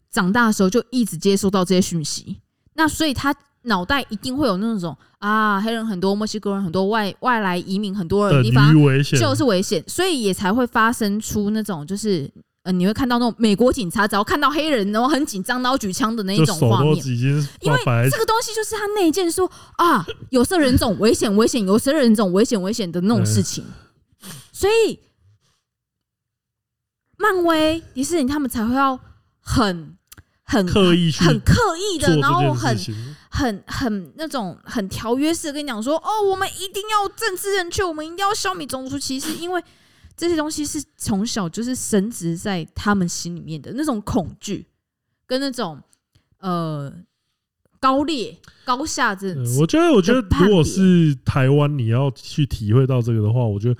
[SPEAKER 2] 长大的时候就一直接收到这些讯息，那所以他脑袋一定会有那种啊，黑人很多，墨西哥人很多，外外来移民很多的
[SPEAKER 1] 等
[SPEAKER 2] 地方，
[SPEAKER 1] 于危险，
[SPEAKER 2] 就是危险，所以也才会发生出那种就是。呃，你会看到那种美国警察只要看到黑人，然后很紧张，然后举枪的那一
[SPEAKER 1] 就
[SPEAKER 2] 种
[SPEAKER 1] 手
[SPEAKER 2] 画
[SPEAKER 1] 都
[SPEAKER 2] 面。
[SPEAKER 1] 已经
[SPEAKER 2] 因
[SPEAKER 1] 挂
[SPEAKER 2] 为
[SPEAKER 1] 白
[SPEAKER 2] 这，个东西就是他内建说啊，有色人种危险危险，有色人种危险危险的那种事情，
[SPEAKER 1] 嗯
[SPEAKER 2] 所以漫威、迪士尼他们才会要很很
[SPEAKER 1] 刻意去
[SPEAKER 2] 很刻意
[SPEAKER 1] 做
[SPEAKER 2] 的，然后
[SPEAKER 1] 这
[SPEAKER 2] 很
[SPEAKER 1] 件事情，
[SPEAKER 2] 很很那种很条约式的跟你讲说，哦，我们一定要政治正确，我们一定要消弭种族歧视，因为这些东西是从小就是深植在他们心里面的那种恐惧跟那种呃高劣高下这
[SPEAKER 1] 嗯我觉得，我觉得
[SPEAKER 2] 的判
[SPEAKER 1] 如
[SPEAKER 2] 别
[SPEAKER 1] 果是台湾，你要去体会到这个的话，我觉得，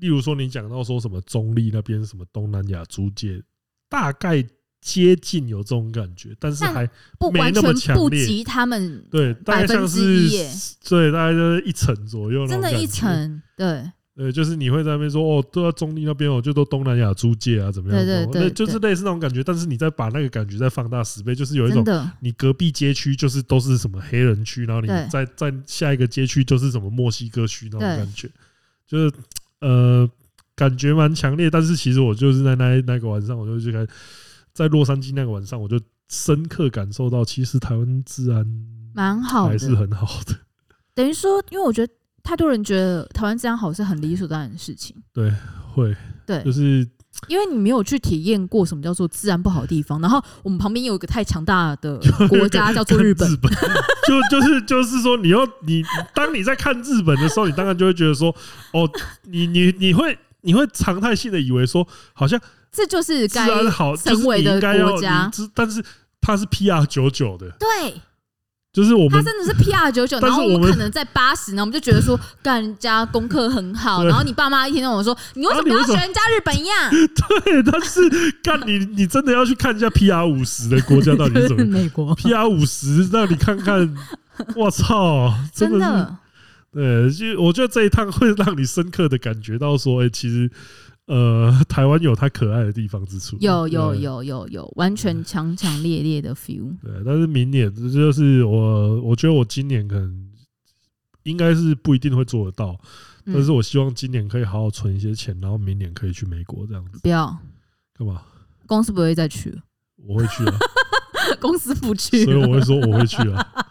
[SPEAKER 1] 例如说你讲到说什么中立那边什么东南亚租界，大概接近有这种感觉，但是
[SPEAKER 2] 但
[SPEAKER 1] 还
[SPEAKER 2] 不
[SPEAKER 1] 没
[SPEAKER 2] 完
[SPEAKER 1] 那
[SPEAKER 2] 全
[SPEAKER 1] 么强
[SPEAKER 2] 不
[SPEAKER 1] 烈
[SPEAKER 2] 及他们
[SPEAKER 1] 对，大概
[SPEAKER 2] 百分
[SPEAKER 1] 像
[SPEAKER 2] 之
[SPEAKER 1] 是
[SPEAKER 2] 一耶
[SPEAKER 1] 对，大概就是一层左右，
[SPEAKER 2] 真的一。层对。
[SPEAKER 1] 对，就是你会在那边说哦，都要中立那边哦，就都东南亚租界啊，怎么样？
[SPEAKER 2] 对
[SPEAKER 1] 怎
[SPEAKER 2] 对
[SPEAKER 1] 么样
[SPEAKER 2] 对
[SPEAKER 1] 那就是类似那种感觉，但是你再把那个感觉再放大十倍，就是有一
[SPEAKER 2] 真
[SPEAKER 1] 种
[SPEAKER 2] 的，
[SPEAKER 1] 你隔壁街区就是都是什么黑人区，然后你
[SPEAKER 2] 对
[SPEAKER 1] 再再下一个街区就是什么墨西哥区那种
[SPEAKER 2] 对
[SPEAKER 1] 感觉，就是呃感觉蛮强烈，但是其实我就是在那一那个晚上，我就去开在洛杉矶那个晚上，我就深刻感受到，其实台湾治安
[SPEAKER 2] 蛮好
[SPEAKER 1] 还
[SPEAKER 2] 的，
[SPEAKER 1] 是很好的。
[SPEAKER 2] 等于说，因为我觉得太多人觉得台湾治安好是很理所当然的事情，
[SPEAKER 1] 会
[SPEAKER 2] 对
[SPEAKER 1] 就，是
[SPEAKER 2] 因为你没有去体验过什么叫做治安不好的地方。然后我们旁边有一个太强大
[SPEAKER 1] [laughs]
[SPEAKER 2] 的国家叫做日本
[SPEAKER 1] 日，本 [laughs] 就就是就是说，你要你当你在看日本的时候，你当然就会觉得说，哦，你你你会你会常态性的以为说，好像
[SPEAKER 2] 这就是
[SPEAKER 1] 治
[SPEAKER 2] 该
[SPEAKER 1] 安好，就
[SPEAKER 2] 成
[SPEAKER 1] 是
[SPEAKER 2] 为
[SPEAKER 1] 你
[SPEAKER 2] 的
[SPEAKER 1] 应该要
[SPEAKER 2] 国家
[SPEAKER 1] 你知，但是它是 PR 九九的，
[SPEAKER 2] 对，
[SPEAKER 1] 就是我
[SPEAKER 2] 他
[SPEAKER 1] 们
[SPEAKER 2] 真的是 PR 九九，
[SPEAKER 1] 但
[SPEAKER 2] 然
[SPEAKER 1] 是
[SPEAKER 2] 后
[SPEAKER 1] 我
[SPEAKER 2] 我
[SPEAKER 1] 们
[SPEAKER 2] 们可能在八十，然后我们就觉
[SPEAKER 1] [laughs]
[SPEAKER 2] 得说，干人家功课很好，
[SPEAKER 1] 对
[SPEAKER 2] 然后你爸妈一天到晚说，你为什
[SPEAKER 1] 啊你
[SPEAKER 2] 么
[SPEAKER 1] 为
[SPEAKER 2] 要
[SPEAKER 1] 什
[SPEAKER 2] 学
[SPEAKER 1] 么
[SPEAKER 2] 人家日本一样？
[SPEAKER 1] [laughs] 对，但是干你你真的要去看一下 PR 五十的国啊家到底是
[SPEAKER 2] [laughs]
[SPEAKER 1] 怎么
[SPEAKER 2] 美
[SPEAKER 1] [laughs]
[SPEAKER 2] 国，
[SPEAKER 1] ，PR 五十让你看
[SPEAKER 2] [laughs]
[SPEAKER 1] 看，我操，
[SPEAKER 2] 真
[SPEAKER 1] 的是
[SPEAKER 2] 的，
[SPEAKER 1] 对，就我觉得这一趟会让你深刻的感觉到说，哎、其实呃，台湾有它可爱的地方之处，
[SPEAKER 2] 有有
[SPEAKER 1] 对。啊
[SPEAKER 2] 有有有，完全强强烈烈的 feel。
[SPEAKER 1] 对，但是明年这就是我，我觉得我今年可能应该是不一定会做得到，
[SPEAKER 2] 嗯
[SPEAKER 1] 但是我希望今年可以好好存一些钱，然后明年可以去美国这样子。
[SPEAKER 2] 不要，
[SPEAKER 1] 干嘛？
[SPEAKER 2] 公司不会再去 [laughs] 了，
[SPEAKER 1] 我会去啊，
[SPEAKER 2] 公司不去
[SPEAKER 1] 所以
[SPEAKER 2] 了，
[SPEAKER 1] 我会说我会去啊。
[SPEAKER 2] [laughs]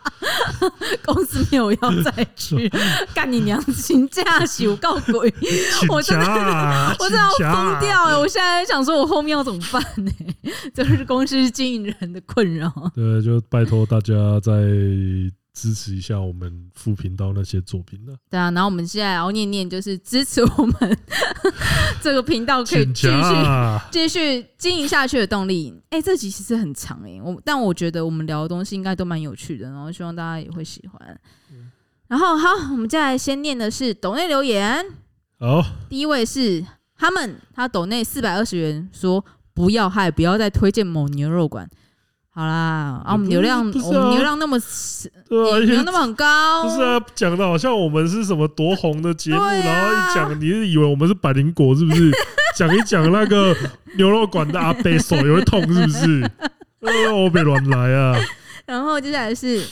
[SPEAKER 2] 公司没有要再
[SPEAKER 1] [laughs]
[SPEAKER 2] 去，干你娘！请假休告鬼， [laughs] 我真的
[SPEAKER 1] 的
[SPEAKER 2] 我真的要
[SPEAKER 1] 啊
[SPEAKER 2] 疯掉欸了！我现在想说，我后面要怎么办呢、 [laughs] 这是公司经营人的困扰。 [laughs]
[SPEAKER 1] 对，就拜托大家再支持一下我们副频道那些作品了。
[SPEAKER 2] 对啊，然后我们现在熬念念，就是支持我们 [laughs] 这个频道可以
[SPEAKER 1] 请
[SPEAKER 2] 继
[SPEAKER 1] 假
[SPEAKER 2] 续
[SPEAKER 1] 啊，
[SPEAKER 2] 继续经营下去的动力。哎、这集其实很长哎、我但我觉得我们聊的东西应该都蛮有趣的，然后希望大家也会喜欢。
[SPEAKER 1] 嗯
[SPEAKER 2] 然后好，我们接下来先念的是抖内留言，
[SPEAKER 1] 好，
[SPEAKER 2] 第一位是他们，他抖内四百二十元说不要害，不要再推荐某牛肉馆。好啦，啊，我们流量，
[SPEAKER 1] 不是
[SPEAKER 2] 我们
[SPEAKER 1] 啊
[SPEAKER 2] 流量那么
[SPEAKER 1] 对啊，而
[SPEAKER 2] 流量
[SPEAKER 1] 且
[SPEAKER 2] 那么很高，
[SPEAKER 1] 不是啊，讲的好像我们是什么多红的节目，
[SPEAKER 2] 对啊
[SPEAKER 1] 然后一讲，你是以为我们是百灵果是不是？讲一讲那个牛肉馆的阿贝手也会痛是不是？呃，我别乱来啊！
[SPEAKER 2] 然后接下来是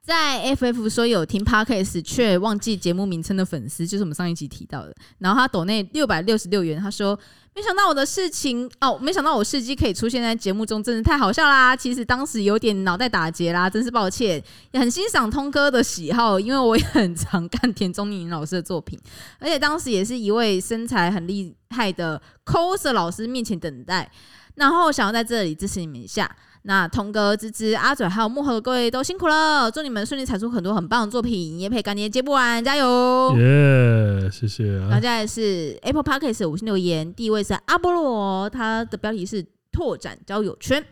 [SPEAKER 2] 在 FF 说有听 Podcast 却忘记节目名称的粉丝，就是我们上一集提到的。然后他抖内六百六十六元，他说：“没想到我的事情哦，没想到我事迹可以出现在节目中，真是太好笑啦！其实当时有点脑袋打结啦，真是抱歉。也很欣赏通哥的喜好，因为我也很常看田中宁老师的作品，而且当时也是一位身材很厉害的 coser 老师面前等待。”然后想要在这里支持你们一下，那童哥、芝芝、阿嘴还有幕后的各位都辛苦了，祝你们顺利产出很多很棒的作品，也配干爹接不完，加油！
[SPEAKER 1] 耶，谢谢
[SPEAKER 2] 然后
[SPEAKER 1] 啊！
[SPEAKER 2] 接下来是 Apple Podcast 的五星留言，第一位是阿波罗，他的标题是拓展交友圈。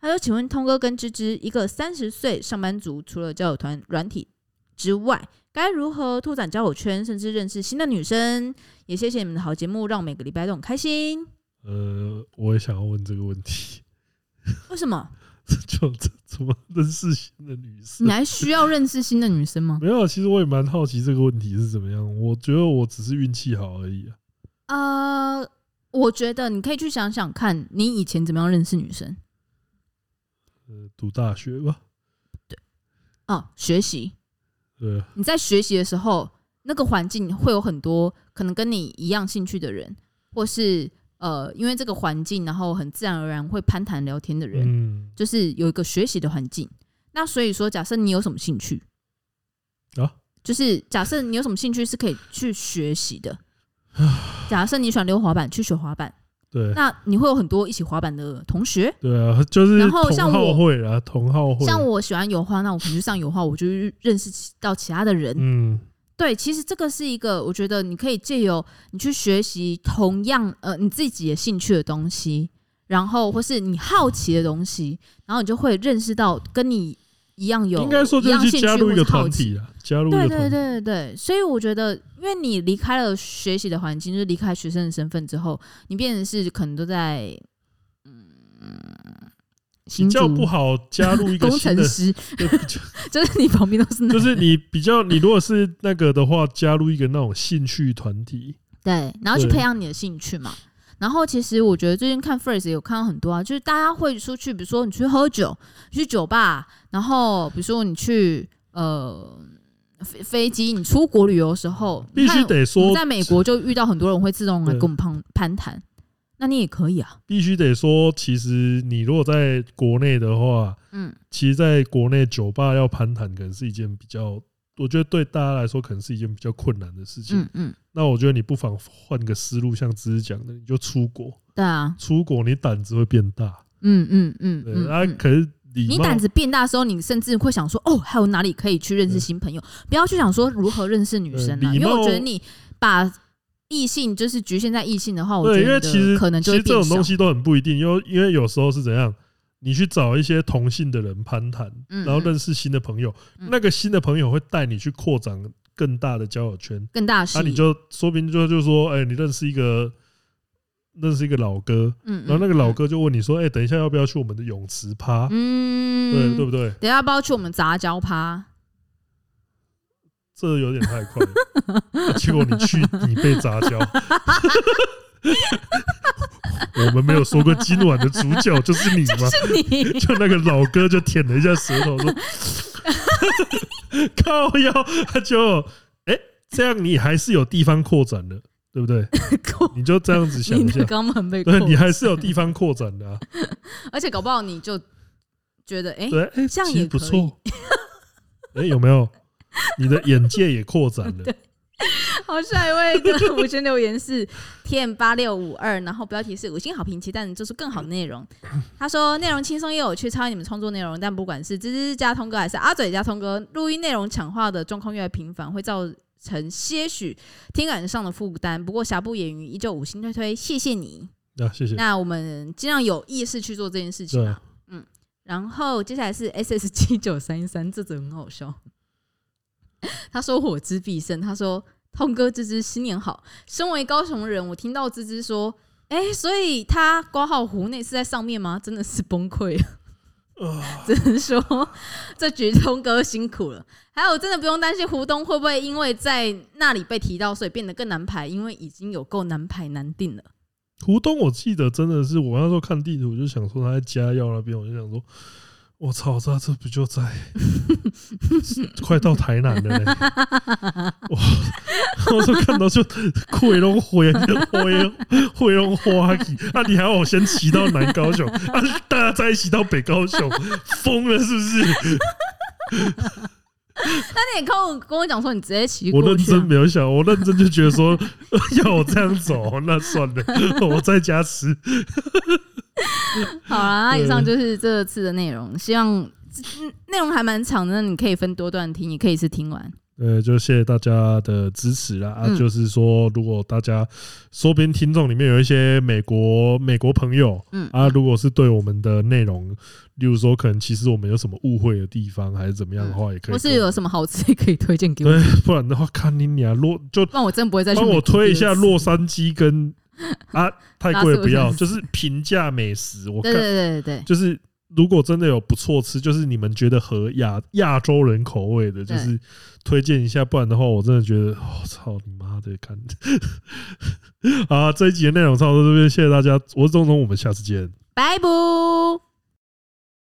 [SPEAKER 2] 他说：“请问通哥跟芝芝，一个三十岁上班族，除了交友团软体之外，该如何拓展交友圈，甚至认识新的女生？也谢谢你们的好节目，让我每个礼拜都很开心。
[SPEAKER 1] 呃，我也想要问这个问题， [laughs]
[SPEAKER 2] 为什么？
[SPEAKER 1] 就这怎么认识新的女生
[SPEAKER 2] 你？还需要认识新的女生吗？
[SPEAKER 1] 没有，其实我也蛮好奇这个问题是怎么样。我觉得我只是运气好而已啊。
[SPEAKER 2] 呃，我觉得你可以去想想看，你以前怎么样认识女生
[SPEAKER 1] 呃，读大学吧，
[SPEAKER 2] 哦，学习，
[SPEAKER 1] 对啊，
[SPEAKER 2] 你在学习的时候，那个环境会有很多可能跟你一样兴趣的人，或是呃，因为这个环境，然后很自然而然会攀谈聊天的人，
[SPEAKER 1] 嗯
[SPEAKER 2] 就是有一个学习的环境。那所以说，假设你有什么兴趣
[SPEAKER 1] 啊，
[SPEAKER 2] 就是假设你有什么兴趣是可以去学习
[SPEAKER 1] [sighs]
[SPEAKER 2] 的。假设你喜欢溜滑板，去学滑板，
[SPEAKER 1] 对
[SPEAKER 2] 那你会有很多一起滑板的同学，
[SPEAKER 1] 对啊，就是
[SPEAKER 2] 然
[SPEAKER 1] 同
[SPEAKER 2] 后像
[SPEAKER 1] 好
[SPEAKER 2] 我
[SPEAKER 1] 会啊，同好会，
[SPEAKER 2] 像我喜欢油画，那我可能去上油画，我就去认识其到其他的人。
[SPEAKER 1] 嗯，
[SPEAKER 2] 对，其实这个是一个，我觉得你可以借由你去学习同样呃你自己的兴趣的东西，然后或是你好奇的东西，然后你就会认识到跟你一样有
[SPEAKER 1] 应该说
[SPEAKER 2] 一
[SPEAKER 1] 就
[SPEAKER 2] 样
[SPEAKER 1] 是去
[SPEAKER 2] 兴趣
[SPEAKER 1] 加入一
[SPEAKER 2] 或
[SPEAKER 1] 个
[SPEAKER 2] 是好
[SPEAKER 1] 团
[SPEAKER 2] 奇。
[SPEAKER 1] 体啊，加入一
[SPEAKER 2] 对
[SPEAKER 1] 个
[SPEAKER 2] 对
[SPEAKER 1] 团体，
[SPEAKER 2] 对对对，所以我觉得，因为你离开了学习的环境，就是离开学生的身份之后，你变成是可能都在嗯，
[SPEAKER 1] 比较
[SPEAKER 2] 新竹
[SPEAKER 1] 不好加入一个
[SPEAKER 2] 工
[SPEAKER 1] 新 [laughs]
[SPEAKER 2] 程
[SPEAKER 1] 的，
[SPEAKER 2] 师， [laughs]
[SPEAKER 1] 对比较
[SPEAKER 2] 就是你旁边都是男
[SPEAKER 1] 就是你比较你如果是那个的话，加入一个那种兴趣团体，
[SPEAKER 2] 对，然后去
[SPEAKER 1] 对
[SPEAKER 2] 培养你的兴趣嘛。然后其实我觉得最近看 First 有看到很多啊，就是大家会出去，比如说你去喝酒，你去酒吧，然后比如说你去呃飞飞机，你出国旅游的时候，
[SPEAKER 1] 必须
[SPEAKER 2] 你看
[SPEAKER 1] 得
[SPEAKER 2] 我
[SPEAKER 1] 说
[SPEAKER 2] 们在美国就遇到很多人会自动来
[SPEAKER 1] 对
[SPEAKER 2] 跟我们攀攀谈。那你也可以啊，
[SPEAKER 1] 必须得说，其实你如果在国内的话，
[SPEAKER 2] 嗯，
[SPEAKER 1] 其实在国内酒吧要攀谈，可能是一件比较，我觉得对大家来说可能是一件比较困难的事情。
[SPEAKER 2] 嗯嗯，
[SPEAKER 1] 那我觉得你不妨换个思路，像芝芝讲的，你就出国，
[SPEAKER 2] 对啊，
[SPEAKER 1] 出国你胆子会变大，
[SPEAKER 2] 嗯嗯嗯
[SPEAKER 1] 对，
[SPEAKER 2] 嗯，
[SPEAKER 1] 啊，
[SPEAKER 2] 嗯
[SPEAKER 1] 可是礼貌
[SPEAKER 2] 你胆子变大的时候，你甚至会想说，哦，还有哪里可以去认识新朋友？不要去想说如何认识女生啊，
[SPEAKER 1] 嗯呃礼
[SPEAKER 2] 因为
[SPEAKER 1] 貌
[SPEAKER 2] 我觉得你把异性就是局限在异性哦的话，我
[SPEAKER 1] 对，
[SPEAKER 2] 觉
[SPEAKER 1] 因为
[SPEAKER 2] 得
[SPEAKER 1] 其实
[SPEAKER 2] 可能就
[SPEAKER 1] 其
[SPEAKER 2] 会
[SPEAKER 1] 实这
[SPEAKER 2] 变
[SPEAKER 1] 种
[SPEAKER 2] 小
[SPEAKER 1] 东。西都很不一定，因为因为有时候是怎样，你去找一些同性的人攀谈，
[SPEAKER 2] 嗯
[SPEAKER 1] 然后
[SPEAKER 2] 嗯
[SPEAKER 1] 认识新的朋友，
[SPEAKER 2] 嗯
[SPEAKER 1] 那个新的朋友会带你去扩展更大的交友圈，
[SPEAKER 2] 更大的视
[SPEAKER 1] 啊，
[SPEAKER 2] 野，
[SPEAKER 1] 你就说不定就就说，哎，你认识一个认识一个老哥，
[SPEAKER 2] 嗯，嗯
[SPEAKER 1] 然后那个老，哥就问你说，哎，等一下要不要去我们的泳池趴？
[SPEAKER 2] 嗯，
[SPEAKER 1] 对对不对？
[SPEAKER 2] 等一下要不要去我们杂
[SPEAKER 1] [laughs]
[SPEAKER 2] 交趴？
[SPEAKER 1] 这有点太快了，
[SPEAKER 2] [laughs]
[SPEAKER 1] 结果你去你被杂交。 [laughs] 我们没有说过今晚的主角就是你吗？
[SPEAKER 2] 是你
[SPEAKER 1] 就那个老哥就舔了一下舌头，说：“ [laughs] 靠腰，他就哎、这样你还是有地方扩展的，对不对？
[SPEAKER 2] 够，
[SPEAKER 1] 你就这样子想
[SPEAKER 2] 你
[SPEAKER 1] 一
[SPEAKER 2] 的
[SPEAKER 1] 下，
[SPEAKER 2] 肛门被扣
[SPEAKER 1] 对，你还是有地方扩展的、啊，
[SPEAKER 2] 而且搞不好你就觉得，哎，
[SPEAKER 1] 对，哎、
[SPEAKER 2] 这样
[SPEAKER 1] 其实
[SPEAKER 2] 也
[SPEAKER 1] 不
[SPEAKER 2] 可以
[SPEAKER 1] 错，哎、有没有？你的眼界也扩展
[SPEAKER 2] [laughs]
[SPEAKER 1] 了，
[SPEAKER 2] 好，下一位的五星留言是 TM 八六五二，然后标题是五星好评，期待能做出更好的内容。他说内容轻松又有趣，超爱你们创作内容，但不管是芝芝加通哥还是阿嘴加通哥，录音内容抢话的状况越来越频繁，会造成些许听感上的负担。不过瑕不掩瑜，依旧五星推推，谢谢你。
[SPEAKER 1] 那、啊谢谢。
[SPEAKER 2] 那我们尽量有意识去做这件事情
[SPEAKER 1] 对
[SPEAKER 2] 啊。嗯，然后接下来是 S S 七九三一三，这则很好笑。 [laughs] 他说我知必胜，他说痛哥芝芝新年好。身为高雄人，我听到芝芝说，哎、所以他挂号湖内是在上面吗？真的是崩溃 [laughs] 了。
[SPEAKER 1] 啊
[SPEAKER 2] 只能说，这局通哥辛苦了。还有，真的不用担心湖东会不会因为在那里被提到，所以变得更难排，因为已经有够难排难定了。
[SPEAKER 1] 湖东，我记得真的是我那时候看地图，我就想说他在嘉耀那边，我就想说，我操，这这不就
[SPEAKER 2] [laughs]
[SPEAKER 1] 在快到台南了嘞、我我说看到就溃龙灰，灰灰龙花旗，啊，你还要我先骑到南高雄，啊，大家再一起到北高雄，疯了是不是？
[SPEAKER 2] 那你跟我跟我讲说，你直接骑
[SPEAKER 1] 我
[SPEAKER 2] 过
[SPEAKER 1] 认
[SPEAKER 2] 去啊、
[SPEAKER 1] 真没有想，我认真就觉得说 [laughs] 要我这样走，那算了，我在家吃。
[SPEAKER 2] 好啦，那以上就是这次的内容，希望嗯内容还蛮长的，那你可以分多段听，也可以是听完。
[SPEAKER 1] 呃，就谢谢大家的支持啦。啊，
[SPEAKER 2] 嗯
[SPEAKER 1] 就是说，如果大家说不定听众里面有一些美国美国朋友，
[SPEAKER 2] 嗯
[SPEAKER 1] 啊，如果是对我们的内容，例如说可能其实我们有什么误会的地方，还是怎么样的话，也可以跟我
[SPEAKER 2] 嗯或
[SPEAKER 1] 们。
[SPEAKER 2] 是有什么好吃可以推荐给我，
[SPEAKER 1] 对，不然的话，看你俩洛就
[SPEAKER 2] 不然我真不会再去。
[SPEAKER 1] 帮我推一下洛，杉矶跟啊，太贵不
[SPEAKER 2] [laughs] 拉斯维加
[SPEAKER 1] 要，
[SPEAKER 2] 斯
[SPEAKER 1] 就是平价美食。我
[SPEAKER 2] 对
[SPEAKER 1] 看
[SPEAKER 2] 对对对
[SPEAKER 1] 就是如果真的有不错吃，就是你们觉得合亚亚洲人口味的，就
[SPEAKER 2] 对
[SPEAKER 1] 是推荐一下，不然的话，我真的觉得，我、操你妈的， [laughs] 看好啊！这一集的内容差不多到这边，谢谢大家，我是钟钟，我们下次见。
[SPEAKER 2] 拜拜。